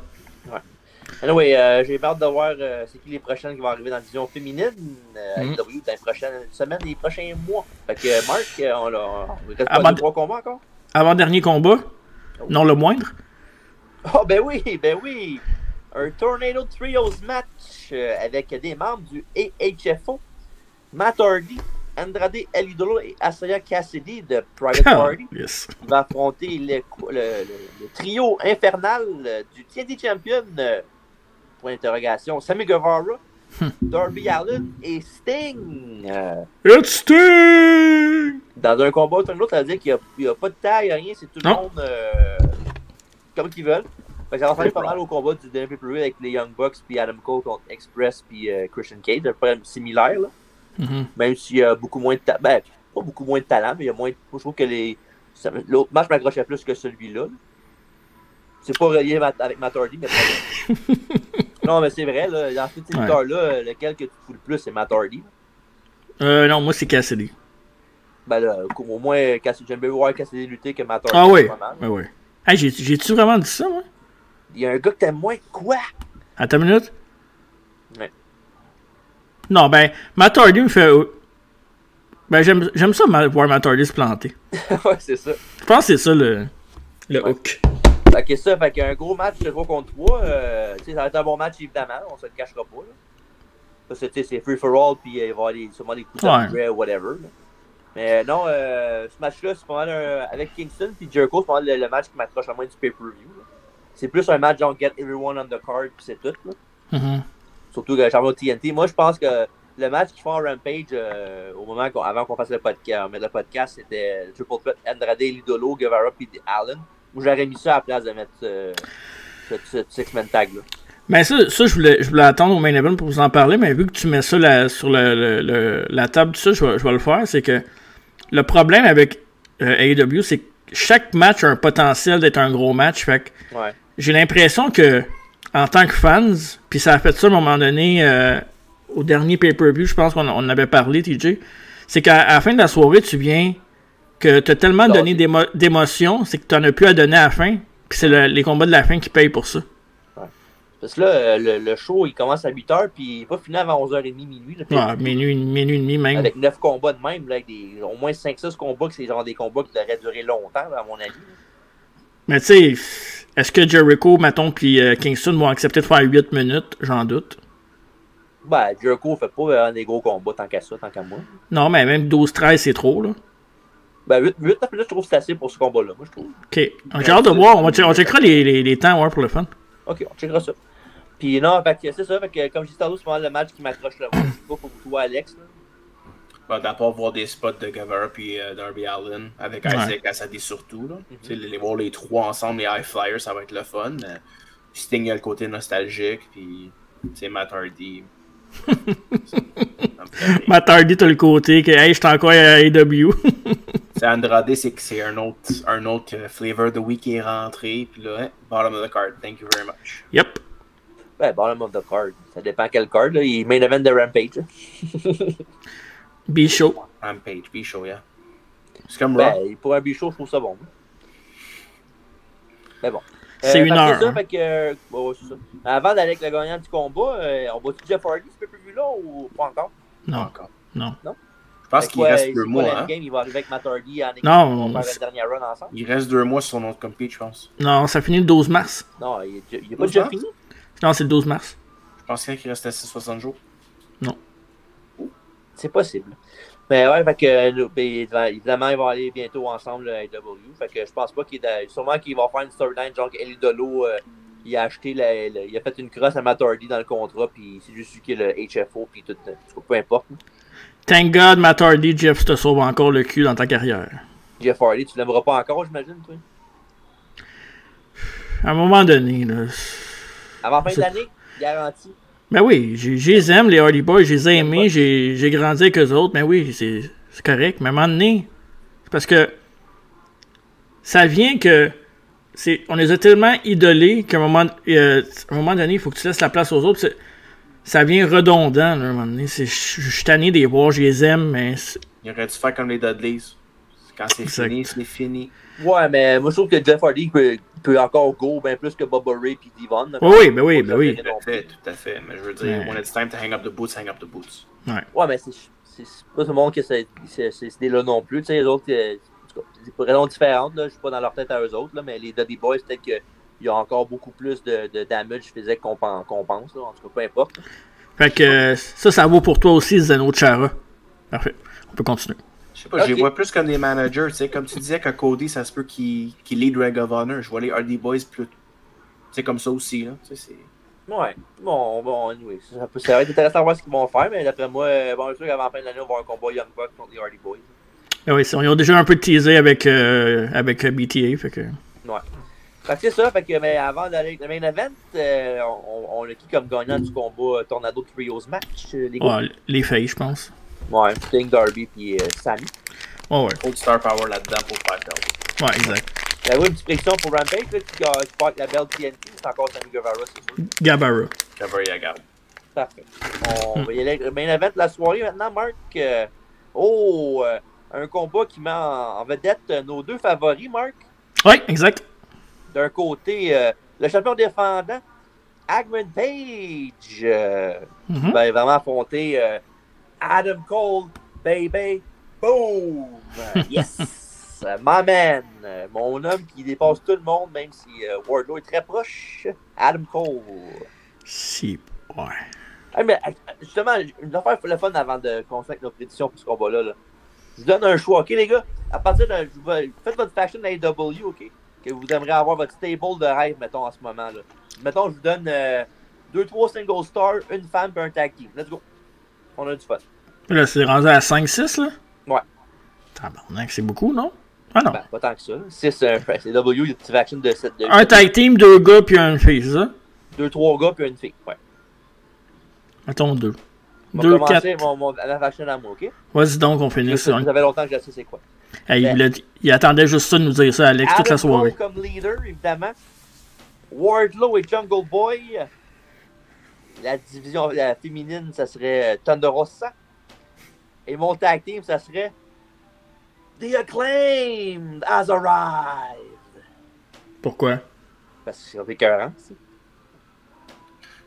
S2: Anyway, euh, j'ai hâte de voir euh, c'est qui les prochaines qui vont arriver dans la division féminine euh, à
S1: Mhm.
S2: AEW dans les prochaines semaines, les prochains mois. Fait que euh, Marc, euh, on, l'a- on, il reste
S1: Ah,
S2: pas
S1: ben-
S2: deux, trois combats encore?
S1: Avant-dernier combat, non le moindre.
S2: Oh ben oui, ben oui! Un Tornado Trios match euh, avec des membres du AHFO, Matt Hardy, Andrade El Idolo et Asaya Cassidy de Private Party.
S1: Ah, yes.
S2: Il va affronter le, cou- le- le- le trio infernal euh, du TNT Champion, euh, point d'interrogation, Sammy Guevara, Darby Allin et Sting. Euh,
S1: It's Sting!
S2: dans un combat ou l'autre, ça veut dire qu'il n'y a, pas de taille, rien, c'est tout le
S1: Non.
S2: monde euh, comme qu'ils veulent. Fait que ça va faire pas mal au combat du dernier pay avec les Young Bucks, puis Adam Cole contre Express, puis euh, Christian Cage, un problème similaire. Là
S1: Mhm.
S2: même s'il y a beaucoup moins de talent. Ben, pas beaucoup moins de talent, mais il y a moins de... Je trouve que les. ça- L'autre match m'accrochait plus que celui-là. là. C'est pas relié ma- avec Matt Hardy, mais Non, mais c'est vrai, là. Dans toutes ces
S1: Ouais.
S2: lutteurs-là, lequel que tu fous le plus, c'est Matt Hardy.
S1: Euh, non, moi c'est Cassidy.
S2: Ben là, au au moins, Cass- j'aime bien voir Cassidy lutter que Matt Hardy.
S1: Ah oui.
S2: en ce moment, là.
S1: Ah oui. Hey, j'ai, j'ai-tu vraiment dit ça, moi?
S2: Il y a un gars que t'aimes moins, quoi?
S1: Attends une minute.
S2: Ouais.
S1: Non, ben, Matt Hardy me fait. Ben, j'aime, j'aime ça ma- voir Matt Hardy se planter.
S2: ouais, c'est ça.
S1: Je pense que c'est ça le, le
S2: Ouais.
S1: hook.
S2: Fait que ça, fait qu'un gros match de 3 contre 3, euh, tu sais, ça va être un bon match évidemment, on se le cachera pas. Là. Parce que tu sais, c'est free for all, puis euh, il va y avoir des- sûrement des coups
S1: Ouais.
S2: d'arrêt, whatever. là. Mais non, euh, ce match-là, c'est pas mal un- avec Kingston puis Jericho, c'est pas mal le, le match qui m'accroche à moins du pay-per-view. là. C'est plus un match genre get everyone on the card, puis c'est tout. Là.
S1: Mhm.
S2: Surtout que j'envoie au TNT. Moi, je pense que le match qu'ils font en Rampage euh, au moment qu'on- avant qu'on fasse le podcast, mais le podcast, c'était le Triple Threat, Andrade, Lidolo, Guevara puis Allen. Moi, j'aurais mis ça à la place de mettre euh, ce, ce- ce six-man tag là.
S1: Mais Ben, ça, ça je, voulais, je voulais attendre au main event pour vous en parler, mais vu que tu mets ça la- sur le- le- le- la table, tout ça, je vais, je vais le faire. C'est que le problème avec euh, AEW, c'est que chaque match a un potentiel d'être un gros match. Fait que
S2: Ouais.
S1: j'ai l'impression que en tant que fans, puis ça a fait ça à un moment donné euh, au dernier pay-per-view, je pense qu'on on en avait parlé, TJ, c'est qu'à à la fin de la soirée, tu viens que t'as tellement
S2: Gâté.
S1: donné d'émo- d'émotions, c'est que t'en as plus à donner à la fin, puis c'est le- les combats de la fin qui payent pour ça.
S2: Parce que là, euh, le, le show, il commence à 8h, puis il est pas fini avant 11h30, minuit. là.
S1: Ouais, Ah, minuit, minuit et demi même.
S2: Avec 9 combats de même, là, avec des, au moins 5-6 combats, que c'est genre des combats qui devraient durer longtemps, là, à mon avis.
S1: Mais tu sais, est-ce que Jericho, Maton puis euh, Kingston vont accepter de faire 8 minutes? J'en doute.
S2: Ben, Jericho fait pas euh, des gros combats tant qu'à ça, tant qu'à moi.
S1: Non, mais même 12-13, c'est trop, là.
S2: Ben, 8, 8 minutes, je trouve que c'est assez pour ce combat-là, moi, je trouve.
S1: OK. J'ai hâte de voir. On, va che- on checkera les, les- les temps, ouais, pour le fun.
S2: Ok, on checkera ça. Puis non, fait que c'est ça, fait que comme je disais tantôt, c'est pas mal le match qui m'accroche le moins. Je sais pas pour toi, Alex. là.
S3: Bah, D'abord, voir des spots de Guevara puis euh, Darby Allen avec
S1: Ouais.
S3: Isaac Assadi surtout. Là.
S2: Mhm.
S3: Tu sais, Les, les voir les trois ensemble, les High Flyers, ça va être le fun. mais Sting a le côté nostalgique, puis tu sais, Matt Hardy. C'est-
S1: Matt Hardy, t'as le côté que hey, je suis encore à E AEW.
S3: c'est Andrade, c'est que c'est un autre, un autre euh, flavor de week qui est rentré, puis là, hein, bottom of the card, thank you very much.
S1: yep.
S2: Ben, bottom of the card. Ça dépend quel card, là. Il est main event de Rampage. là.
S1: Bichot.
S3: Rampage, be show, yeah. C'est comme Raw.
S2: Ben, pour un bichot, je trouve ça bon. Mais bon. Euh,
S1: C'est
S2: fait
S1: une
S2: que
S1: heure,
S2: C'est ça,
S1: hein.
S2: fait que. euh, ouais, ouais, c'est ça. Avant d'aller avec le gagnant du combat, euh, on va-tu Jeff Hardy ce peu plus là ou pas encore?
S1: Non.
S3: Encore.
S1: non.
S2: Non?
S3: Je pense qu'il reste deux mois, hein.
S2: Game, il va arriver avec Matt Hardy en équipe.
S1: Non,
S2: On va faire
S1: c'est-
S2: le dernier run ensemble.
S3: Il reste deux mois sur notre compete, je pense.
S1: Non, ça finit le 12 mars.
S2: Non, il est- il est pas
S3: Douze
S2: déjà
S3: ans?
S2: fini.
S1: Non, c'est le 12 mars.
S3: Je pensais qu'il restait 60 jours.
S2: C'est possible. Mais ouais, fait que, euh, nous, ben, évidemment, évidemment, ils vont aller bientôt ensemble là, à AEW. Fait que je pense pas qu'il est Sûrement qu'ils vont faire une storyline, genre qu'El Idolo, euh, il a acheté, la- la- il a fait une crosse à Matt Hardy dans le contrat, puis c'est juste lui qui est le HFO, puis tout. euh, en tout cas, peu importe.
S1: Thank God, Matt Hardy, Jeff te sauve encore le cul dans ta carrière.
S2: Jeff Hardy, tu l'aimeras pas encore, j'imagine, toi.
S1: À un moment donné, là.
S2: Avant fin
S1: C'est-
S2: d'année, garanti.
S1: Ben oui, j'ai- j'ai les aime, les Hardy Boys, j'ai les ai aimés, j'ai j'ai grandi avec eux autres, mais oui, c'est c'est correct. Mais à un moment donné, c'est parce que ça vient que c'est on les a tellement idolés qu'à un moment, euh, à un moment donné, il faut que tu laisses la place aux autres. C'est- Ça vient redondant, là, à un moment donné. C'est- Je je- je suis tanné des voir, je les aime, mais c'est-
S3: Il aurait dû faire comme les Dudleys. Quand c'est
S1: Exact.
S3: fini, c'est fini.
S2: Ouais, mais moi, je trouve que Jeff Hardy peut, peut encore go bien plus que Bob Ray et Devon. là.
S1: Oui, oui, ben oui, ben oui.
S3: Tout à fait, tout à fait. Mais je veux dire,
S1: Ouais.
S3: when it's time to hang up the boots, hang up the boots.
S2: Ouais, mais c'est c'est- c'est pas tout le monde qui a cette c'est- c'est- cette idée-là non plus. Tu sais, les autres, euh, en tout cas, c'est pour des raisons différentes. Là, je suis pas dans leur tête à eux autres, là, mais les Dudley Boys, peut-être qu'il y a encore beaucoup plus de, de damage physique qu'on pen- qu'on pense. Là, en tout cas, peu importe.
S1: Fait que euh, ça, ça vaut pour toi aussi, Zeno Chara. Parfait. On peut continuer.
S3: Je sais pas, je les
S2: Ok.
S3: vois plus comme des managers. Tu sais, comme tu disais, que Cody, ça se peut qu'il qu'il lead Ring of Honor. Je vois les Hardy Boys plus. C'est comme ça aussi. Là. Tu sais, c'est-
S2: Ouais. Bon, bon, anyway, ça, peut- ça va être intéressant à voir ce qu'ils vont faire, mais d'après moi, euh, bon, je suis sûr qu'avant la fin de l'année, on va avoir un combat Young Bucks contre les Hardy Boys.
S1: Ah oui, ça, on y a déjà un peu teasé avec, euh, avec euh, BTA, fait que...
S2: Fait que c'est ça, fait que, mais avant d'aller avec le main event, euh, on, on- on a qui comme gagnant du combat euh, Tornado Trios match, euh, les gars?
S1: Ouais, les failles, je pense. Ah
S2: Ouais, Sting, Darby puis euh, Sammy.
S1: Ouais, ouais.
S3: Old Star Power là-dedans pour faire perdre.
S1: Ouais, exact.
S2: J'avais une petite prédiction pour Rampage, là, qui, ga- qui part avec la belle TNT, c'est encore Sammy Guevara, c'est sûr.
S1: Gabara.
S3: Cover Yagar.
S2: Parfait. On va y aller avec le main event de la soirée maintenant, Marc. Euh, oh, euh, un combat qui met en, en vedette euh, nos deux favoris, Marc.
S1: Ouais, exact.
S2: D'un côté, euh, le champion défendant, Agman Page, euh,
S1: Mhm.
S2: va vraiment affronter euh, Adam Cole, baby, boom! Euh, Yes! Euh, My man, Euh, mon homme qui dépasse tout le monde, même si euh, Wardlow est très proche, Adam Cole.
S1: Si. Ouais.
S2: Hey, mais, euh, justement, une affaire pour le fun avant de continuer avec nos prédictions pour ce combat-là. là. Je vous donne un choix, ok les gars? À partir d'un. je vais- Faites votre faction AW, ok? Que vous aimeriez avoir votre stable de rêve, mettons, en ce moment. là. Mettons, je vous donne 2-3 single stars, une femme et un tag team. Let's go. On a du fun.
S1: Là, c'est rendu à 5-6, là?
S2: Ouais.
S1: Tabarnak, c'est beaucoup, non? Ah non.
S2: Ben, pas tant que ça. 6, un c'est E W, une petite faction de 7, de
S1: Un tag team, deux gars, puis hein? une fille, c'est ça?
S2: 2, 3 gars puis une fille. Ouais.
S1: Mettons deux.
S2: On va
S1: Deux, quatre.
S2: commencer mon, mon, la faction à moi, ok?
S1: Vas-y donc, on
S2: Je
S1: finit
S2: sais
S1: ça.
S2: que Ça fait longtemps que je sais c'est quoi.
S1: Hey,
S2: Ben.
S1: il, voulait- il attendait juste ça de nous dire ça, Alex, toute la
S2: Adam
S1: soirée.
S2: Cole comme leader, évidemment. Wardlow et Jungle Boy. euh, La division la féminine, ça serait euh, Thunder Rosa. Et mon tag team, ça serait The Acclaimed as Arrived.
S1: Pourquoi?
S2: Parce que c'est écœurant. ça.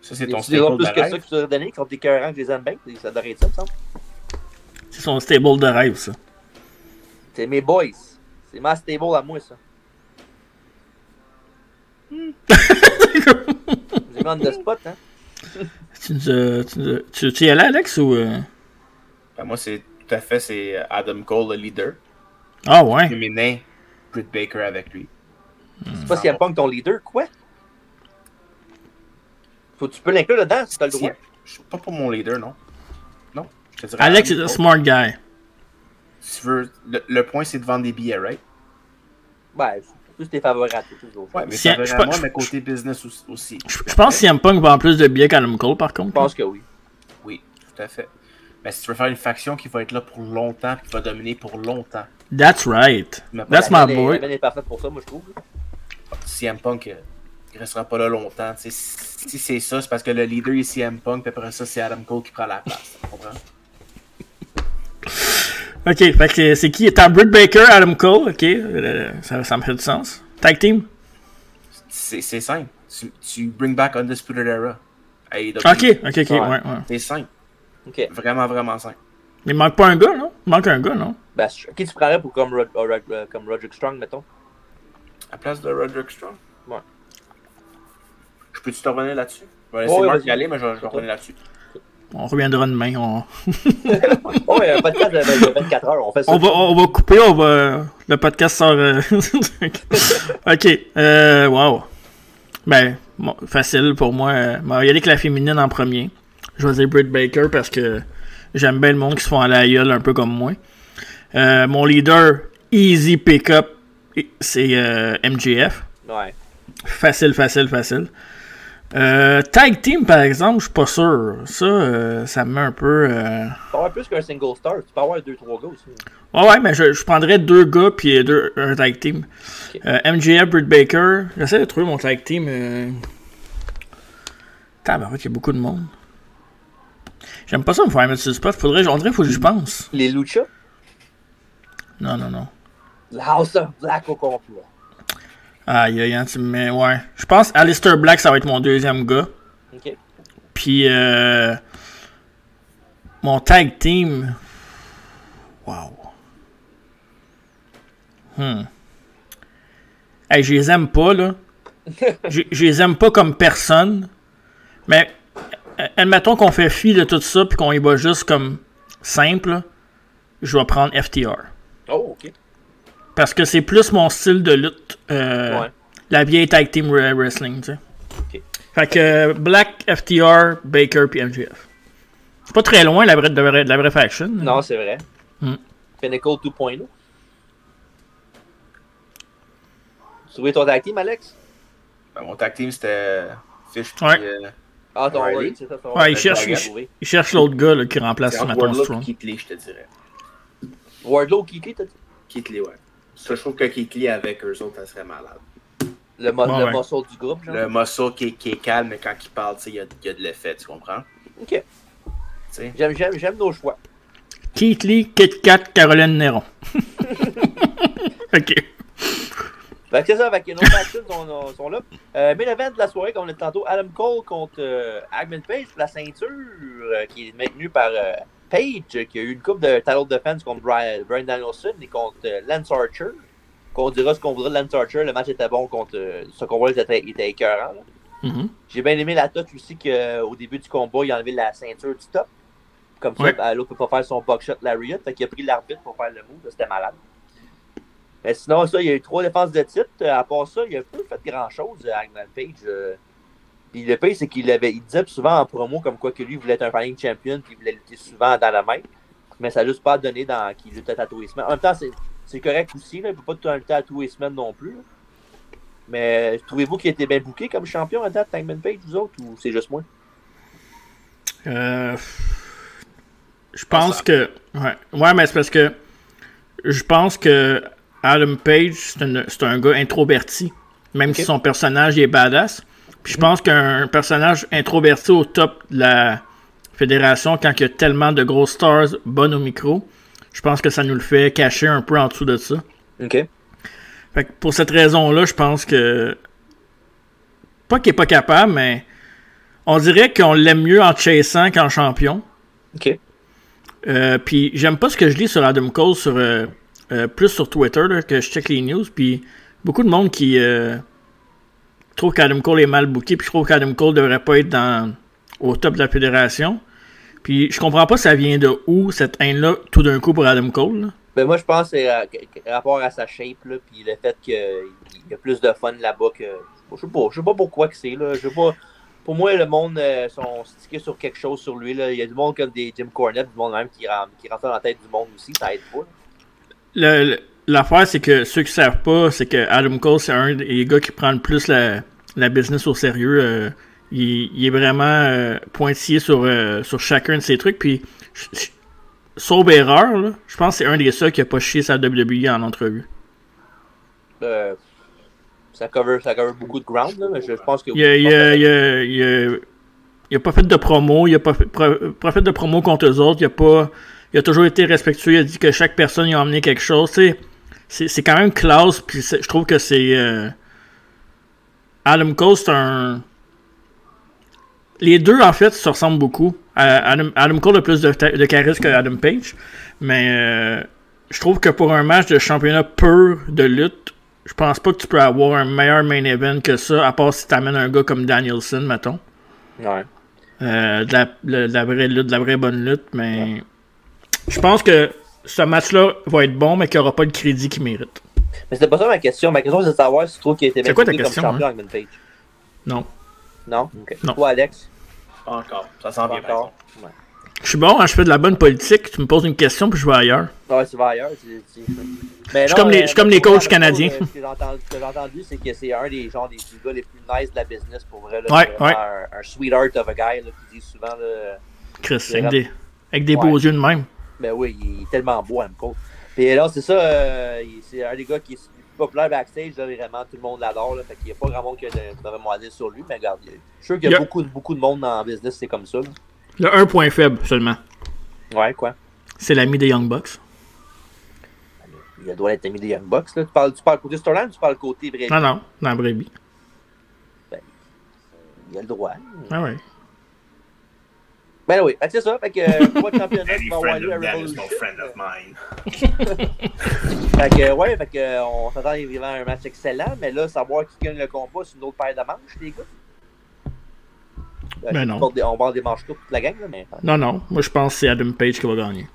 S3: Ça, c'est
S2: hein. Ils
S3: ton
S2: diront plus
S3: staple de
S2: que ça
S3: rêve.
S2: que tu as donné, qui sont hein, écœurants, que je les aime bien. Ça devrait être ça, me semble.
S1: C'est son stable de rêve, ça.
S2: C'est mes boys. C'est ma stable à moi, ça. J'ai mis on the spot, hein.
S1: tu, nous as- tu, nous as- tu, tu y allais, Alex, ou... euh?
S3: Ben, moi, c'est tout à fait c'est euh, Adam Cole, le leader.
S1: Ah ouais.
S3: Féminin, Britt Baker avec lui.
S2: C'est pas si elle punk ton leader, quoi? Faut que tu peux l'inclure dedans, si t'as le droit.
S3: Tiens, Je suis pas pour mon leader, non. Non. Je te dirais
S1: Alex est
S3: Adam
S1: un
S3: Cole.
S1: smart guy.
S3: Si tu veux, le, le point, c'est de vendre des billets, right?
S2: Ben, plus t'es favorable, c'est toujours.
S3: Ouais, mais
S1: Si-
S3: ça va
S1: je
S3: à
S1: pe-
S3: moi,
S1: je-
S3: mais côté business aussi- aussi.
S1: Je je pense que CM Punk vend plus de billets qu'Adam Cole, par contre.
S2: Je pense que oui.
S3: Oui, tout à fait. Mais si tu veux faire une faction qui va être là pour longtemps, qui va dominer pour longtemps,
S1: That's right.
S3: Mais
S1: That's my
S2: La veine est- La
S1: boy.
S2: veine est parfaite pour ça, moi, je trouve.
S3: CM Punk, euh, il restera pas là longtemps. Tu sais, si si c'est ça, c'est parce que le leader est CM Punk, puis après ça, c'est Adam Cole qui prend la place. Tu comprends?
S1: Ok, fait que c'est- c'est qui T'as Britt Baker, Adam Cole, ok. euh, Ça, ça me fait du sens. Tag team
S3: C'est c'est simple. Tu, tu bring back Undisputed Era. à AEW.
S1: Ok, ok, ok, ouais, ouais.
S3: C'est simple.
S2: Ok.
S3: Vraiment, vraiment simple.
S1: Mais il manque pas un gars, non Il manque un gars, non
S2: Ben, je- qui tu prendrais pour comme, Rod- euh, Rod- Rod- comme Roderick Strong, mettons?
S3: À place de Roderick Strong?
S2: Ouais.
S3: Je peux-tu te revenir là-dessus? Je vais
S2: Ouais,
S3: laisser
S2: ouais,
S3: Marc
S2: vas-y.
S3: y aller, mais je, je vais revenir là-dessus.
S1: On reviendra demain. On,
S2: Oh, ouais, un podcast de, de 24 heures, on fait ça.
S1: on, va, on va couper, on va. Le podcast sort. euh, ok, euh, wow. Ben, bon, facile pour moi. euh, bon, Il y a que la féminine en premier. Je vais dire Britt Baker parce que J'aime bien le monde qui se font aller à la gueule un peu comme moi. Euh, mon leader, easy pick-up, c'est euh, MGF.
S2: Ouais.
S1: Facile, facile, facile. Euh, tag team, par exemple, je suis pas sûr. Ça, euh, ça me met un peu. euh,
S2: Tu peux avoir plus qu'un single star, tu peux avoir deux, trois gars aussi.
S1: Ouais, ouais, mais je, je prendrais deux gars puis deux, un tag team. Euh, MJF, Britt Baker. J'essaie de trouver mon tag team. Euh... Tabarouette, il y a beaucoup de monde. J'aime pas ça me faire mettre sur le spot. Faudrait, on dirait, faut que je pense.
S2: Les Lucha,
S1: Non, non, non.
S2: la House of Black au complet.
S1: Aïe, aïe, hein, tu me mets. Ouais. Je pense Alistair Black, ça va être mon deuxième gars.
S2: Ok.
S1: Puis, euh, mon tag team. Wow. Hmm. Hey, je les aime pas, là. Je je les aime pas comme personne. Mais, euh, admettons qu'on fait fi de tout ça puis qu'on y va juste comme simple. là, Je vais prendre FTR.
S2: Oh, ok.
S1: Parce que c'est plus mon style de lutte. euh,
S2: Ouais.
S1: La vieille tag team re- wrestling, tu sais.
S2: Ok.
S1: Fait que euh, Black, FTR, Baker puis MGF. C'est pas très loin la vraie, de, la vraie- de la vraie faction.
S2: Non, c'est vrai.
S1: Hmm.
S2: Pinnacle oh. 2.0. Tu trouvais ton tag team, Alex?
S3: Ben, mon tag team, c'était Fish. puis,
S1: Ouais.
S3: euh,
S2: Ah, ton
S3: Alrighty.
S2: Wade, c'est ça, ton
S1: Ouais, il
S2: Wade.
S1: cherche, il,
S2: J'ai trouvé.
S1: il cherche l'autre gars là, qui remplace
S3: c'est entre
S1: Maton
S3: Wardlow
S1: Strong.
S3: et Keith Lee, je te dirais.
S2: Wardlow, Kiki, t'as dit?
S3: Keith Lee, ouais. Ça, je trouve que Keith Lee avec eux autres, ça serait malade.
S2: Le, mo-
S1: Ouais,
S2: le
S1: ouais.
S2: muscle du groupe, genre.
S3: Le muscle qui est, qui est calme, mais quand il parle, tu sais, il y a, il y a de l'effet, tu comprends?
S2: Ok.
S3: Tu sais.
S2: J'aime, j'aime, j'aime nos choix.
S1: Keith Lee, Kit Kat, Caroline Néron. ok.
S2: Fait que c'est ça, fait que nos factions sont, on- sont là. Euh, main event de la soirée, comme on l'a dit tantôt, Adam Cole contre euh, Hangman Page pour la ceinture euh, qui est maintenue par euh, Page, euh, qui a eu une coupe de title defense contre Brian, Brian Danielson et contre euh, Lance Archer. Qu'on dira ce qu'on voudra de Lance Archer, le match était bon contre euh, ce combat, il était, il était écœurant. là.
S1: Mhm.
S2: J'ai bien aimé la touche aussi qu'au début du combat, il a enlevé la ceinture du top. Comme ça,
S1: Ouais.
S2: ben, l'autre peut pas faire son buckshot Lariat. Fait qu'il a pris l'arbitre pour faire le move. là, C'était malade. Mais sinon, ça, il y a eu trois défenses de titre. Euh, À part ça, il a pas fait grand-chose, euh, Hangman Page. euh. Puis le pire, c'est qu'il avait, il disait souvent en promo comme quoi que lui voulait être un fighting champion puis il voulait lutter souvent dans la main. Mais ça n'a juste pas donné dans qu'il luttait à tous les semaines. En même temps, c'est, c'est correct aussi. Là, il ne peut pas tout lutter à tous les semaines non plus. là. Mais trouvez-vous qu'il était bien booké comme champion à date, Hangman Page, vous autres, ou c'est juste moi?
S1: Euh, je pense que. Ouais, ouais mais c'est parce que. Je pense que Adam Page, c'est un, c'est un gars introverti. Même si son personnage il est badass. Puis je pense qu'un personnage introverti au top de la fédération, quand il y a tellement de gros stars bonnes au micro, je pense que ça nous le fait cacher un peu en dessous de ça.
S2: OK.
S1: Fait que pour cette raison-là, je pense que. Pas qu'il est pas capable, mais. On dirait qu'on l'aime mieux en chassant qu'en champion.
S2: OK.
S1: Euh, puis j'aime pas ce que je lis sur Adam Cole, sur, euh, euh, plus sur Twitter, là, que je check les news. Puis beaucoup de monde qui euh, trouve qu'Adam Cole est mal booké, puis je trouve qu'Adam Cole devrait pas être dans, au top de la fédération. Puis je comprends pas ça vient de où, cette haine-là, tout d'un coup pour Adam Cole. là.
S2: Ben moi, je pense que c'est euh, que- que- rapport à sa shape, là, puis le fait qu'il y a plus de fun là-bas que... Je sais pas, je sais pas pourquoi que c'est, là. Je sais pas... Pour moi, le monde euh, sont stickés sur quelque chose sur lui, là. Il y a du monde comme des Jim Cornette, du monde même qui, ram- qui rentre dans la tête du monde aussi, ça aide pas. là.
S1: Le- le- L'affaire, c'est que ceux qui savent pas, c'est que Adam Cole, c'est un des gars qui prend le plus la, la business au sérieux. euh, il, il est vraiment euh, pointillé sur, euh, sur chacun de ses trucs. Puis, ch- ch- sauf erreur, là, je pense que c'est un des seuls qui a pas chié sa WWE en entrevue.
S2: Euh, ça, cover, ça cover beaucoup de ground, là, mais je, je pense que...
S1: Il a, il a- il a- il a- il a pas fait de promo, il a pas fait, pro- pas fait de promo contre eux autres, il a pas. Il a toujours été respectueux, il a dit que chaque personne y a emmené quelque chose. tu sais. C'est c'est quand même classe, puis c'est- je trouve que c'est. euh, Adam Cole, c'est un. Les deux, en fait, se ressemblent beaucoup. Euh, Adam, Adam Cole a plus de, ta- de charisme que Adam Page, mais euh, je trouve que pour un match de championnat pur de lutte, je pense pas que tu peux avoir un meilleur main event que ça, à part si t'amènes un gars comme Danielson, mettons.
S2: Ouais.
S1: Euh, de, la, le- de la vraie lutte, de la vraie bonne lutte, mais je pense que ce match-là va être bon, mais qu'il n'y aura pas le crédit qu'il mérite.
S2: Mais c'était pas ça ma question. Ma question, c'est de savoir si tu trouves qu'il était bien
S1: C'est quoi ta
S2: booké
S1: question, hein?
S2: comme champion Hangman Page.
S1: Non.
S2: Non? Ok.
S1: Non.
S2: Toi, Alex?
S3: Pas encore. Ça sent
S2: Pas
S3: bien, par
S2: encore.
S3: exemple.
S2: Ouais.
S1: Je suis bon, hein, je fais de la bonne politique. Tu me poses une question, puis je vais ailleurs.
S2: Ah Ouais, tu vas ailleurs. tu- tu-
S1: Je
S2: Mais
S1: suis
S2: non, euh,
S1: comme les- je suis comme les
S2: pour
S1: coachs
S2: vrai,
S1: canadiens.
S2: euh, Ce que j'ai entendu- ce que j'ai entendu, c'est que c'est un des, gens, des, des gars les plus nice de la business pour vrai. là.
S1: Ouais,
S2: C'est vraiment Un, un sweetheart of a guy là, qui dit souvent. Là,
S1: Chris,
S2: C'est
S1: avec
S2: rap-
S1: des, avec des
S2: Ouais.
S1: beaux yeux de même.
S2: ben oui, il est tellement beau, Amco. Puis là, c'est ça, euh, il- c'est un des gars qui est le plus populaire backstage. Là, vraiment, tout le monde l'adore. Là, fait qu'il n'y a pas grand monde qui a de mauvais mots à dire sur lui. Mais regarde, il- je suis sûr qu'il y a
S1: Yep.
S2: beaucoup, beaucoup de monde dans le business, c'est comme ça. là.
S1: Il y a un point faible seulement.
S2: Ouais, quoi.
S1: C'est l'ami des Young Bucks.
S2: Il doit être ami des Young Bucks. Là. Tu, parles, tu parles côté Storyline ou tu parles côté vrai?
S1: Ah non, dans la brebis.
S2: Il a le droit.
S1: Ah ouais.
S2: Ben oui, fait que c'est ça. Fait que euh, pas de championnat qui
S3: Any
S2: va avoir
S3: friend
S2: lieu à
S3: of that is
S2: Revolution.
S3: no friend of mine.
S2: Fait que euh, ouais, fait que euh, on s'attend évidemment à un match excellent, mais là, savoir qui gagne le combat, c'est une autre paire de manches, les gars. Euh,
S1: Ben non.
S2: on porte des- On vend des manches courtes toute la gang, là, mais.
S1: Non, non. Moi, je pense que c'est Adam Page qui va gagner.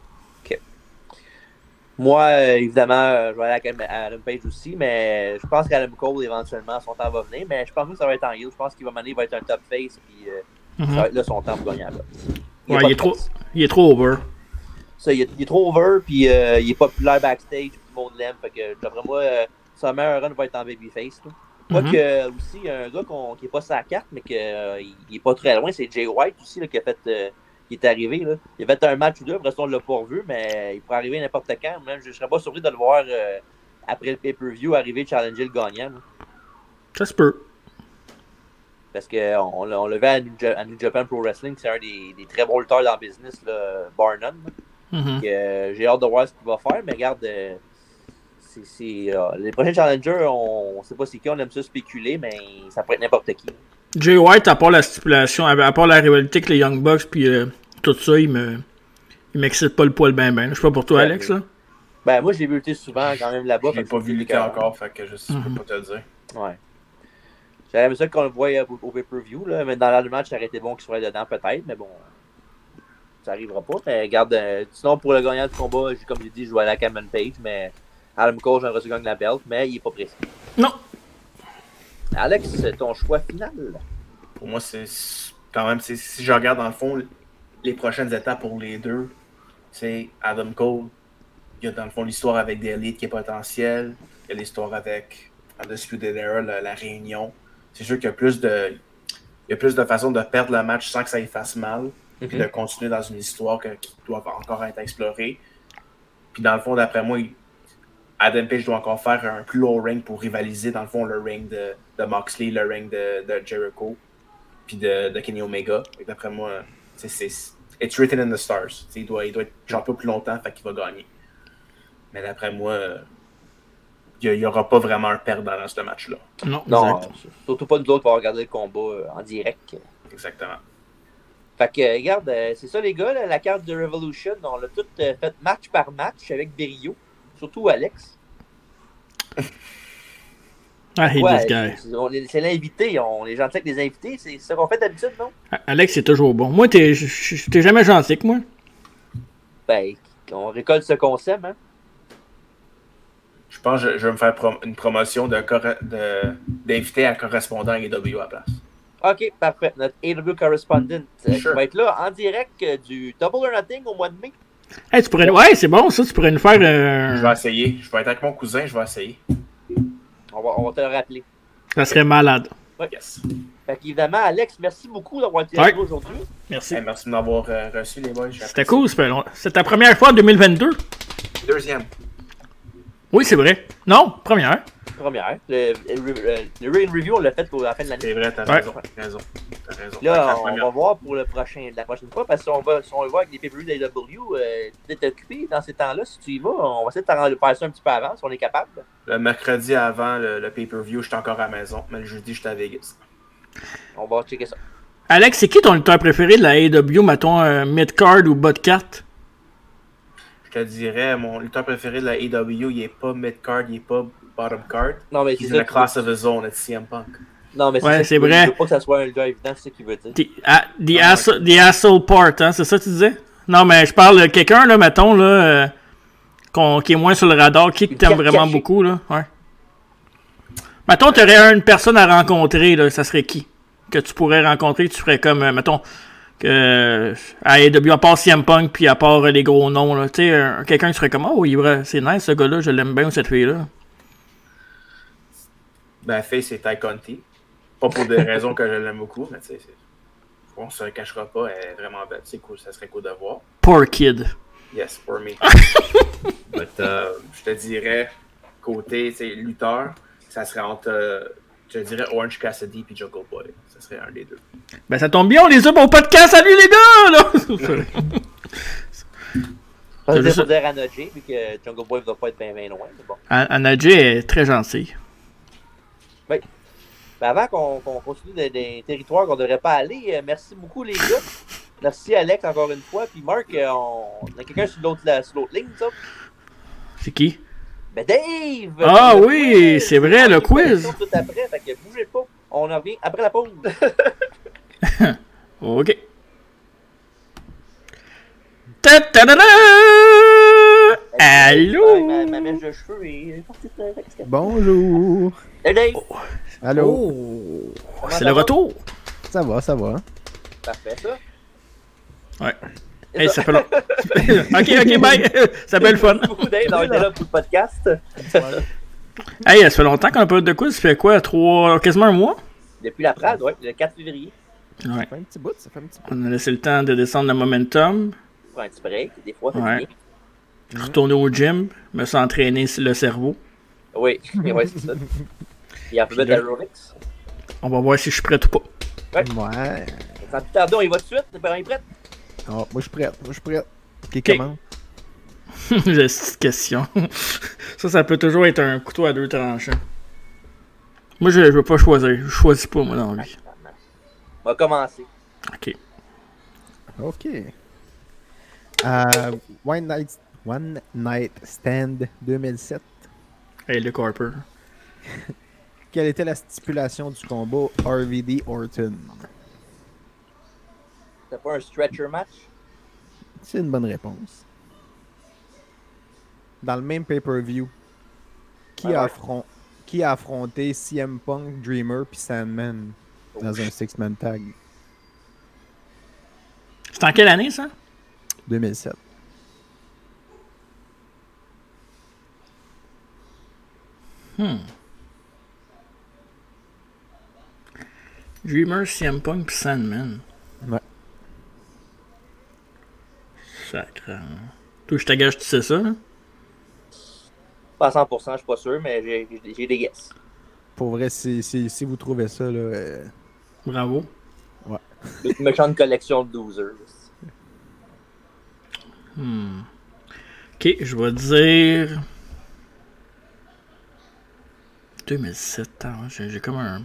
S2: Moi, euh, évidemment, euh, je vais aller à- à Adam Page aussi, mais je pense qu'Adam Cole, éventuellement, son temps va venir, mais je pense pas que ça va être en heel. Je pense qu'il va mener, il va être un top face, puis euh,
S1: Mhm.
S2: ça va être là son temps pour gagner là. a
S1: Ouais,
S2: pas
S1: il est
S2: de
S1: trop,
S2: place.
S1: il est trop over.
S2: Ça, il, est, il est trop over, puis euh, il est populaire backstage, tout le monde l'aime. Fait que, d'après moi, euh, sa meilleure run va être en babyface. là. Moi,
S1: Mhm.
S2: que, aussi, un gars qu'on- qui n'est pas sa carte, mais euh, qui n'est pas très loin, c'est Jay White aussi, là, qui a fait. euh, qui est arrivé, là. Il a fait un match ou deux, après ça, on l'a pas revu, mais il pourrait arriver n'importe quand. Même, je ne serais pas surpris de le voir euh, après le pay-per-view arriver challenger le gagnant. là.
S1: Ça se peut.
S2: Parce qu'on on, l'a- on le vu à New, Ja- à New Japan Pro Wrestling, c'est un des, des très bons lutteurs dans le business, là, bar none, là.
S1: Mhm.
S2: Donc, euh, j'ai hâte de voir ce qu'il va faire, mais regarde, euh, c'est- c'est, euh, les prochains challengers, on, on sait pas c'est qui, on aime ça spéculer, mais ça pourrait être n'importe qui.
S1: Jay White, à part la stipulation, à à part la rivalité avec les Young Bucks, puis euh, tout ça, il me, il m'excite pas le poil ben ben. Je sais pas pour toi,
S2: Ouais,
S1: Alex, là.
S2: Ben, moi, j'ai vu lutter souvent quand même là-bas.
S3: Je l'ai
S2: fait que
S3: pas
S2: c'est
S3: vu lutter
S2: écœurant.
S3: encore, fait que je je peux
S1: Mhm.
S3: pas te le dire.
S2: Ouais. J'aurais aimé ça qu'on le voie euh, au, au pay-per-view, là, mais dans le match, ça aurait été bon qu'il soit dedans, peut-être, mais bon, ça arrivera pas. Mais regarde, euh, sinon, pour le gagnant du combat, j'ai- comme j'ai dit, je joue à la Cameron Page, mais Adam Cole, j'aimerais ça gagner la belt, mais il est pas précis.
S1: Non.
S2: Alex, ton choix final?
S3: Pour moi, c'est c'est- quand même, c'est- si je regarde dans le fond, les prochaines étapes pour les deux, c'est Adam Cole. Il y a dans le fond l'histoire avec des élites qui est potentielle. Il y a l'histoire avec Undisputed Era, la, la réunion. C'est sûr qu'il y a plus de. Il y a plus de façons de perdre le match sans que ça y fasse mal, puis de continuer dans une histoire que- qui doit encore être explorée. Puis dans le fond, d'après moi, il- Adam Page doit encore faire un plus low ring pour rivaliser, dans le fond, le ring de, de Moxley, le ring de, de Jericho, puis de, de Kenny Omega. Fait que D'après moi, c'est- c'est it's written in the stars. T'sais, il, doit, il doit être champion plus longtemps, fait qu'il va gagner. Mais d'après moi, euh, il n'y aura pas vraiment un perdant dans ce match-là.
S1: Non,
S2: Non,
S1: exact.
S2: euh, surtout pas nous autres pour regarder le combat euh, en direct.
S3: Exactement.
S2: Fait que, euh, regarde, euh, c'est ça les gars, là, la carte de Revolution, on l'a toute euh, faite match par match avec Berio, surtout Alex.
S1: I hate
S2: Ouais,
S1: Ah, this guy.
S2: c'est- on est- c'est l'invité, on est gentil avec les invités, c'est ça qu'on fait d'habitude, non?
S1: A- Alex, c'est toujours bon. Moi, t'es, je- je- t'es jamais gentil que moi.
S2: Ben, on récolte ce qu'on sème, hein?
S3: Je pense que je, je vais me faire prom- une promotion de corre- de- d'invité à correspondant à AW à la place.
S2: Ok, parfait. Notre AW correspondent euh, qui
S3: Sure.
S2: va être là en direct euh, du Double or Nothing au mois de mai.
S1: Hey, tu pourrais, nous- ouais, c'est bon, ça, tu pourrais nous faire. euh,
S3: Je vais essayer. Je vais être avec mon cousin, je vais essayer.
S2: On va, on va te le rappeler.
S1: Ça serait malade.
S3: Yes.
S2: Fait qu'évidemment, Alex, merci beaucoup d'avoir été
S1: Ouais.
S2: avec nous aujourd'hui.
S1: Merci.
S3: Hey, merci de m'avoir euh, reçu, les boys. J'ai
S1: C'était
S3: apprécié.
S1: cool, ça fait long- c'est ta première fois en 2022.
S3: Deuxième.
S1: Oui, c'est vrai. Non, première.
S2: Première. Le, le, le ring review, on l'a fait pour la fin de l'année.
S3: C'est vrai, t'as
S1: Ouais.
S3: raison. T'as raison. T'as raison.
S2: Là,
S3: Fait que la
S2: on
S3: première-
S2: va voir pour le prochain, la prochaine fois, parce que si on va, si on le voit avec les PPU d'AW, euh, tu es occupé dans ces temps-là. Si tu y vas, on va essayer de t'en rendre- faire ça un petit peu avant, si on est capable.
S3: Le mercredi avant le, le pay-per-view, j'étais encore à la maison, mais le jeudi, j'étais à Vegas.
S2: On va checker ça.
S1: Alex, c'est qui ton lutteur préféré de la AEW, mettons euh, mid-card ou bot-card?
S3: Je te dirais, mon lutteur préféré de la AW, il est pas mid-card, il est pas bottom-card.
S2: Non, mais c'est
S3: Il
S2: ça.
S3: est la
S2: qu'il
S3: classe of his own, at CM Punk.
S2: veut- Non, mais
S1: Ouais,
S2: ça
S1: c'est
S2: qu'il veut-
S1: vrai.
S2: Il veut pas que ça soit un gars évident, c'est ça qu'il veut dire.
S1: The, ah, the, asshole, the asshole part, hein, c'est ça que tu disais? Non, mais je parle de quelqu'un, là, mettons, là, euh, qu'on- qui est moins sur le radar, qui que t'aimes
S2: Caché.
S1: vraiment beaucoup, là. Ouais. Mettons, t'aurais une personne à rencontrer, là, ça serait qui? Que tu pourrais rencontrer, que tu ferais comme, euh, mettons, que à AEW, à part CM Punk, puis à part euh, les gros noms, là, tu sais, euh, quelqu'un qui serait comme Oh, il est- c'est nice ce gars-là, je l'aime bien ou cette fille-là.
S3: Ben, Face c'est Ty Conti. Pas pour des raisons que je l'aime beaucoup, mais tu sais, c'est- on se le cachera pas, elle est vraiment belle. C'est cool, ça serait cool de voir.
S1: Poor kid.
S3: Yes, for me. But, euh, je te dirais, côté tu sais, lutteur, ça serait entre, euh, je te dirais Orange Cassidy et Jungle Boy. Ça serait un des deux.
S1: Ben ça tombe bien, on les a pour le podcast, salut les gars! Là!
S2: Ça veut
S1: juste-
S2: dire pour dire à Nodjé, vu que Jungle Boy ne doit pas être bien, bien loin. Mais bon.
S1: An- Anna Jay est très gentille.
S2: Mais avant qu'on qu'on continue des, des territoires qu'on ne devrait pas aller, euh, merci beaucoup les gars. Merci Alex encore une fois. Puis Marc, euh, on, on a quelqu'un sur l'autre la- sur l'autre ligne, ça.
S1: C'est qui?
S2: Ben Dave!
S1: Ah
S2: le
S1: oui,
S2: quiz!
S1: c'est vrai, le
S2: Ah,
S1: quiz!
S2: Tout après, fait que bougez pas. On en revient après la pause. Ben,
S1: Ok. Ta ta da da!
S2: Ouais,
S1: Allô?
S2: ma, ben, ma mèche de cheveux est partie de
S4: Bonjour.
S2: Hey Dave!
S4: Allô.
S1: Oh!
S2: Comment
S1: C'est
S2: ça
S1: le
S2: va?
S1: retour!
S4: Ça va, ça va.
S2: Parfait, ça.
S1: Ouais.
S2: Et
S1: Hey, ça fait long. ok, ok, bye! Ça fait le fun!
S2: Merci beaucoup Dave d'avoir été là pour le podcast.
S1: Hey, ça fait longtemps qu'on a pas eu de quiz, ça fait quoi? Trois, quasiment un mois?
S2: Depuis la Prade, ouais, le 4 février.
S1: Ouais.
S4: Ça fait un petit bout, ça fait un petit bout.
S1: On a laissé le temps de descendre le momentum,
S2: Pour un petit break, des fois, c'est
S1: Ouais.
S2: bien.
S1: retourner au gym, me suis entraîné sur le cerveau.
S2: Oui, mais ouais, c'est ça. Il en peut mettre
S1: là-
S2: de Rolex.
S1: On va voir si je suis prêt ou pas.
S4: Ouais.
S2: Sans plus tarder, on y va tout de suite. T'es pas prêt?
S4: Ah, moi, je suis prête. Moi, je suis prête. Ok,
S1: Ok.
S4: comment?
S1: J'ai cette question. ça, ça peut toujours être un couteau à deux tranchants. Moi, je, je veux pas choisir. Je choisis pas, moi, dans la vie.
S2: On va commencer.
S1: Ok.
S4: Ok. Euh, One Night, One Night Stand 2007.
S1: Hey, Luke Harper.
S4: Quelle était la stipulation du combat RVD Orton?
S2: T'as pas un stretcher match?
S4: C'est une bonne réponse. Dans le même pay-per-view, qui,
S2: Ah ouais.
S4: affron- qui a affronté CM Punk, Dreamer puis Sandman
S2: Oh,
S4: dans un six-man tag
S1: C'est en quelle année, ça?
S4: 2007?
S1: Dreamer, CM Punk pis Sandman.
S4: Ouais.
S1: Sacre. Toi, je t'agage, tu sais ça, là?
S2: Pas à 100%, je suis pas sûr, mais j'ai- j'ai j'ai des guesses.
S4: Pour vrai, si, si, si vous trouvez ça, là, euh,
S1: Bravo.
S2: Une méchante collection de losers.
S1: Ok, je vais dire. 2007 ans, hein, j'ai j'ai comme un.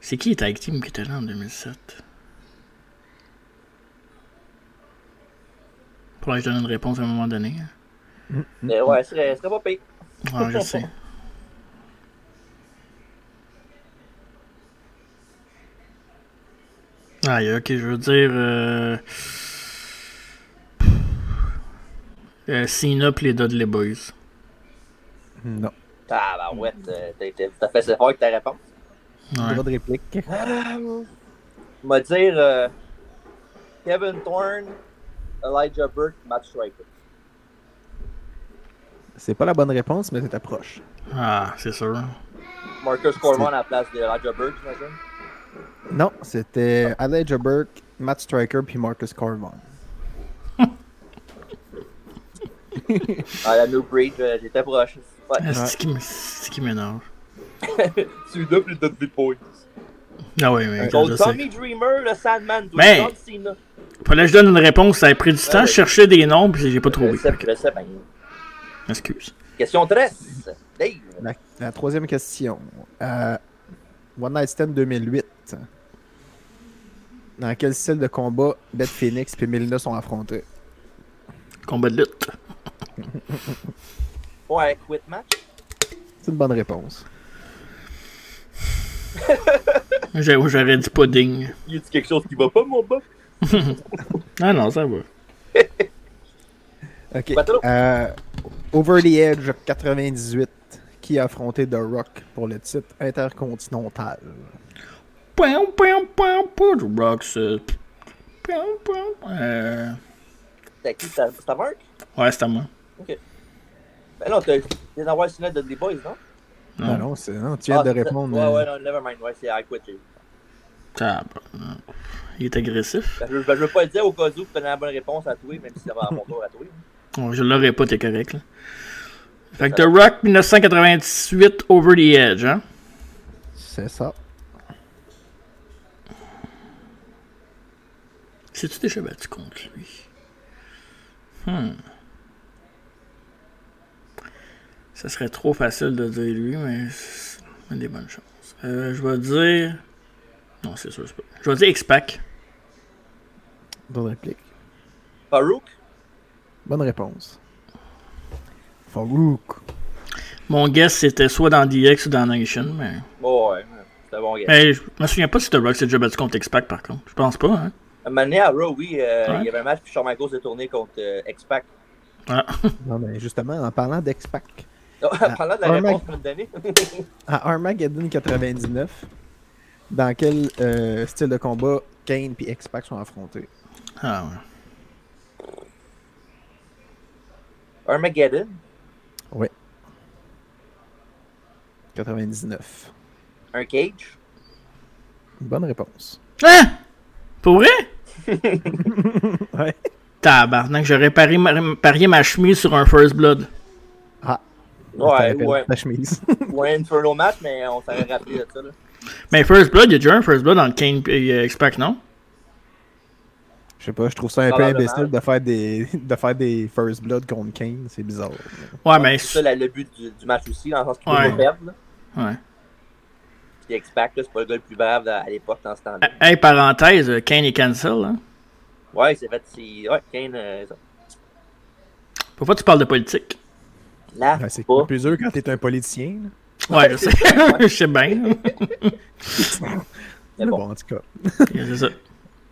S1: C'est qui les Tag Team qui était là en 2007 Faudrait que je donne une réponse à un moment donné. hein.
S2: Mais ouais, ce serait, ce serait pas payé.
S1: Ouais, je sais. Aïe, ok, je veux dire. Euh... Euh, Cena pis les Dudley Boys.
S4: non.
S2: Ah, bah ouais, t'as- t'as- t'as- t'as fait ça fort avec ta réponse.
S1: Ouais.
S4: Droit de réplique.
S2: On va dire euh, Kevin Thorne, Elijah Burke, Matt Striker.
S4: C'est pas la bonne réponse, mais c'est ta proche.
S1: Ah, c'est sûr.
S2: Marcus Corman à la place de Elijah Burke, j'imagine.
S4: Non, c'était Elijah Burke, Matt Striker puis Marcus Corvon.
S2: Ah, la New Breed, euh, j'étais proche. Ouais.
S1: C'est qui m- c'est qui m'énerve.
S2: Celui-là, plus Dudley Boys.
S1: Ah oui, mais regarde,
S2: Donc,
S1: je
S2: Euh, Tommy
S1: sais.
S2: Dreamer, le Sandman,
S1: Mais-
S2: John Cena.
S1: Fallait que je donne une réponse, ça a pris du temps, je cherchais des noms pis j'ai pas
S2: Je
S1: trouvé.
S2: sais,
S1: Ok,
S2: je sais, ben,
S1: Excuse.
S2: Question 13. Dave.
S4: La, la troisième question. Euh, One Night Stand 2008. Dans quel style de combat Beth Phoenix et Melina sont affrontés?
S1: Combat de lutte.
S2: Ouais, quit match.
S4: C'est une bonne réponse.
S1: J'ai- J'aurais dit pudding.
S2: Y a-tu quelque chose qui va pas, mon bas?
S1: Ah non, ça va.
S4: Ok.
S2: Bateau.
S4: Euh, Over the Edge 98 qui a affronté The Rock pour le titre intercontinental.
S1: Poum, poum, poum, poum, du Brox. euh, poum, poum, euh,
S2: T'as qui ta, ta marque?
S1: Ouais, c'est à moi.
S2: Ben non, t'as t'es dans Wild Sinnet de The Boys, non?
S1: Non.
S4: Non, non, c'est- non, tu viens
S2: Ah,
S4: de
S2: c'est-
S4: répondre.
S2: Ouais,
S4: euh,
S2: ouais, non, never mind. Ouais, c'est I quit. j'ai-
S1: Tabarnak. Il est agressif.
S2: Ben, je, ben, je veux pas le dire au cas où tu la bonne réponse à toi, même si ça va à mon tour à toi.
S1: Bon, je l'aurais pas, t'es correct. Là. Fait que The Rock 1998 Over the Edge, hein?
S4: C'est ça.
S1: C'est-tu déjà battu contre lui? Hmm. Ça serait trop facile de dire lui, mais c'est une des bonnes chances. Euh, je vais dire. Non, c'est sûr, c'est pas. Je vais dire X-Pac.
S4: Bonne réplique.
S2: Farouk?
S4: Bonne réponse. Farouk.
S1: Mon guess, c'était soit dans DX ou dans Nation, mais.
S2: Bon, ouais, c'est un bon gars.
S1: Mais je me souviens pas si The Rock s'est déjà battu contre X-Pac par contre. Je pense pas, hein.
S2: Un moment donné, à Raw, oui, euh,
S1: Ouais.
S2: il y avait un match, puis Shawn Michaels s'est tourné contre euh, X-Pac.
S1: Ah.
S4: Non, mais justement, en parlant d'X-Pac,
S2: Oh, en parlant de la
S4: Ah, un
S2: réponse
S4: mec.
S2: qu'on me donnée,
S4: à Armageddon 99, dans quel euh, style de combat Kane et X-Pac sont affrontés
S1: Ah ouais.
S2: Armageddon,
S4: 99.
S2: un cage.
S4: Ah, Bonne réponse.
S1: Hein? Pour vrai?
S4: Ouais.
S1: Tabarnak, j'aurais parié ma, parié ma chemise sur un First Blood.
S2: Ouais,
S4: Je te rappelle,
S2: ouais.
S4: Ta chemise.
S2: Ou un Inferno match, mais on s'en est rappelé de ça. Là.
S1: Mais First Blood, il y a déjà un First Blood dans le Kane et euh, X-Pac, non?
S4: Je sais pas, je trouve ça un peu
S2: Probablement.
S4: imbécile de faire des de faire des First Blood contre Kane, c'est bizarre.
S1: Ouais, mais.
S2: C'est ça la- le but du, du match aussi, dans le sens qu'il
S1: Ouais.
S2: peut pas perdre. là.
S1: Ouais.
S2: Puis X-Pac, là, c'est pas le gars le plus brave de- à l'époque dans ce temps-là.
S1: Hey, parenthèse, euh, Kane est cancel, hein?
S2: Ouais, c'est fait. c'est- Ouais, Kane, euh, ça.
S1: Pourquoi tu parles de politique?
S2: Là,
S4: Ben, c'est
S2: c'est pas.
S4: plus dur quand t'es un politicien. là.
S1: Ouais, je sais. je sais bien. hein.
S2: Mais
S4: Mais
S2: bon.
S4: bon. en tout cas.
S1: C'est ça.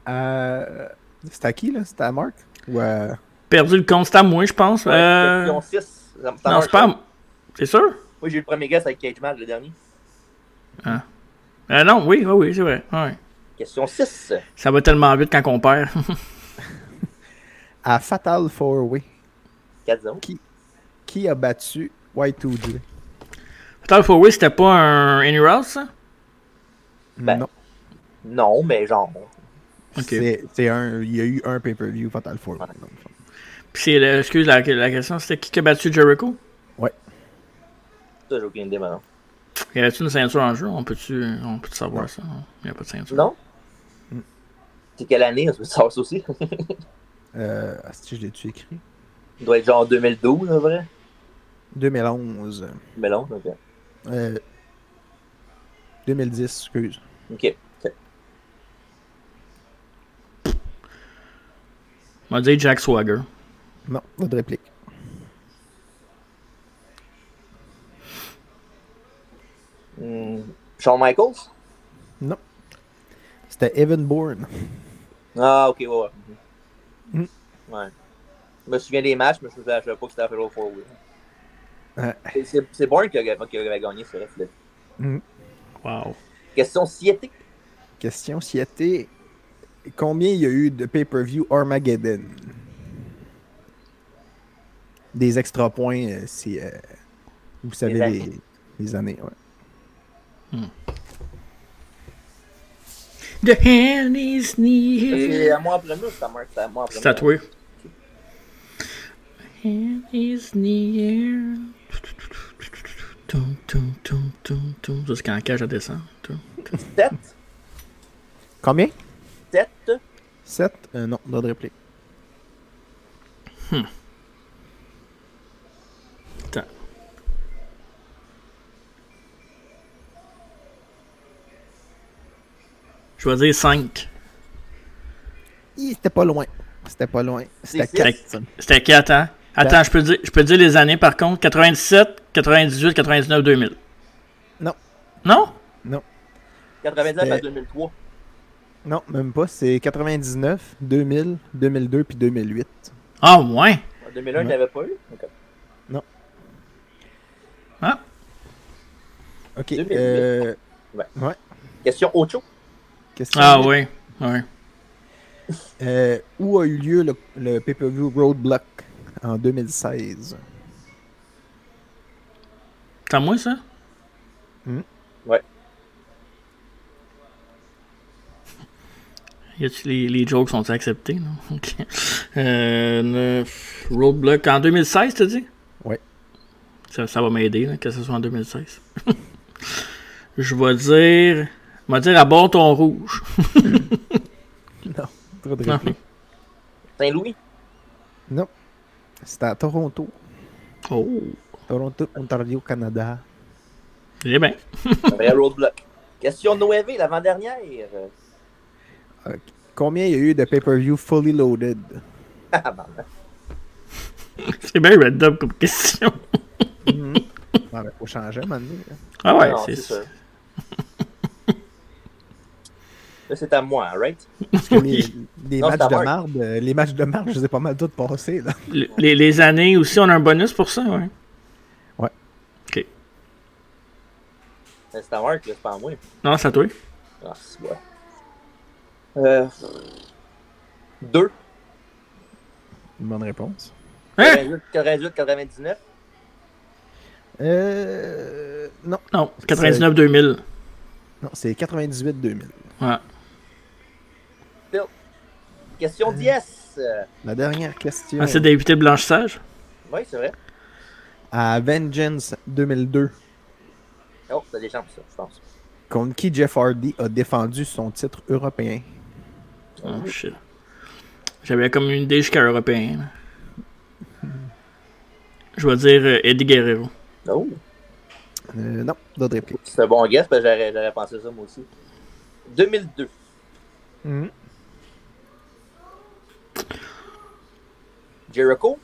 S4: Euh, c'est à qui là C'est à Marc ou à-
S1: Perdu le constat, moi, je pense. Euh,
S2: Question 6. Ça
S1: Non,
S2: me semble
S1: c'est pas. à- C'est sûr?
S2: Moi, j'ai eu le premier guess avec Cage Match, le dernier.
S1: Euh, non, oui, oui, oui, c'est vrai. Ouais.
S2: Question 6.
S1: Ça va tellement vite quand on perd.
S4: à Fatal Four Way
S2: 4-0.
S4: qui a battu Y2J
S1: Fatal Four Way, c'était pas un hein. Any Rouse, ça?
S2: Ben,
S4: Non,
S2: Non, mais genre.
S1: ok.
S4: c'est c'est un il y a eu un pay-per-view Fatal Four Way. dans le fond.
S1: Puis c'est, le- excuse, la, la question, c'était qui qui a battu Jericho?
S2: Ça, j'ai aucune idée maintenant.
S1: Y avait-tu une ceinture en jeu? On peut-tu, on peut savoir ça? Il Y a pas de ceinture.
S2: Non? C'est quelle année? On peut savoir ça aussi.
S4: Euh, est-ce que je l'ai-tu écrit
S2: Il doit être genre 2012, en vrai.
S4: 2011.
S2: Mais non, ok.
S4: Euh, 2010, excuse.
S2: Ok. Ok.
S1: On m'a dit Jack Swagger.
S4: Non, pas de réplique.
S2: Hmm. Shawn Michaels?
S4: C'était Evan Bourne.
S2: Ah, ok, ouais, ouais. Mhm.
S4: Mm.
S2: Ouais. Je me souviens des matchs, mais je me souviens- je savais pas que c'était à Fatal Four
S4: Ouais.
S2: C'est C'est c'est Bourne qui, a- qui avait gagné, c'est vrai. c'est vrai.
S1: Wow.
S2: Question sciatique.
S4: Question si était combien il y a eu de pay-per-view Armageddon Des extra points, euh, c'est euh, vous savez
S2: Les
S4: les,
S2: années.
S4: les années, ouais.
S1: The hand is
S2: C'est
S1: near.
S2: à moi en premier ou c'est à moi C'est à moi en premier.
S1: C'est tatoué. Hand is near. Tum, tum, tum, tum, tum. Ça, c'est quand la cage elle descend. Tum.
S2: Tête.
S4: Combien
S2: Tête.
S4: 7 euh, Non, pas de réplique.
S1: Attends. Je vais dire 5.
S4: Hi, C'était pas loin. C'était pas loin. C'était
S2: C'est six.
S4: 4.
S1: C'était 4 hein?
S4: Ben-
S1: Attends, je peux, dire, je peux dire les années par contre. 97, 98, 99, 2000.
S4: Non.
S1: Non?
S2: 99 à
S4: C'était-
S2: 2003.
S4: Non, même pas. C'est 99, 2000, 2002 puis 2008.
S1: Ah, ouais.
S2: En 2001,
S4: Ouais.
S2: je l'avais pas eu. Ok.
S1: Ah.
S4: Ok.
S2: 2008.
S4: euh,
S2: Ouais.
S4: ouais.
S2: Question Ocho.
S4: euh, Question
S1: Ah oui, oui.
S4: Euh, où a eu lieu le, le pay-per-view Roadblock en 2016?
S1: C'est à moi, ça?
S4: Hmm.
S2: Ouais.
S1: Y a-tu les, les jokes sont acceptés? Non? Ok. Euh, neuf. Roadblock en 2016, t'as dit?
S4: Ouais.
S1: Ça, ça va m'aider, là, que ce soit en 2016. Je vais dire. Je vais dire à bord ton rouge.
S4: Trop de
S1: Non.
S4: répliques.
S2: Saint-Louis.
S4: C'était à Toronto.
S1: Oh.
S4: Toronto, Ontario, Canada.
S1: Eh bien.
S2: Un vrai roadblock. Question de Noévé, l'avant-dernière.
S4: Combien il y a eu de pay-per-view fully loaded?
S2: Ah, bon.
S1: C'est bien random comme question.
S4: Mhm. Ah ben, faut changer maintenant.
S1: Ah ouais,
S2: Non,
S1: c'est
S2: sûr.
S1: ça.
S2: Là, c'est à moi, hein, right?
S4: Parce que les, les
S2: Non, c'est
S4: matchs
S2: à
S4: de
S2: Marc.
S4: marde, euh, les matchs de marde, je les ai pas mal tous passés. Là.
S1: Le- Les, les années aussi, on a un bonus pour ça, ouais.
S2: Mais C'est à Marc, là, c'est pas à moi.
S1: Non, c'est à toi.
S2: Ah, c'est bon. Euh... Deux.
S4: Une bonne réponse.
S1: Hein?
S2: 88, 88, 99.
S4: Euh, non,
S1: Non, 99-2000.
S4: non c'est 98-2000.
S1: Ouais. Hein?
S2: Question Euh, 10.
S4: La dernière question.
S1: Ah, c'est d'éviter le blanchissage.
S2: oui, c'est vrai.
S4: À Vengeance 2002,
S2: Oh, t'as des gens pour ça, je pense.
S4: contre qui Jeff Hardy a défendu son titre européen?
S1: Oh shit. J'avais comme une idée jusqu'à européen. là. Je vais dire euh, Eddie Guerrero.
S2: Oh,
S4: Euh, non, d'autres répliques.
S2: c'est un bon guess, parce que j'aurais, j'aurais pensé ça moi aussi. 2002.
S4: Mhm.
S2: Jericho.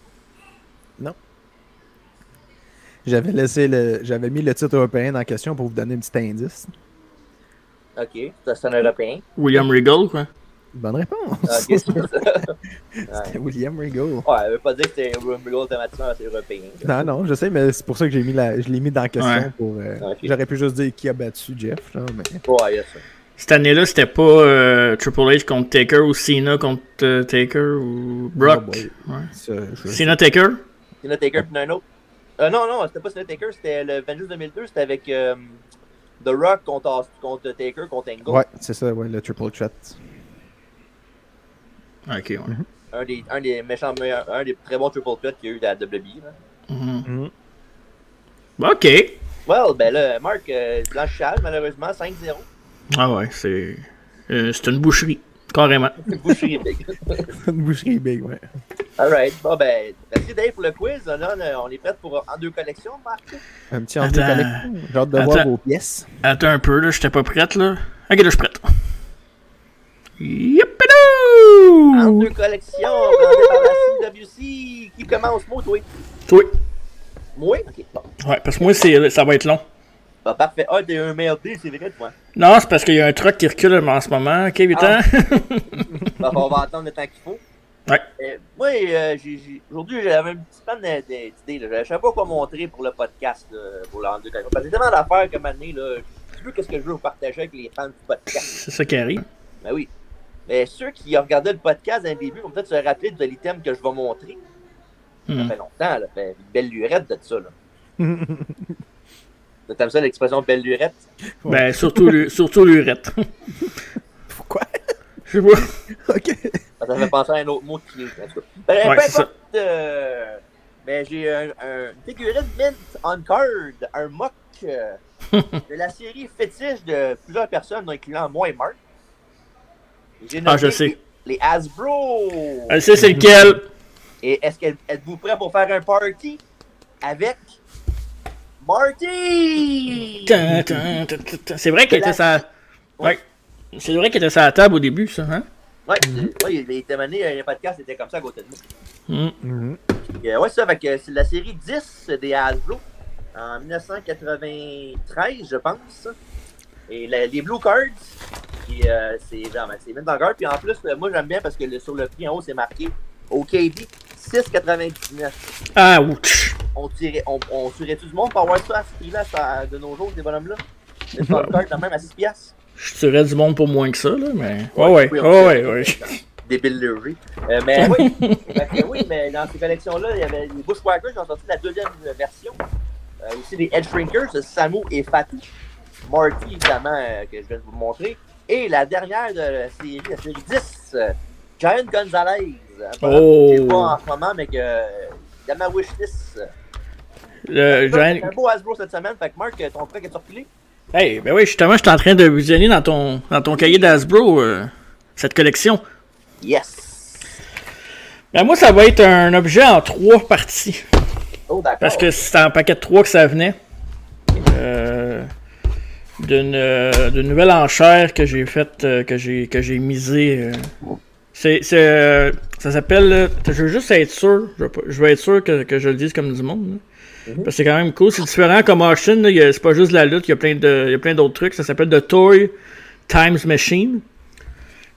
S4: J'avais laissé le, j'avais mis le titre européen dans la question pour vous donner un petit indice.
S2: Ok, ça, c'est un Européen.
S1: William Regal, quoi.
S4: Bonne réponse.
S2: Ah, Ok, c'est ça.
S4: C'était William Regal.
S2: Ouais, elle veut pas dire que c'est Rumble automatiquement, c'est Européen.
S4: Non, non, je sais, mais c'est pour ça que j'ai mis la, je l'ai mis dans la question.
S1: Ouais.
S4: Pour, euh,
S2: Ok.
S4: J'aurais pu juste dire qui a battu Jeff. Là, mais...
S2: Ouais, yes.
S1: Cette année-là, c'était pas euh, Triple H contre Taker ou Cena contre euh, Taker ou Brock.
S4: Oh boy.
S1: Ouais.
S4: Ça, je-
S1: Cena Taker
S2: Tina Taker, puis un autre. Euh, non, non, c'était pas Tina Taker, c'était le Vengeance 2002, c'était avec euh, The Rock contre, Aus- contre Taker, contre Angle.
S4: Ouais, c'est ça, ouais, le triple threat.
S1: Ok, ouais.
S2: Un, des, un des méchants, meilleurs- un des très bons triple threats qu'il y a eu dans la WWE. E, là.
S1: Mhm.
S4: Mhm.
S1: Ok.
S2: Well, ben là, Marc, euh, blanchissage, malheureusement, 5-0.
S1: Ah ouais, c'est. euh, c'est une boucherie, carrément.
S2: Boucherie big.
S4: Une boucherie big, ouais.
S2: Alright, bon ben, merci Dave pour le quiz. Là, on, euh, on est prêt pour euh, en deux collections, Marc.
S4: Un petit enjeu
S1: Attends.
S4: collectif. J'ai hâte de voir
S1: Attends.
S4: vos pièces.
S1: Attends un peu, là, j'étais pas prête, là. Ok, là, je suis prête. Yipidou!
S2: En deux collections, on va la CWC. Qui commence, moi, ou toi?
S1: Oui.
S2: Moi? Ok, bon.
S1: Ouais, parce que moi, c'est, ça va être long.
S2: Bah, parfait. Ah, t'es un merdé, c'est vrai, toi. hein.
S1: Non, c'est parce qu'il y a un truck qui recule en ce moment. Ok, 8
S2: Ah.
S1: ans.
S2: Bah, on va attendre le temps qu'il faut.
S1: Ouais.
S2: Euh, moi, euh, j'ai- j'ai- aujourd'hui, j'avais un petit plan de- de- d'idées. là. Je savais pas quoi montrer pour le podcast, là, pour l'an 2. Parce que j'ai tellement d'affaires comme année, là. Je veux qu'est-ce que je veux vous partager avec les fans du podcast.
S1: C'est ça qui arrive.
S2: Ben oui. Mais ceux qui regardaient le podcast d'un début vont peut-être se rappeler de l'item que je vais montrer. Ça
S1: Hmm.
S2: fait longtemps, là. Fait une belle lurette de ça, là. T'aimes ça l'expression belle lurette?
S1: Ben, surtout, l'u- surtout l'urette.
S4: Pourquoi?
S1: Je sais pas.
S4: ok.
S2: Ça me fait penser à un autre mot qui est. En tout cas. Ben,
S1: Hmm. Ouais,
S2: peu
S1: c'est ça.
S2: importe. euh, ben, j'ai un, un- une figurine Mint on Card, un mock euh, de la série fétiche de plusieurs personnes, incluant moi et Marc. J'ai
S1: Ah,
S2: nommé
S1: je sais.
S2: Les Hasbro.
S1: Je sais, Euh, c'est lequel.
S2: Et est-ce qu'elle êtes-vous prêt pour faire un party avec Marty?
S1: Tan, tan, tan, tan, tan. C'est vrai qu'il était sa. Ouais. C'est vrai qu'il était sa table au début, ça, hein?
S2: Ouais, c'est- ouais, il était mené, euh, le podcast était comme ça à côté de nous.
S1: Hmm.
S4: Mhm.
S2: Euh, ouais, ça, fait que c'est la série 10 des Hasbro en 1993, je pense. Et la- les Blue Cards, qui, euh, c'est genre, ben, c'est même dans le garde. Puis en plus, euh, moi j'aime bien parce que le- sur le prix en haut, c'est marqué au KB 6,99.
S1: Ah, ouch.
S2: On tirait, on, on tuerait tout le monde pour avoir ça à ce prix-là ça, de nos jours, ces bonhommes-là. Les Blue Cards, quand même à 6$. piastres.
S1: Je tuerais du monde pour moins que ça, là, mais. Ouais, ouais, ouais,
S2: oui, on peut.
S1: ouais, ouais.
S2: Des Bill Lurie. Euh, mais oui, Fait que oui, mais dans ces collections-là, il y avait les Bushwhackers, j'en sorti la deuxième version. Euh, aussi les Edge Shrinkers, Samu et Fatou. Marty, évidemment, euh, que je vais vous montrer. Et la dernière de la série, la série 10, euh, Giant Gonzalez.
S1: Oh.
S2: Je sais pas en ce moment, mais que euh, dans ma wishlist. euh,
S1: Le Giant-
S2: C'est un beau Hasbro cette semaine, fait que Marc, ton truc est reculé.
S1: Hey, ben oui, justement, je suis en train de visionner dans ton, dans ton cahier d'Asbro cette collection.
S2: Yes!
S1: Ben moi, ça va être un objet en trois parties.
S2: Oh, d'accord.
S1: Parce que c'est en paquet de 3 que ça venait. Euh, d'une, euh, d'une nouvelle enchère que j'ai faite, euh, que j'ai, que j'ai misée. euh. C'est, c'est, euh, ça s'appelle. euh, je veux juste être sûr. Je veux, pas- je veux être sûr que, que je le dise comme du monde. là. Parce que c'est quand même cool. C'est différent comme auction. là, il y a- c'est pas juste la lutte. Il y a plein, de, il y a plein d'autres trucs. Ça s'appelle The Toy Times Machine.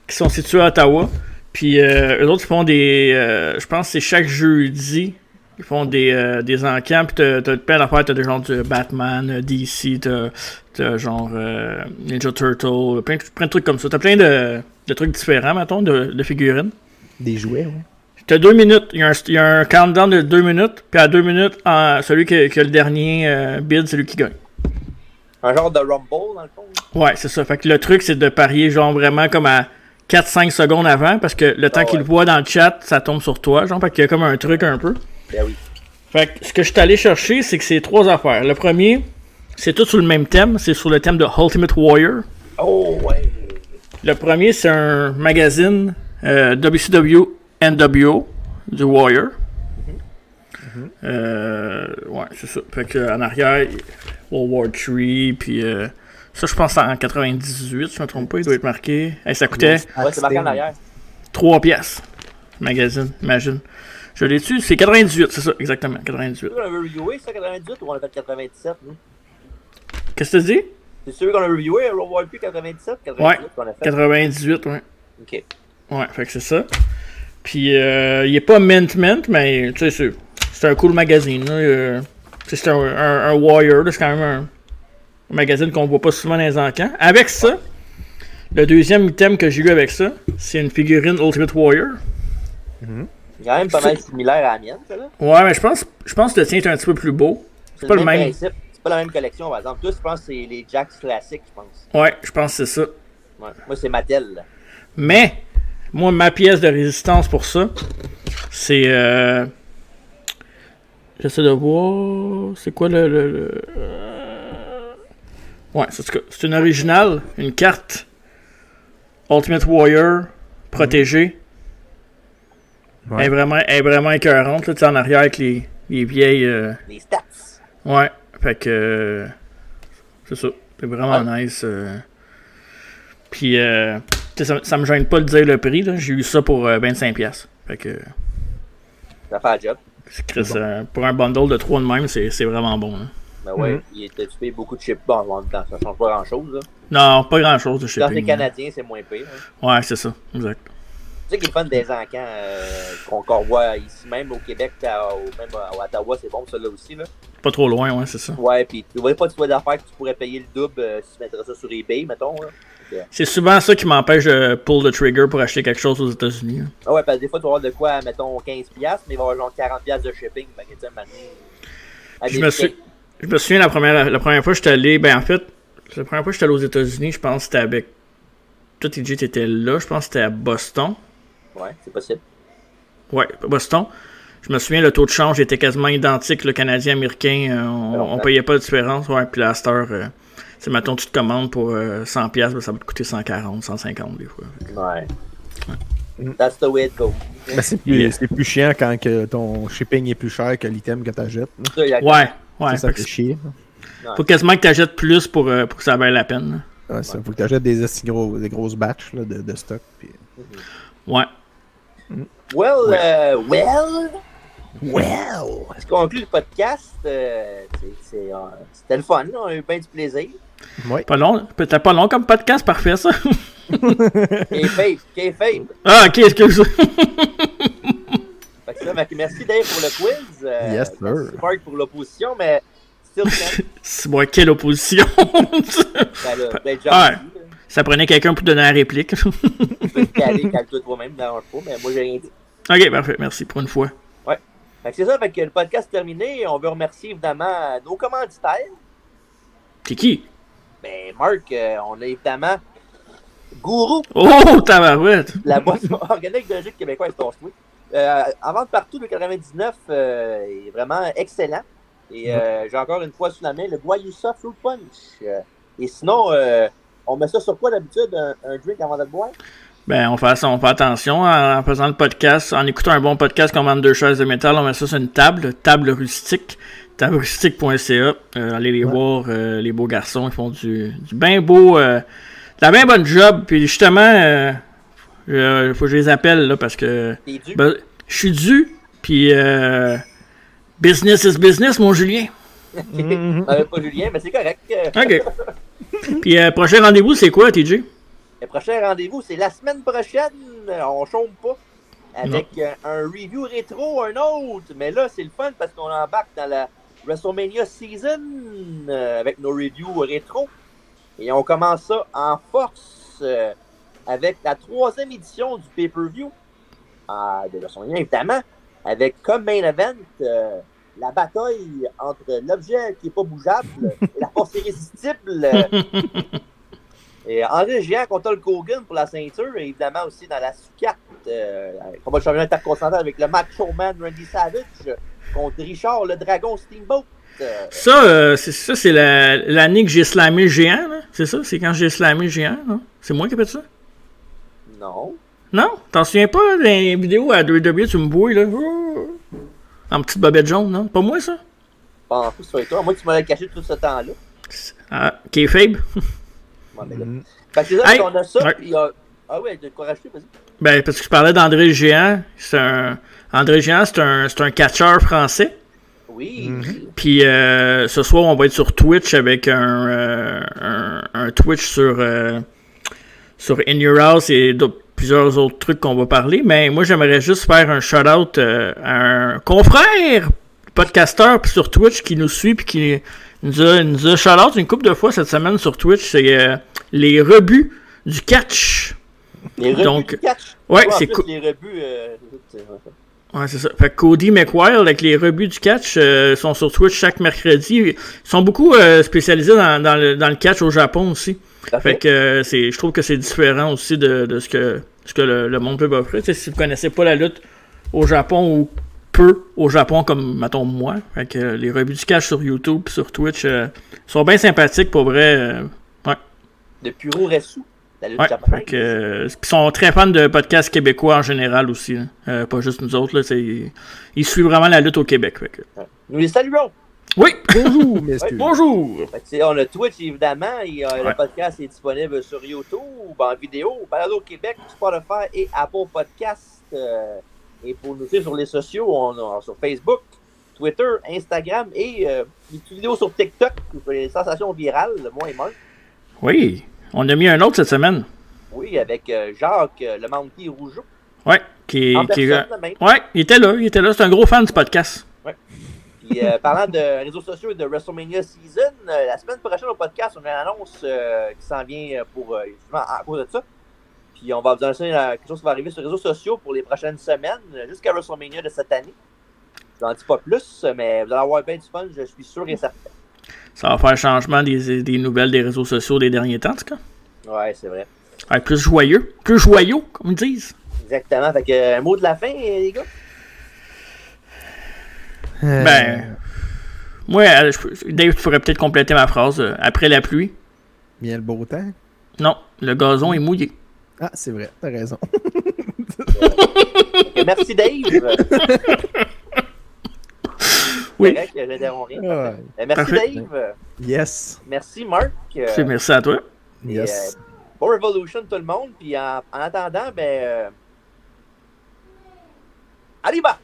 S1: Qui sont situés à Ottawa. Puis euh, eux autres ils font des. euh, je pense que c'est chaque jeudi. Ils font des, euh, des encans, puis t'as t'as plein d'affaires, t'as des gens de Batman, euh, DC, t'as t'as genre euh, Ninja Turtle, plein, de- plein de trucs comme ça. T'as plein de, de trucs différents, mettons, de, de figurines.
S4: Des jouets, ouais.
S1: T'as deux minutes, il y, a un, il y a un countdown de deux minutes, puis à deux minutes, en- celui qui, qui a le dernier euh, bid, c'est lui qui gagne.
S2: Un genre de Rumble, dans le fond.
S1: Ouais, c'est ça. Fait que le truc, c'est de parier genre vraiment comme à 4-5 secondes avant, parce que le temps qu'il
S2: ouais.
S1: voit dans le chat, ça tombe sur toi, genre, fait qu'il y a comme un truc un peu.
S2: Ben oui.
S1: Fait que ce que je suis allé chercher, c'est que c'est trois affaires. Le premier, c'est tout sur le même thème, c'est sur le thème de Ultimate Warrior.
S2: Oh, ouais.
S1: Le premier, c'est un magazine euh, WCW NWO du Warrior. Euh, ouais, c'est ça. Fait que, en arrière, World War 3, puis euh, ça, je pense que c'est en 98, si je me trompe pas, il doit être marqué. Hey, ça coûtait
S2: Ouais, c'est marqué en arrière.
S1: 3 piastres, le magazine, imagine. Je l'ai tu c'est 98, c'est ça, exactement, 98.
S2: C'est sûr qu'on avait reviewé ça 98 ou on a fait 97, nous?
S1: Qu'est-ce que tu dis?
S2: C'est sûr qu'on a reviewé World War 97, 98
S1: Ouais,
S2: qu'on a fait.
S1: 98, ouais.
S2: Ok.
S1: Ouais, fait que c'est ça. Puis, euh, il est pas mint mint, mais tu sais, c'est- c'est un cool magazine. là. Euh, tu sais, c'est un, un, un Warrior, là, c'est quand même un, un magazine qu'on voit pas souvent dans les encans. Avec ça, le deuxième item que j'ai eu avec ça, c'est une figurine Ultimate Warrior.
S2: C'est quand même pas mal similaire à la mienne, celle-là.
S1: Ouais, mais je pense, je pense que le tien est un petit peu plus beau.
S2: C'est
S1: pas le même.
S2: principe. C'est pas la même collection, par exemple. Toi, je pense que c'est les Jacks classiques, je pense.
S1: Ouais, je pense que c'est ça.
S2: Ouais. Moi, c'est Mattel. là.
S1: Mais, moi, ma pièce de résistance pour ça, c'est. Euh... J'essaie de voir. C'est quoi le. le- le- euh, Ouais, c'est en tout cas, c'est une originale, une carte Ultimate Warrior protégée.
S4: Ouais.
S1: Elle est vraiment, elle est vraiment écœurante, là, tu sais, en arrière avec les, les vieilles. euh,
S2: Les stats.
S1: Ouais, fait que. euh, C'est ça. C'est vraiment nice. euh. Puis, euh, tu sais, ça, ça me gêne pas de dire le prix. là. J'ai eu ça pour euh, 25$. Fait que,
S2: Ça fait un job.
S1: c'est Chris, euh, pour un bundle de 3 de même, c'est c'est vraiment bon. là.
S2: Mais ouais,
S1: Mhm.
S2: il était, tu payes beaucoup de chips. Bon, en même temps, ça change pas grand-chose, là.
S1: Non, pas grand chose de
S2: Quand t'es
S1: shipping. là.
S2: canadien, c'est moins pire. hein.
S1: Ouais, c'est ça. Exact.
S2: Tu sais qu'il est fun des encans euh, qu'on qu'on voit ici même au Québec, puis à- au- même à Ottawa, c'est bon, celle-là aussi, là.
S1: Pas trop loin, ouais, c'est ça.
S2: Ouais, puis tu vois pas de toit d'affaires que tu pourrais payer le double euh, si tu mettrais ça sur eBay, mettons. Là.
S1: C'est souvent ça qui m'empêche de pull the trigger pour acheter quelque chose aux États-Unis. là.
S2: Ah ouais, parce que des fois, tu vas avoir de quoi, mettons, 15$, mais il va y avoir genre 40$ de shipping. Fait que tu sais, un moment donné, à
S1: Je
S2: des
S1: me,
S2: prix-
S1: suis- je me souviens la première, la première fois que j'étais allé, ben en fait, la première fois que j'étais allé aux États-Unis, je pense que c'était avec. Toi, TJ, t'étais là, je pense que c'était à Boston.
S2: Ouais, c'est possible.
S1: Ouais, Boston. Je me souviens, le taux de change était quasiment identique, le Canadien-Américain. euh, on, on payait pas de différence. Ouais, puis là, à cette heure, euh, c'est mettons, tu te commandes pour euh, 100$, piastres, ben, ça va te coûter 140, 150 des fois.
S2: Ouais. That's the way it goes.
S4: Ben, c'est plus,
S1: Yeah.
S4: c'est plus chiant quand que ton shipping est plus cher que l'item que t'achètes. là.
S2: Ça, il y a-
S1: Ouais, ouais.
S4: Ça, ça
S1: Fait que
S4: fait chier.
S1: faut quasiment que tu achètes plus pour, euh, pour que ça vaille la peine. là.
S4: Ouais, ça, faut que t'achètes des, esti gros, des grosses batches là, de, de stock. puis-
S1: Ouais.
S2: Well, euh, well,
S4: Well!
S2: je conclue le podcast. euh, c'est- c'est, euh, C'était le fun, là, on a eu bien du plaisir.
S1: Pas long, peut-être pas long comme podcast, parfait ça.
S2: K-Fape, K-Fape.
S1: ah, ok, excuse.
S2: Fait que ça, fait que merci Dave pour le quiz. euh,
S4: Yes, sir.
S2: Merci Mark pour l'opposition, mais still,
S1: C'est moi, quelle opposition.
S2: ben, là, ben, déjà,
S1: Ah.
S2: dit, là.
S1: Ça prenait quelqu'un pour donner la réplique.
S2: Tu peux te caler, calcule toi-même, dans un pot, mais moi, j'ai rien dit.
S1: ok, parfait, merci pour une fois.
S2: Fait que c'est ça, fait que le podcast est terminé. On veut remercier évidemment nos commanditaires.
S1: C'est qui?
S2: Ben, Marc, euh, on a évidemment Gourou,
S1: Oh, tabarouette!
S2: la boisson organique biologique québécoise, ton souhait. Euh, en vente partout, le 99 euh, est vraiment excellent. Et euh, j'ai encore une fois sous la main le Guayusa Fruit Punch. Euh, et sinon, euh, on met ça sur quoi d'habitude, un, un drink avant de le boire?
S1: Ben, on fait, ça, on fait attention en, en faisant le podcast, en écoutant un bon podcast comme vend deux chaises de métal, on met ça sur une table, table rustique, tablerustique.ca. Euh, allez les
S4: Ouais.
S1: voir, euh, les beaux garçons, ils font du, du bien beau, euh, de la bien bonne job. Puis justement, euh, euh, faut que je les appelle là parce que
S2: T'es dû?
S1: ben, je suis dû. Puis euh, business is business, mon Julien.
S4: Mhm.
S2: Euh, pas Julien, mais c'est correct. Euh,
S1: Ok. Puis euh, prochain rendez-vous, c'est quoi, TJ?
S2: Le prochain rendez-vous, c'est la semaine prochaine. Euh, On chôme pas. Avec euh, un review rétro, un autre. Mais là, c'est le fun parce qu'on embarque dans la WrestleMania season euh, avec nos reviews rétro. Et on commence ça en force euh, avec la troisième édition du pay-per-view ah, de WrestleMania, évidemment. Avec comme main event euh, la bataille entre l'objet qui n'est pas bougeable et la force irrésistible. euh, et André Géant contre Hulk Hogan pour la ceinture, et évidemment aussi dans la sous-carte, euh, combat de championnat intercontinental avec le Macho Man Randy Savage euh, contre Richard le Dragon Steamboat. Euh,
S1: Ça, euh, c'est ça, c'est la- l'année que j'ai slamé géant, là. C'est ça, c'est quand j'ai slamé géant, non? C'est moi qui ai fait ça?
S2: non.
S1: Non? T'en souviens pas, là, dans les vidéos à WWE, tu me bouilles, là? Ouh! En petite bobette jaune, non? Pas moi, ça?
S2: Bon, tout sur toi. Moi, tu m'as caché tout ce temps-là.
S1: Ah, K-Fabe?
S2: Bon, ben là. Fait que c'est ça,
S1: Hey!
S2: on a ça,
S1: Ouais.
S2: puis, euh, Ah ouais, de quoi racheter, vas-y.
S1: Ben, parce que je parlais d'André Géant. C'est un... André Géant, c'est un, c'est un catcheur français.
S2: Oui.
S1: Puis euh, ce soir, on va être sur Twitch avec un, euh, un, un Twitch sur, euh, sur In Your House et d'autres- plusieurs autres trucs qu'on va parler. Mais moi, j'aimerais juste faire un shout-out euh, à un confrère podcasteur puis sur Twitch qui nous suit puis qui nous a, nous a shout-out une couple de fois cette semaine sur Twitch. C'est euh, les rebuts du catch.
S2: Les rebuts
S1: Donc,
S2: de catch.
S1: ouais,
S2: en
S1: c'est
S2: plus,
S1: cool.
S2: Les rebuts. euh, c'est-
S1: Ouais, c'est ça. Fait que Cody McWild avec les rebuts du catch euh, sont sur Twitch chaque mercredi. Ils sont beaucoup euh, spécialisés dans, dans le, dans le catch au Japon aussi. Fait
S2: Parfait.
S1: que euh, c'est, je trouve que c'est différent aussi de, de ce que, ce que le, le monde peut offrir. Tu sais, si vous connaissez pas la lutte au Japon ou peu au Japon comme mettons moi, fait que euh, les rebuts du catch sur YouTube, pis sur Twitch euh, sont bien sympathiques pour vrai. euh,
S2: De Puro Resu, la lutte
S1: Ouais,
S2: japonaise.
S1: fait que, euh, ils sont très fans de podcasts québécois en général aussi. là. Euh, pas juste nous autres. Là, c'est- ils, suivent vraiment la lutte au Québec. fait que-
S2: Nous les saluons.
S1: Oui!
S4: Bonjour, messieurs.
S1: Bonjour!
S2: Fait que c'est- on a Twitch, évidemment, et euh,
S1: Ouais.
S2: le podcast est disponible sur YouTube, en vidéo, Palado Québec, Spotify et Apple Podcast. euh, et pour nous suivre sur les sociaux, on a sur Facebook, Twitter, Instagram et euh, des petites vidéos sur TikTok, sur les sensations virales, moi et Marc.
S1: Oui! On a mis un autre cette semaine.
S2: Oui, avec euh, Jacques, euh, le Monkey Rougeau,
S1: Ouais. Qui,
S2: en
S1: qui-
S2: personne ben, même.
S1: ouais, il était là, il était là. C'est un gros fan du podcast.
S2: Puis euh, parlant de réseaux sociaux et de WrestleMania Season, euh, la semaine prochaine au podcast, on a une annonce euh, qui s'en vient euh, pour euh, justement à cause de ça. Puis on va vous annoncer euh, quelque chose qui va arriver sur les réseaux sociaux pour les prochaines semaines, euh, jusqu'à WrestleMania de cette année. Je n'en dis pas plus, mais vous allez avoir bien du fun, je suis sûr et certain.
S1: Ça va faire changement des, des nouvelles des réseaux sociaux des derniers temps, en tout cas.
S2: Ouais, c'est vrai.
S1: Ouais, plus joyeux. Plus joyeux, comme ils disent.
S2: Exactement. Fait que euh, un mot de la fin, euh, les gars.
S4: Euh,
S1: Ben. Moi, euh, je- Dave, tu pourrais peut-être compléter ma phrase. euh, après la pluie.
S4: Bien le beau temps.
S1: Non, le gazon est mouillé.
S4: Ah, c'est vrai, t'as raison.
S2: Fait que merci Dave.
S1: Oui.
S2: C'est vrai que je n'interromps rien.
S4: Ah,
S2: Euh, merci
S1: Parfait.
S2: Dave.
S4: yes.
S2: Merci Marc. Euh,
S1: C'est- Merci à toi.
S4: Yes.
S2: Bon Revolution tout le monde, puis en, en attendant, ben... euh, Arriba!